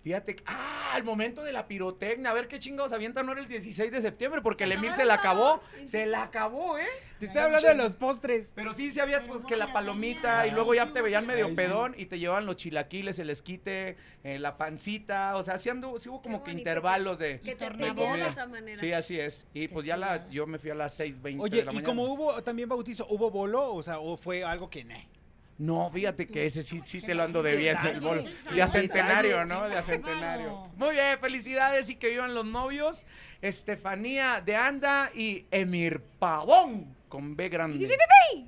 [SPEAKER 5] Fíjate, que- ah, al momento de la pirotecnia, a ver qué chingados avientan ahora el 16 de septiembre, porque el
[SPEAKER 2] Se
[SPEAKER 5] Emir se
[SPEAKER 2] acabaron
[SPEAKER 5] la acabó,
[SPEAKER 2] todo.
[SPEAKER 5] se la acabó, ¿eh?
[SPEAKER 3] Te estoy hablando de los postres.
[SPEAKER 5] Pero sí, se había
[SPEAKER 1] Pero
[SPEAKER 5] pues
[SPEAKER 1] hubo
[SPEAKER 5] que la
[SPEAKER 1] pirotecnia.
[SPEAKER 5] palomita y luego
[SPEAKER 1] Ay,
[SPEAKER 5] ya
[SPEAKER 1] sí,
[SPEAKER 5] te
[SPEAKER 1] hubo
[SPEAKER 5] veían medio
[SPEAKER 1] pirotecnia.
[SPEAKER 5] pedón y te llevan los chilaquiles, el esquite, eh, la pancita, o sea, sí, anduvo- sí hubo como
[SPEAKER 2] Qué
[SPEAKER 5] que
[SPEAKER 2] bonito
[SPEAKER 5] intervalos de...
[SPEAKER 1] pues,
[SPEAKER 2] Que te, te
[SPEAKER 1] Tornaboda.
[SPEAKER 2] llevo de esa manera.
[SPEAKER 5] Sí, así es. Y
[SPEAKER 1] Qué
[SPEAKER 5] pues ya la,
[SPEAKER 1] chulada.
[SPEAKER 5] yo me fui a las 6.20
[SPEAKER 3] Oye,
[SPEAKER 5] de la
[SPEAKER 3] y
[SPEAKER 5] mañana.
[SPEAKER 3] como hubo también bautizo, ¿hubo bolo? O sea, ¿o fue algo que... nah?
[SPEAKER 5] No, fíjate que ese sí, sí te lo ando debiendo, el gol.
[SPEAKER 1] Detalle.
[SPEAKER 5] De a centenario, ¿no? De a
[SPEAKER 1] Qué
[SPEAKER 5] centenario.
[SPEAKER 1] bárbaro.
[SPEAKER 5] Muy bien, felicidades y que vivan los novios. Estefanía de Anda y Emir Pavón con B grande.
[SPEAKER 2] Sí.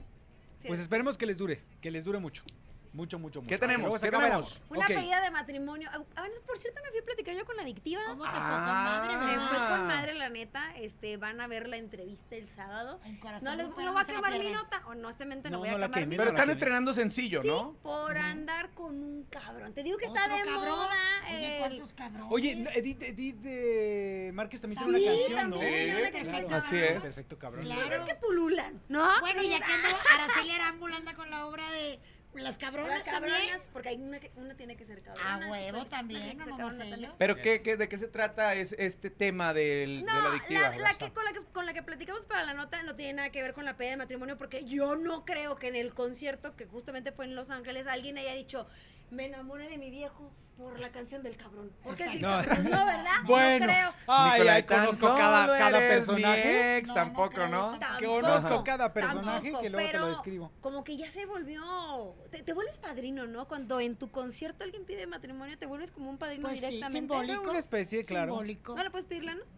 [SPEAKER 3] Pues esperemos que les dure, que les dure mucho. Mucho, mucho, mucho.
[SPEAKER 5] ¿Qué tenemos?
[SPEAKER 3] Luego se
[SPEAKER 5] ¿Qué
[SPEAKER 3] acaba el
[SPEAKER 5] tenemos?
[SPEAKER 3] amor.
[SPEAKER 2] Una
[SPEAKER 3] Ok.
[SPEAKER 2] pedida de matrimonio. Ah, Ah, no, por cierto, me fui a platicar yo con la adictiva.
[SPEAKER 1] ¿cómo te
[SPEAKER 5] Ah.
[SPEAKER 1] fue con
[SPEAKER 2] Me
[SPEAKER 1] madre,
[SPEAKER 2] fue
[SPEAKER 1] verdad?
[SPEAKER 2] con madre, la neta. Este, van a ver la entrevista el sábado.
[SPEAKER 1] En corazón
[SPEAKER 2] No les
[SPEAKER 1] de
[SPEAKER 2] no
[SPEAKER 1] perro,
[SPEAKER 2] voy a
[SPEAKER 1] se Ah, la
[SPEAKER 2] quemar mi
[SPEAKER 1] pierden.
[SPEAKER 2] nota. Honestamente, no,
[SPEAKER 3] No,
[SPEAKER 2] voy a
[SPEAKER 3] no la
[SPEAKER 2] quemar mi
[SPEAKER 3] quemes,
[SPEAKER 5] Pero
[SPEAKER 3] no la
[SPEAKER 2] nota.
[SPEAKER 5] están estrenando sencillo, ¿no?
[SPEAKER 2] Por andar con un cabrón. Te digo que está
[SPEAKER 1] ¿Otro
[SPEAKER 2] de
[SPEAKER 1] cabrón?
[SPEAKER 2] moda.
[SPEAKER 1] Oye,
[SPEAKER 2] el-
[SPEAKER 1] ¿cuántos cabrones?
[SPEAKER 3] Oye, no, Edith, Edith eh, Márquez también tiene
[SPEAKER 1] Sí,
[SPEAKER 3] una canción, ¿no?
[SPEAKER 2] también
[SPEAKER 5] tiene una
[SPEAKER 2] canción,
[SPEAKER 3] claro.
[SPEAKER 5] Así es.
[SPEAKER 3] Perfecto, cabrón.
[SPEAKER 1] Claro.
[SPEAKER 2] Pues es que pululan, ¿no?
[SPEAKER 1] Bueno,
[SPEAKER 2] Sí,
[SPEAKER 1] ya que
[SPEAKER 2] ah,
[SPEAKER 1] ando, Araceli Arámbula anda con la obra de Las Cabronas,
[SPEAKER 2] las cabronas,
[SPEAKER 1] también.
[SPEAKER 2] porque hay una, que- una tiene que ser cabrona.
[SPEAKER 1] A huevo
[SPEAKER 2] entonces, una
[SPEAKER 1] también,
[SPEAKER 2] tiene que
[SPEAKER 1] no
[SPEAKER 2] ser
[SPEAKER 1] nomás
[SPEAKER 2] cabrona
[SPEAKER 1] ellos.
[SPEAKER 5] Pero qué, qué- ¿de qué se trata es este tema del, de la
[SPEAKER 2] No,
[SPEAKER 5] adictiva?
[SPEAKER 2] la, la
[SPEAKER 5] Garza?
[SPEAKER 2] que, con, la que, con la que platicamos para la nota no tiene nada que ver con la pedida de matrimonio, porque yo no creo que en el concierto, que justamente fue en Los Ángeles, alguien haya dicho, me enamoré de mi viejo por la canción del cabrón. Porque sí,
[SPEAKER 3] No.
[SPEAKER 2] no, ¿verdad?
[SPEAKER 3] Bueno,
[SPEAKER 2] No creo.
[SPEAKER 3] ay,
[SPEAKER 5] Nicolai,
[SPEAKER 3] ay,
[SPEAKER 5] tan
[SPEAKER 3] conozco
[SPEAKER 5] solo
[SPEAKER 3] cada, cada
[SPEAKER 5] eres
[SPEAKER 3] personaje.
[SPEAKER 5] mi ex,
[SPEAKER 1] No, no
[SPEAKER 5] tampoco,
[SPEAKER 1] creo,
[SPEAKER 5] ¿no?
[SPEAKER 1] tampoco.
[SPEAKER 2] Tampoco,
[SPEAKER 3] Que conozco
[SPEAKER 5] Ajá.
[SPEAKER 3] cada personaje
[SPEAKER 2] tampoco,
[SPEAKER 3] que luego te lo
[SPEAKER 2] pero
[SPEAKER 3] describo.
[SPEAKER 2] Como que ya se volvió. Te, te vuelves padrino, ¿no? Cuando en tu concierto alguien pide matrimonio, te vuelves como un padrino
[SPEAKER 1] Pues sí,
[SPEAKER 2] directamente.
[SPEAKER 1] simbólico.
[SPEAKER 3] Una especie, claro.
[SPEAKER 1] Simbólico.
[SPEAKER 2] ¿No le puedes pedirla, no?
[SPEAKER 1] No.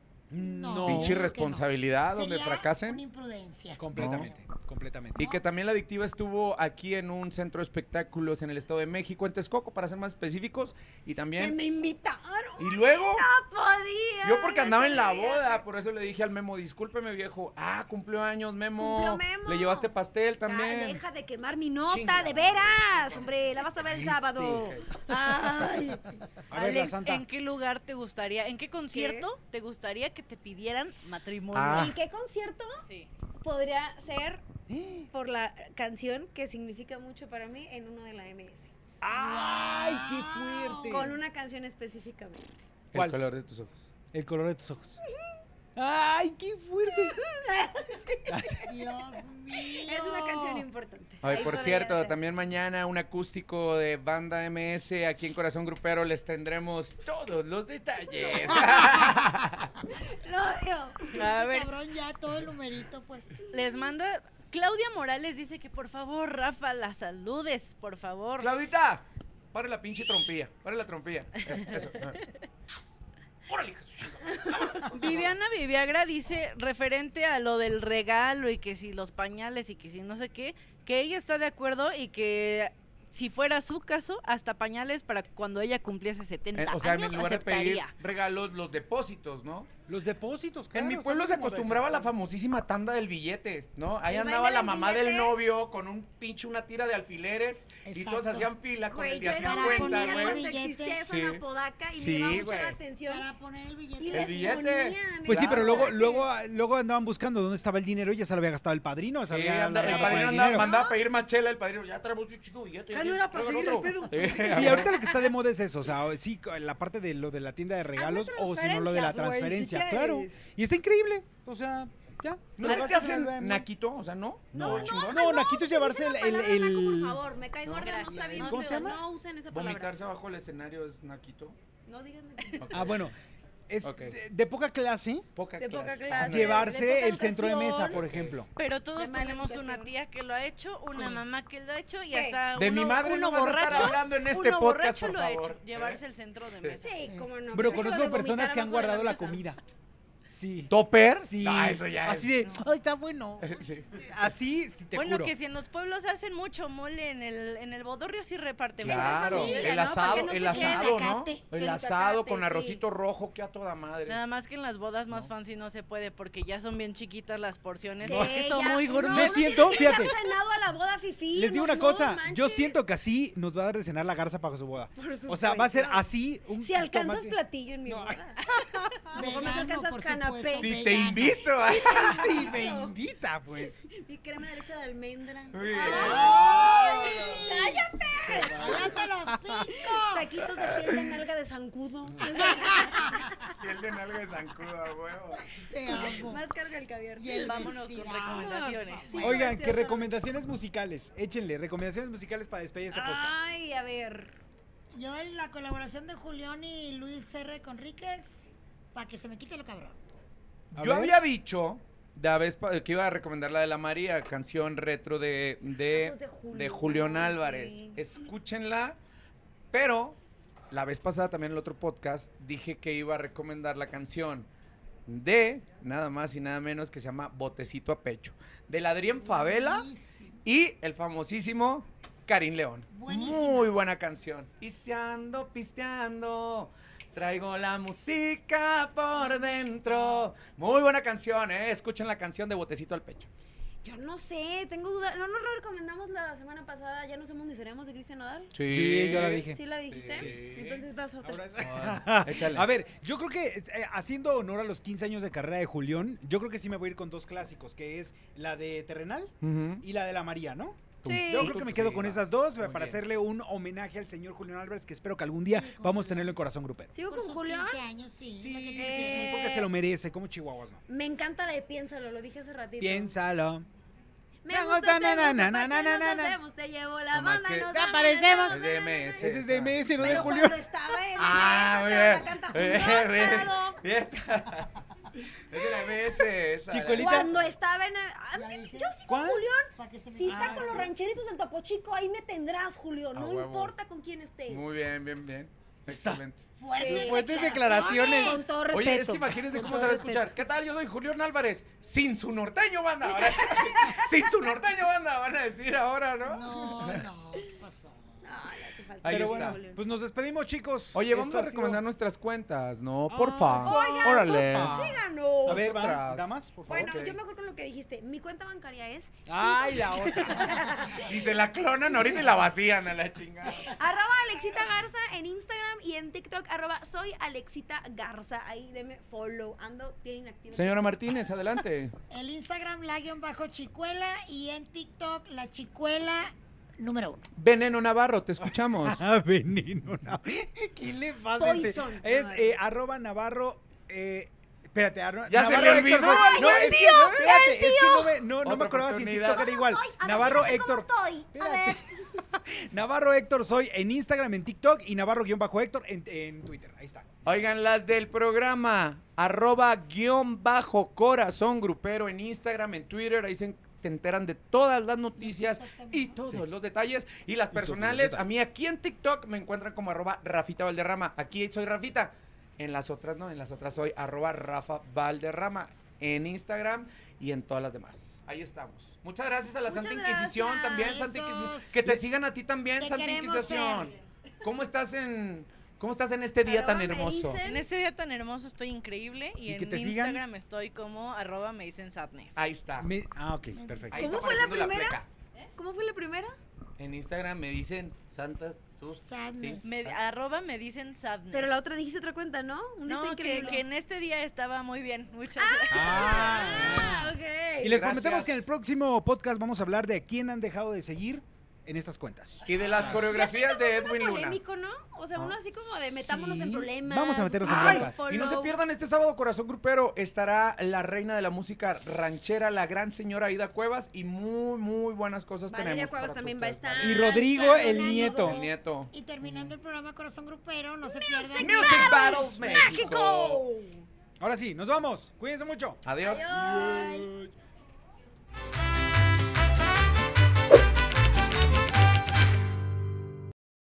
[SPEAKER 3] No.
[SPEAKER 5] Mm, Pinche
[SPEAKER 1] creo que no.
[SPEAKER 5] irresponsabilidad Ah, donde
[SPEAKER 1] Sería
[SPEAKER 5] fracasen.
[SPEAKER 1] Una imprudencia.
[SPEAKER 3] Completamente, completamente.
[SPEAKER 5] Y que también la adictiva estuvo aquí en un centro de espectáculos en el Estado de México, en Texcoco, para ser más específicos. Y
[SPEAKER 2] Que
[SPEAKER 5] también.
[SPEAKER 2] me invitaron.
[SPEAKER 5] Y luego.
[SPEAKER 2] No podía.
[SPEAKER 5] Yo porque
[SPEAKER 2] no
[SPEAKER 5] andaba en la
[SPEAKER 2] podía.
[SPEAKER 5] boda, por eso le dije al Memo, discúlpeme viejo, ah, cumplió años, Memo.
[SPEAKER 2] Cumplió Memo.
[SPEAKER 5] Le llevaste pastel
[SPEAKER 2] Ya,
[SPEAKER 5] también.
[SPEAKER 2] Deja de quemar mi nota,
[SPEAKER 5] Chinga.
[SPEAKER 2] de veras. Hombre, la vas a ver el sábado. Ay.
[SPEAKER 3] A ver, la
[SPEAKER 6] Alex,
[SPEAKER 3] santa.
[SPEAKER 6] ¿en qué lugar te gustaría, en qué concierto te gustaría que te pidieran matrimonio?
[SPEAKER 5] Ah.
[SPEAKER 2] ¿En qué concierto
[SPEAKER 6] Sí.
[SPEAKER 2] podría ser por la canción que significa mucho para mí en uno de la MS?
[SPEAKER 3] ¡Ay, qué fuerte!
[SPEAKER 2] Con una canción específicamente.
[SPEAKER 5] El
[SPEAKER 3] ¿Cuál?
[SPEAKER 5] color de tus ojos.
[SPEAKER 3] El color de tus ojos. ¡Ay, ¡Ay, qué fuerte!
[SPEAKER 1] Dios mío.
[SPEAKER 2] Es una canción importante.
[SPEAKER 5] Ay,
[SPEAKER 2] Ahí
[SPEAKER 5] por
[SPEAKER 2] podría
[SPEAKER 5] cierto,
[SPEAKER 2] ser.
[SPEAKER 5] también mañana un acústico de banda MS aquí en Corazón Grupero les tendremos todos los detalles.
[SPEAKER 2] Lo odio.
[SPEAKER 6] A
[SPEAKER 1] A
[SPEAKER 6] ver,
[SPEAKER 1] Cabrón, ya todo el numerito, pues.
[SPEAKER 6] les manda. Claudia Morales dice que por favor, Rafa, la saludes, por favor.
[SPEAKER 5] Claudita, pare la pinche trompilla, pare la trompilla. Eso. Órale, hija de su chica.
[SPEAKER 6] Viviana Viviagra dice, referente a lo del regalo y que si los pañales y que si no sé qué, que ella está de acuerdo y que si fuera su caso, hasta pañales para cuando ella cumpliese 70
[SPEAKER 5] Eh, O sea,
[SPEAKER 6] años
[SPEAKER 5] en lugar de pedir
[SPEAKER 6] aceptaría.
[SPEAKER 5] regalos, los depósitos, ¿no?
[SPEAKER 3] Los depósitos, claro.
[SPEAKER 5] en mi
[SPEAKER 3] está
[SPEAKER 5] pueblo
[SPEAKER 3] muy
[SPEAKER 5] se
[SPEAKER 3] de moda eso.
[SPEAKER 5] acostumbraba la famosísima tanda del billete, ¿no? Ahí
[SPEAKER 2] El
[SPEAKER 5] andaba
[SPEAKER 2] baile
[SPEAKER 5] la
[SPEAKER 2] del
[SPEAKER 5] mamá del
[SPEAKER 2] billete.
[SPEAKER 5] novio con un pinche, una tira de alfileres y todos
[SPEAKER 1] Exacto.
[SPEAKER 5] hacían fila con
[SPEAKER 2] Güey,
[SPEAKER 5] el
[SPEAKER 2] yo
[SPEAKER 5] de a
[SPEAKER 2] era
[SPEAKER 1] para
[SPEAKER 2] la
[SPEAKER 5] 50,
[SPEAKER 1] poner
[SPEAKER 2] niña
[SPEAKER 5] güey.
[SPEAKER 1] el
[SPEAKER 2] cuando existía eso
[SPEAKER 5] Sí.
[SPEAKER 2] en Apodaca y
[SPEAKER 5] Sí,
[SPEAKER 2] me daba mucho la
[SPEAKER 5] güey.
[SPEAKER 2] atención.
[SPEAKER 1] Para poner el
[SPEAKER 2] Y
[SPEAKER 1] billete.
[SPEAKER 2] les
[SPEAKER 5] billete.
[SPEAKER 2] ponían,
[SPEAKER 3] Pues sí, pero
[SPEAKER 2] entonces,
[SPEAKER 3] luego,
[SPEAKER 2] sí.
[SPEAKER 3] luego, luego andaban buscando dónde estaba el dinero y ya se lo había gastado el padrino. se
[SPEAKER 5] Sí,
[SPEAKER 3] había
[SPEAKER 5] anda- el
[SPEAKER 3] largado
[SPEAKER 2] güey.
[SPEAKER 5] padrino
[SPEAKER 3] con
[SPEAKER 5] andaba-
[SPEAKER 3] dinero.
[SPEAKER 5] mandaba a pedir machela, el padrino, ya traemos un chico billete.
[SPEAKER 2] Ya no era para seguir el pedo.
[SPEAKER 5] Eh,
[SPEAKER 2] <laughs>
[SPEAKER 3] Sí, ahorita lo que está de moda es eso, o sea, o- sí, co- la parte de lo de la tienda de regalos o si no lo de
[SPEAKER 2] transferencias,
[SPEAKER 3] la
[SPEAKER 2] güey,
[SPEAKER 3] transferencia,
[SPEAKER 2] si
[SPEAKER 3] claro.
[SPEAKER 2] quieres.
[SPEAKER 3] Y está increíble, o sea, ya. Lo
[SPEAKER 5] ¿No se te
[SPEAKER 3] gastas en
[SPEAKER 5] hacen
[SPEAKER 3] el-
[SPEAKER 5] naquito? O sea, ¿no?
[SPEAKER 2] No, no,
[SPEAKER 3] chingón.
[SPEAKER 2] ay,
[SPEAKER 3] No, naquito es llevarse
[SPEAKER 2] utilicen
[SPEAKER 3] el-
[SPEAKER 2] la palabra
[SPEAKER 3] el-
[SPEAKER 2] naco, por favor, me cae
[SPEAKER 6] No,
[SPEAKER 2] gorda, no está
[SPEAKER 6] gracias.
[SPEAKER 2] bien.
[SPEAKER 6] No,
[SPEAKER 2] No,
[SPEAKER 3] ¿cómo se llama?
[SPEAKER 2] no usen esa palabra.
[SPEAKER 5] Vomitarse abajo del escenario es naquito.
[SPEAKER 2] No digan
[SPEAKER 5] Ok.
[SPEAKER 3] Ah, bueno, es
[SPEAKER 5] Ok.
[SPEAKER 3] de, de poca clase
[SPEAKER 5] Poca
[SPEAKER 2] de poca
[SPEAKER 5] clase.
[SPEAKER 2] clase.
[SPEAKER 5] Ah,
[SPEAKER 3] llevarse
[SPEAKER 2] de poca
[SPEAKER 3] el centro de mesa,
[SPEAKER 2] educación.
[SPEAKER 3] por ejemplo.
[SPEAKER 6] Pero todos
[SPEAKER 2] De mala
[SPEAKER 6] tenemos una
[SPEAKER 2] educación.
[SPEAKER 6] tía que lo ha hecho, una
[SPEAKER 1] Sí.
[SPEAKER 6] mamá que lo ha hecho y
[SPEAKER 2] ¿Qué?
[SPEAKER 6] hasta
[SPEAKER 5] De
[SPEAKER 6] uno,
[SPEAKER 5] mi madre
[SPEAKER 6] uno
[SPEAKER 5] no vas a estar
[SPEAKER 6] borracho,
[SPEAKER 5] hablando en este
[SPEAKER 6] uno
[SPEAKER 5] podcast,
[SPEAKER 6] borracho
[SPEAKER 5] por
[SPEAKER 6] lo ha hecho,
[SPEAKER 5] favor. ¿eh?
[SPEAKER 6] llevarse el centro de mesa.
[SPEAKER 2] Sí, cómo no. pues,
[SPEAKER 3] Pero
[SPEAKER 2] déjalo
[SPEAKER 3] conozco
[SPEAKER 2] de
[SPEAKER 3] personas
[SPEAKER 2] vomitar
[SPEAKER 3] que
[SPEAKER 2] abajo
[SPEAKER 3] han
[SPEAKER 2] de
[SPEAKER 3] guardado la
[SPEAKER 2] mesa.
[SPEAKER 3] comida. Sí.
[SPEAKER 5] ¿Topper?
[SPEAKER 3] Sí.
[SPEAKER 5] Ah, eso ya
[SPEAKER 3] Así
[SPEAKER 5] es.
[SPEAKER 3] de, ay, está bueno.
[SPEAKER 5] <laughs> Sí.
[SPEAKER 3] Así, sí, te
[SPEAKER 6] bueno,
[SPEAKER 3] juro.
[SPEAKER 6] que si en los pueblos hacen mucho mole, en el, en el bodorrio sí reparten.
[SPEAKER 5] Claro,
[SPEAKER 2] familia,
[SPEAKER 5] el
[SPEAKER 2] ¿no?
[SPEAKER 5] asado,
[SPEAKER 2] Porque no
[SPEAKER 5] el
[SPEAKER 2] se quede
[SPEAKER 5] asado, ¿no?
[SPEAKER 1] tacate.
[SPEAKER 5] El
[SPEAKER 2] El
[SPEAKER 5] asado
[SPEAKER 2] tacate,
[SPEAKER 5] con
[SPEAKER 2] sí.
[SPEAKER 5] arrocito rojo, que a toda madre.
[SPEAKER 6] Nada más que en las bodas más fancy no se puede porque ya son bien chiquitas las porciones.
[SPEAKER 2] Sí,
[SPEAKER 6] porque son
[SPEAKER 2] ya,
[SPEAKER 6] muy
[SPEAKER 2] no,
[SPEAKER 6] gordos.
[SPEAKER 3] Yo
[SPEAKER 2] uno
[SPEAKER 3] siento,
[SPEAKER 2] tiene que ir
[SPEAKER 3] fíjate.
[SPEAKER 2] cenado a la boda fifí,
[SPEAKER 3] Les digo
[SPEAKER 2] no,
[SPEAKER 3] una
[SPEAKER 2] no
[SPEAKER 3] cosa, yo
[SPEAKER 2] manches.
[SPEAKER 3] <laughs> siento que así nos va a dar de cenar la garza para su boda.
[SPEAKER 2] Por
[SPEAKER 3] O sea, va a ser
[SPEAKER 2] supuesto.
[SPEAKER 3] así un
[SPEAKER 2] Si alcanzas
[SPEAKER 3] tomate. <laughs>
[SPEAKER 2] platillo en mi boda. Tampoco me
[SPEAKER 1] Vegano,
[SPEAKER 2] alcanzas
[SPEAKER 1] por
[SPEAKER 2] canapé.
[SPEAKER 1] supuesto,
[SPEAKER 5] Si te
[SPEAKER 1] vegano.
[SPEAKER 5] invito. ¿eh?
[SPEAKER 3] Sí, me invita, pues.
[SPEAKER 2] Mi crema de leche de almendra.
[SPEAKER 5] Muy bien.
[SPEAKER 3] <laughs>
[SPEAKER 2] ¡Cállate!
[SPEAKER 1] ¡Ah! ¡Cállate los hocico!
[SPEAKER 2] Taquitos de piel de nalga de zancudo.
[SPEAKER 5] <laughs> Piel de nalga de zancudo, a huevo.
[SPEAKER 1] Te amo.
[SPEAKER 2] Más carga el caviar.
[SPEAKER 1] Y el
[SPEAKER 6] Vámonos con
[SPEAKER 1] vestidazo.
[SPEAKER 6] recomendaciones.
[SPEAKER 2] Sí,
[SPEAKER 3] Oigan,
[SPEAKER 2] gracias,
[SPEAKER 3] que
[SPEAKER 2] Ana.
[SPEAKER 3] recomendaciones musicales. Échenle, recomendaciones musicales para despedir este podcast.
[SPEAKER 2] Ay, a ver.
[SPEAKER 1] Yo en la colaboración de Julián y Luis R. Conríquez, para que se me quite lo cabrón.
[SPEAKER 2] Ah,
[SPEAKER 3] A
[SPEAKER 5] Yo
[SPEAKER 3] ver. <laughs>
[SPEAKER 5] había dicho la vez pa- que iba a recomendar la de la María, canción retro de, de,
[SPEAKER 2] Ah, pues de Julián,
[SPEAKER 5] de Julián Álvarez.
[SPEAKER 2] sí.
[SPEAKER 5] Escúchenla, pero la vez pasada también en el otro podcast dije que iba a recomendar la canción de nada más y nada menos que se llama Botecito a Pecho, del Adrián Favela
[SPEAKER 1] Buenísimo.
[SPEAKER 5] y el famosísimo Karim León.
[SPEAKER 1] Buenísima.
[SPEAKER 5] Muy buena canción. Y se ando pisteando. Traigo la música por dentro. Muy buena canción, ¿eh? Escuchen la canción de Botecito al Pecho.
[SPEAKER 2] Yo no sé, tengo duda. ¿No nos lo recomendamos la semana pasada? ¿Ya nos seremos de Cristian Nodal?
[SPEAKER 3] Sí, yo la dije.
[SPEAKER 2] ¿Sí la dijiste?
[SPEAKER 5] Sí.
[SPEAKER 2] Entonces vas otra.
[SPEAKER 3] Ahora es-
[SPEAKER 5] <laughs> Échale.
[SPEAKER 3] A ver, yo creo que eh, haciendo honor a los 15 años de carrera de Julián, yo creo que sí me voy a ir con dos clásicos, que es la de Terrenal
[SPEAKER 5] Ujú.
[SPEAKER 3] y la de la María, ¿no?
[SPEAKER 2] Sí.
[SPEAKER 3] Yo creo que me quedo
[SPEAKER 5] Sí,
[SPEAKER 3] con
[SPEAKER 5] va.
[SPEAKER 3] esas dos
[SPEAKER 5] Muy
[SPEAKER 3] para
[SPEAKER 5] bien.
[SPEAKER 3] hacerle un homenaje al señor Julián Álvarez, que espero que algún día vamos a tenerlo en corazón grupero.
[SPEAKER 2] ¿Sigo
[SPEAKER 1] Por
[SPEAKER 2] con
[SPEAKER 1] sus
[SPEAKER 2] Julián?
[SPEAKER 1] 15 años, sí.
[SPEAKER 3] Sí, sí, sí,
[SPEAKER 2] Eh.
[SPEAKER 3] porque se lo merece, como chihuahuas, ¿no?
[SPEAKER 2] Me encanta la de piénsalo, lo dije hace ratito.
[SPEAKER 3] Piénsalo.
[SPEAKER 2] Me
[SPEAKER 3] Me
[SPEAKER 2] gusta,
[SPEAKER 3] gusta,
[SPEAKER 2] te
[SPEAKER 3] na, na,
[SPEAKER 2] gusta,
[SPEAKER 3] na,
[SPEAKER 2] ¿pa'
[SPEAKER 3] na,
[SPEAKER 2] qué
[SPEAKER 3] na,
[SPEAKER 2] nos
[SPEAKER 3] na, na.
[SPEAKER 2] hacemos? Te llevo la
[SPEAKER 5] Nomás
[SPEAKER 2] banda,
[SPEAKER 5] que-
[SPEAKER 2] nos
[SPEAKER 5] Te
[SPEAKER 2] aparecemos.
[SPEAKER 5] Es de MS.
[SPEAKER 3] Ese es de Messi, no de
[SPEAKER 2] Pero
[SPEAKER 3] Julián.
[SPEAKER 2] cuando estaba
[SPEAKER 5] <laughs>
[SPEAKER 2] en
[SPEAKER 5] Ah,
[SPEAKER 2] ah,
[SPEAKER 5] muy
[SPEAKER 2] pero la
[SPEAKER 5] bien. <laughs>
[SPEAKER 2] canta
[SPEAKER 5] Bien, bien.
[SPEAKER 2] Julián Prado.
[SPEAKER 5] Bien. Es de la MS. esa, la-
[SPEAKER 3] Chicuelita.
[SPEAKER 2] Cuando estaba en... ah,
[SPEAKER 1] Ya dije.
[SPEAKER 2] Yo sí,
[SPEAKER 3] ¿Cuál?
[SPEAKER 2] Julián.
[SPEAKER 1] Para que se me
[SPEAKER 2] Si
[SPEAKER 1] quite. Ah,
[SPEAKER 2] está con los rancheritos del Topo Chico, ahí me tendrás, Julio.
[SPEAKER 5] A
[SPEAKER 2] No
[SPEAKER 5] huevo.
[SPEAKER 2] importa con quién estés.
[SPEAKER 5] Muy bien, bien, bien. Excelente.
[SPEAKER 1] Fuertes
[SPEAKER 3] Fuertes
[SPEAKER 2] Con
[SPEAKER 3] declaraciones.
[SPEAKER 2] todo
[SPEAKER 5] Oye,
[SPEAKER 2] respeto.
[SPEAKER 5] es que imagínense
[SPEAKER 2] Con
[SPEAKER 5] cómo
[SPEAKER 2] todo
[SPEAKER 5] se va a
[SPEAKER 2] respeto.
[SPEAKER 5] escuchar. ¿Qué tal? Yo soy Julián Álvarez. Sin su norteño, banda. Ahora, <laughs> sin su norteño, banda, van a decir ahora, ¿no?
[SPEAKER 1] No, no, ¿qué pasó?
[SPEAKER 2] No, Ah, le hace falta.
[SPEAKER 5] Ahí
[SPEAKER 3] Pero
[SPEAKER 5] está.
[SPEAKER 3] bueno, pues nos despedimos, chicos.
[SPEAKER 5] Oye, vamos
[SPEAKER 3] Esto
[SPEAKER 5] a
[SPEAKER 3] ha sido-
[SPEAKER 5] recomendar nuestras cuentas, ¿no?
[SPEAKER 3] Ah,
[SPEAKER 5] Porfa.
[SPEAKER 2] Oigan,
[SPEAKER 5] Órale.
[SPEAKER 2] porfa, síganos.
[SPEAKER 3] A ver,
[SPEAKER 5] Nosotras.
[SPEAKER 3] vamos, damas, por favor.
[SPEAKER 2] Bueno,
[SPEAKER 5] ok.
[SPEAKER 2] yo me acuerdo con lo que dijiste. Mi cuenta bancaria es <laughs>
[SPEAKER 3] Ay, la otra.
[SPEAKER 5] Y se la clonan ahorita y la vacían a la chingada.
[SPEAKER 2] arroba Alexita Garza en Instagram y en TikTok arroba soy Alexita Garza. Ahí deme follow. Ando bien inactiva.
[SPEAKER 5] Señora Martínez, adelante.
[SPEAKER 1] El Instagram la guión bajo chicuela y en TikTok la chicuela número uno.
[SPEAKER 5] Veneno Navarro, te escuchamos.
[SPEAKER 3] <laughs> Ah, veneno. no. <laughs> ¿Qué le pasa? a este?
[SPEAKER 2] Poison.
[SPEAKER 3] Es eh, arroba navarro eh, Espérate, Arno-
[SPEAKER 5] Ya se me
[SPEAKER 3] Navarro
[SPEAKER 5] olvidó.
[SPEAKER 3] Héctor Suárez-
[SPEAKER 5] ¡Ay,
[SPEAKER 3] No,
[SPEAKER 5] el
[SPEAKER 3] es que,
[SPEAKER 5] tío!
[SPEAKER 3] espérate, es que no, me, no, no
[SPEAKER 5] Otra
[SPEAKER 3] me acordaba si en
[SPEAKER 5] oportunidad.
[SPEAKER 3] TikTok era igual.
[SPEAKER 7] A ver,
[SPEAKER 3] Navarro
[SPEAKER 7] fíjate cómo
[SPEAKER 3] Héctor.
[SPEAKER 7] estoy. A ver.
[SPEAKER 3] Navarro Héctor soy en Instagram, en TikTok y Navarro-Héctor en, en Twitter. Ahí está.
[SPEAKER 5] Oigan, las del programa, arroba guión bajo corazón grupero en Instagram, en Twitter, ahí se en- te enteran de todas las noticias y todos los detalles. Y las
[SPEAKER 3] todos los
[SPEAKER 5] personales, a
[SPEAKER 3] detalles.
[SPEAKER 5] mí aquí en TikTok me encuentran como arroba Rafita Valderrama. Aquí soy Rafita. En las otras no, en las otras soy arroba Rafa Valderrama en Instagram y en todas las demás. Ahí estamos. Muchas gracias a la
[SPEAKER 2] Muchas
[SPEAKER 5] Santa Inquisición
[SPEAKER 2] gracias.
[SPEAKER 5] también, Santa Inquisición.
[SPEAKER 1] Besos.
[SPEAKER 5] Que te sigan a ti también,
[SPEAKER 1] Te
[SPEAKER 5] Santa
[SPEAKER 1] queremos,
[SPEAKER 5] Inquisición. ¿Cómo estás en cómo estás en este día
[SPEAKER 2] Arroba
[SPEAKER 5] tan
[SPEAKER 2] me
[SPEAKER 5] hermoso?
[SPEAKER 2] dicen.
[SPEAKER 6] En este día tan hermoso estoy increíble y,
[SPEAKER 3] ¿Y
[SPEAKER 6] en
[SPEAKER 3] que te sigan?
[SPEAKER 6] Instagram estoy como arroba me dicen sadness.
[SPEAKER 5] Ahí está.
[SPEAKER 3] Me- ah, ok, perfecto.
[SPEAKER 5] Ahí
[SPEAKER 2] ¿Cómo
[SPEAKER 5] está
[SPEAKER 2] fue la
[SPEAKER 5] apareciendo la
[SPEAKER 2] primera?
[SPEAKER 5] fleca.
[SPEAKER 2] ¿Cómo fue la primera?
[SPEAKER 8] En Instagram me dicen Santas sus.
[SPEAKER 1] Sadness.
[SPEAKER 6] Me- arroba me dicen sadness.
[SPEAKER 2] Pero la otra dijiste otra cuenta, ¿no? Un día está
[SPEAKER 6] no, que,
[SPEAKER 2] increíble.
[SPEAKER 6] que en este día estaba muy bien. Muchas gracias.
[SPEAKER 3] Ah.
[SPEAKER 2] Ah, ok.
[SPEAKER 3] Y les
[SPEAKER 5] Gracias.
[SPEAKER 3] prometemos que en el próximo podcast vamos a hablar de a quién han dejado de seguir en estas cuentas.
[SPEAKER 5] Y de las coreografías de Edwin Luna.
[SPEAKER 2] polémico, ¿no? O sea, uno así como de metámonos en
[SPEAKER 3] Ah, Sí.
[SPEAKER 2] problemas.
[SPEAKER 3] Vamos a meternos en
[SPEAKER 2] buscamos
[SPEAKER 3] broncas.
[SPEAKER 5] Y no se
[SPEAKER 2] follow.
[SPEAKER 5] pierdan este sábado Corazón Grupero estará la reina de la música ranchera, la gran señora Aida Cuevas y muy muy buenas cosas
[SPEAKER 2] Valeria
[SPEAKER 5] tenemos.
[SPEAKER 2] Cuevas
[SPEAKER 5] para
[SPEAKER 2] también va a
[SPEAKER 5] ustedes,
[SPEAKER 2] estar.
[SPEAKER 5] ¿vale?
[SPEAKER 3] Y Rodrigo, el
[SPEAKER 2] Fernando.
[SPEAKER 3] nieto.
[SPEAKER 5] El nieto.
[SPEAKER 1] Y terminando el programa Corazón Grupero, no se pierdan.
[SPEAKER 5] Music Battles México.
[SPEAKER 3] Ahora sí, nos vamos. Cuídense mucho.
[SPEAKER 5] Adiós.
[SPEAKER 2] Adiós.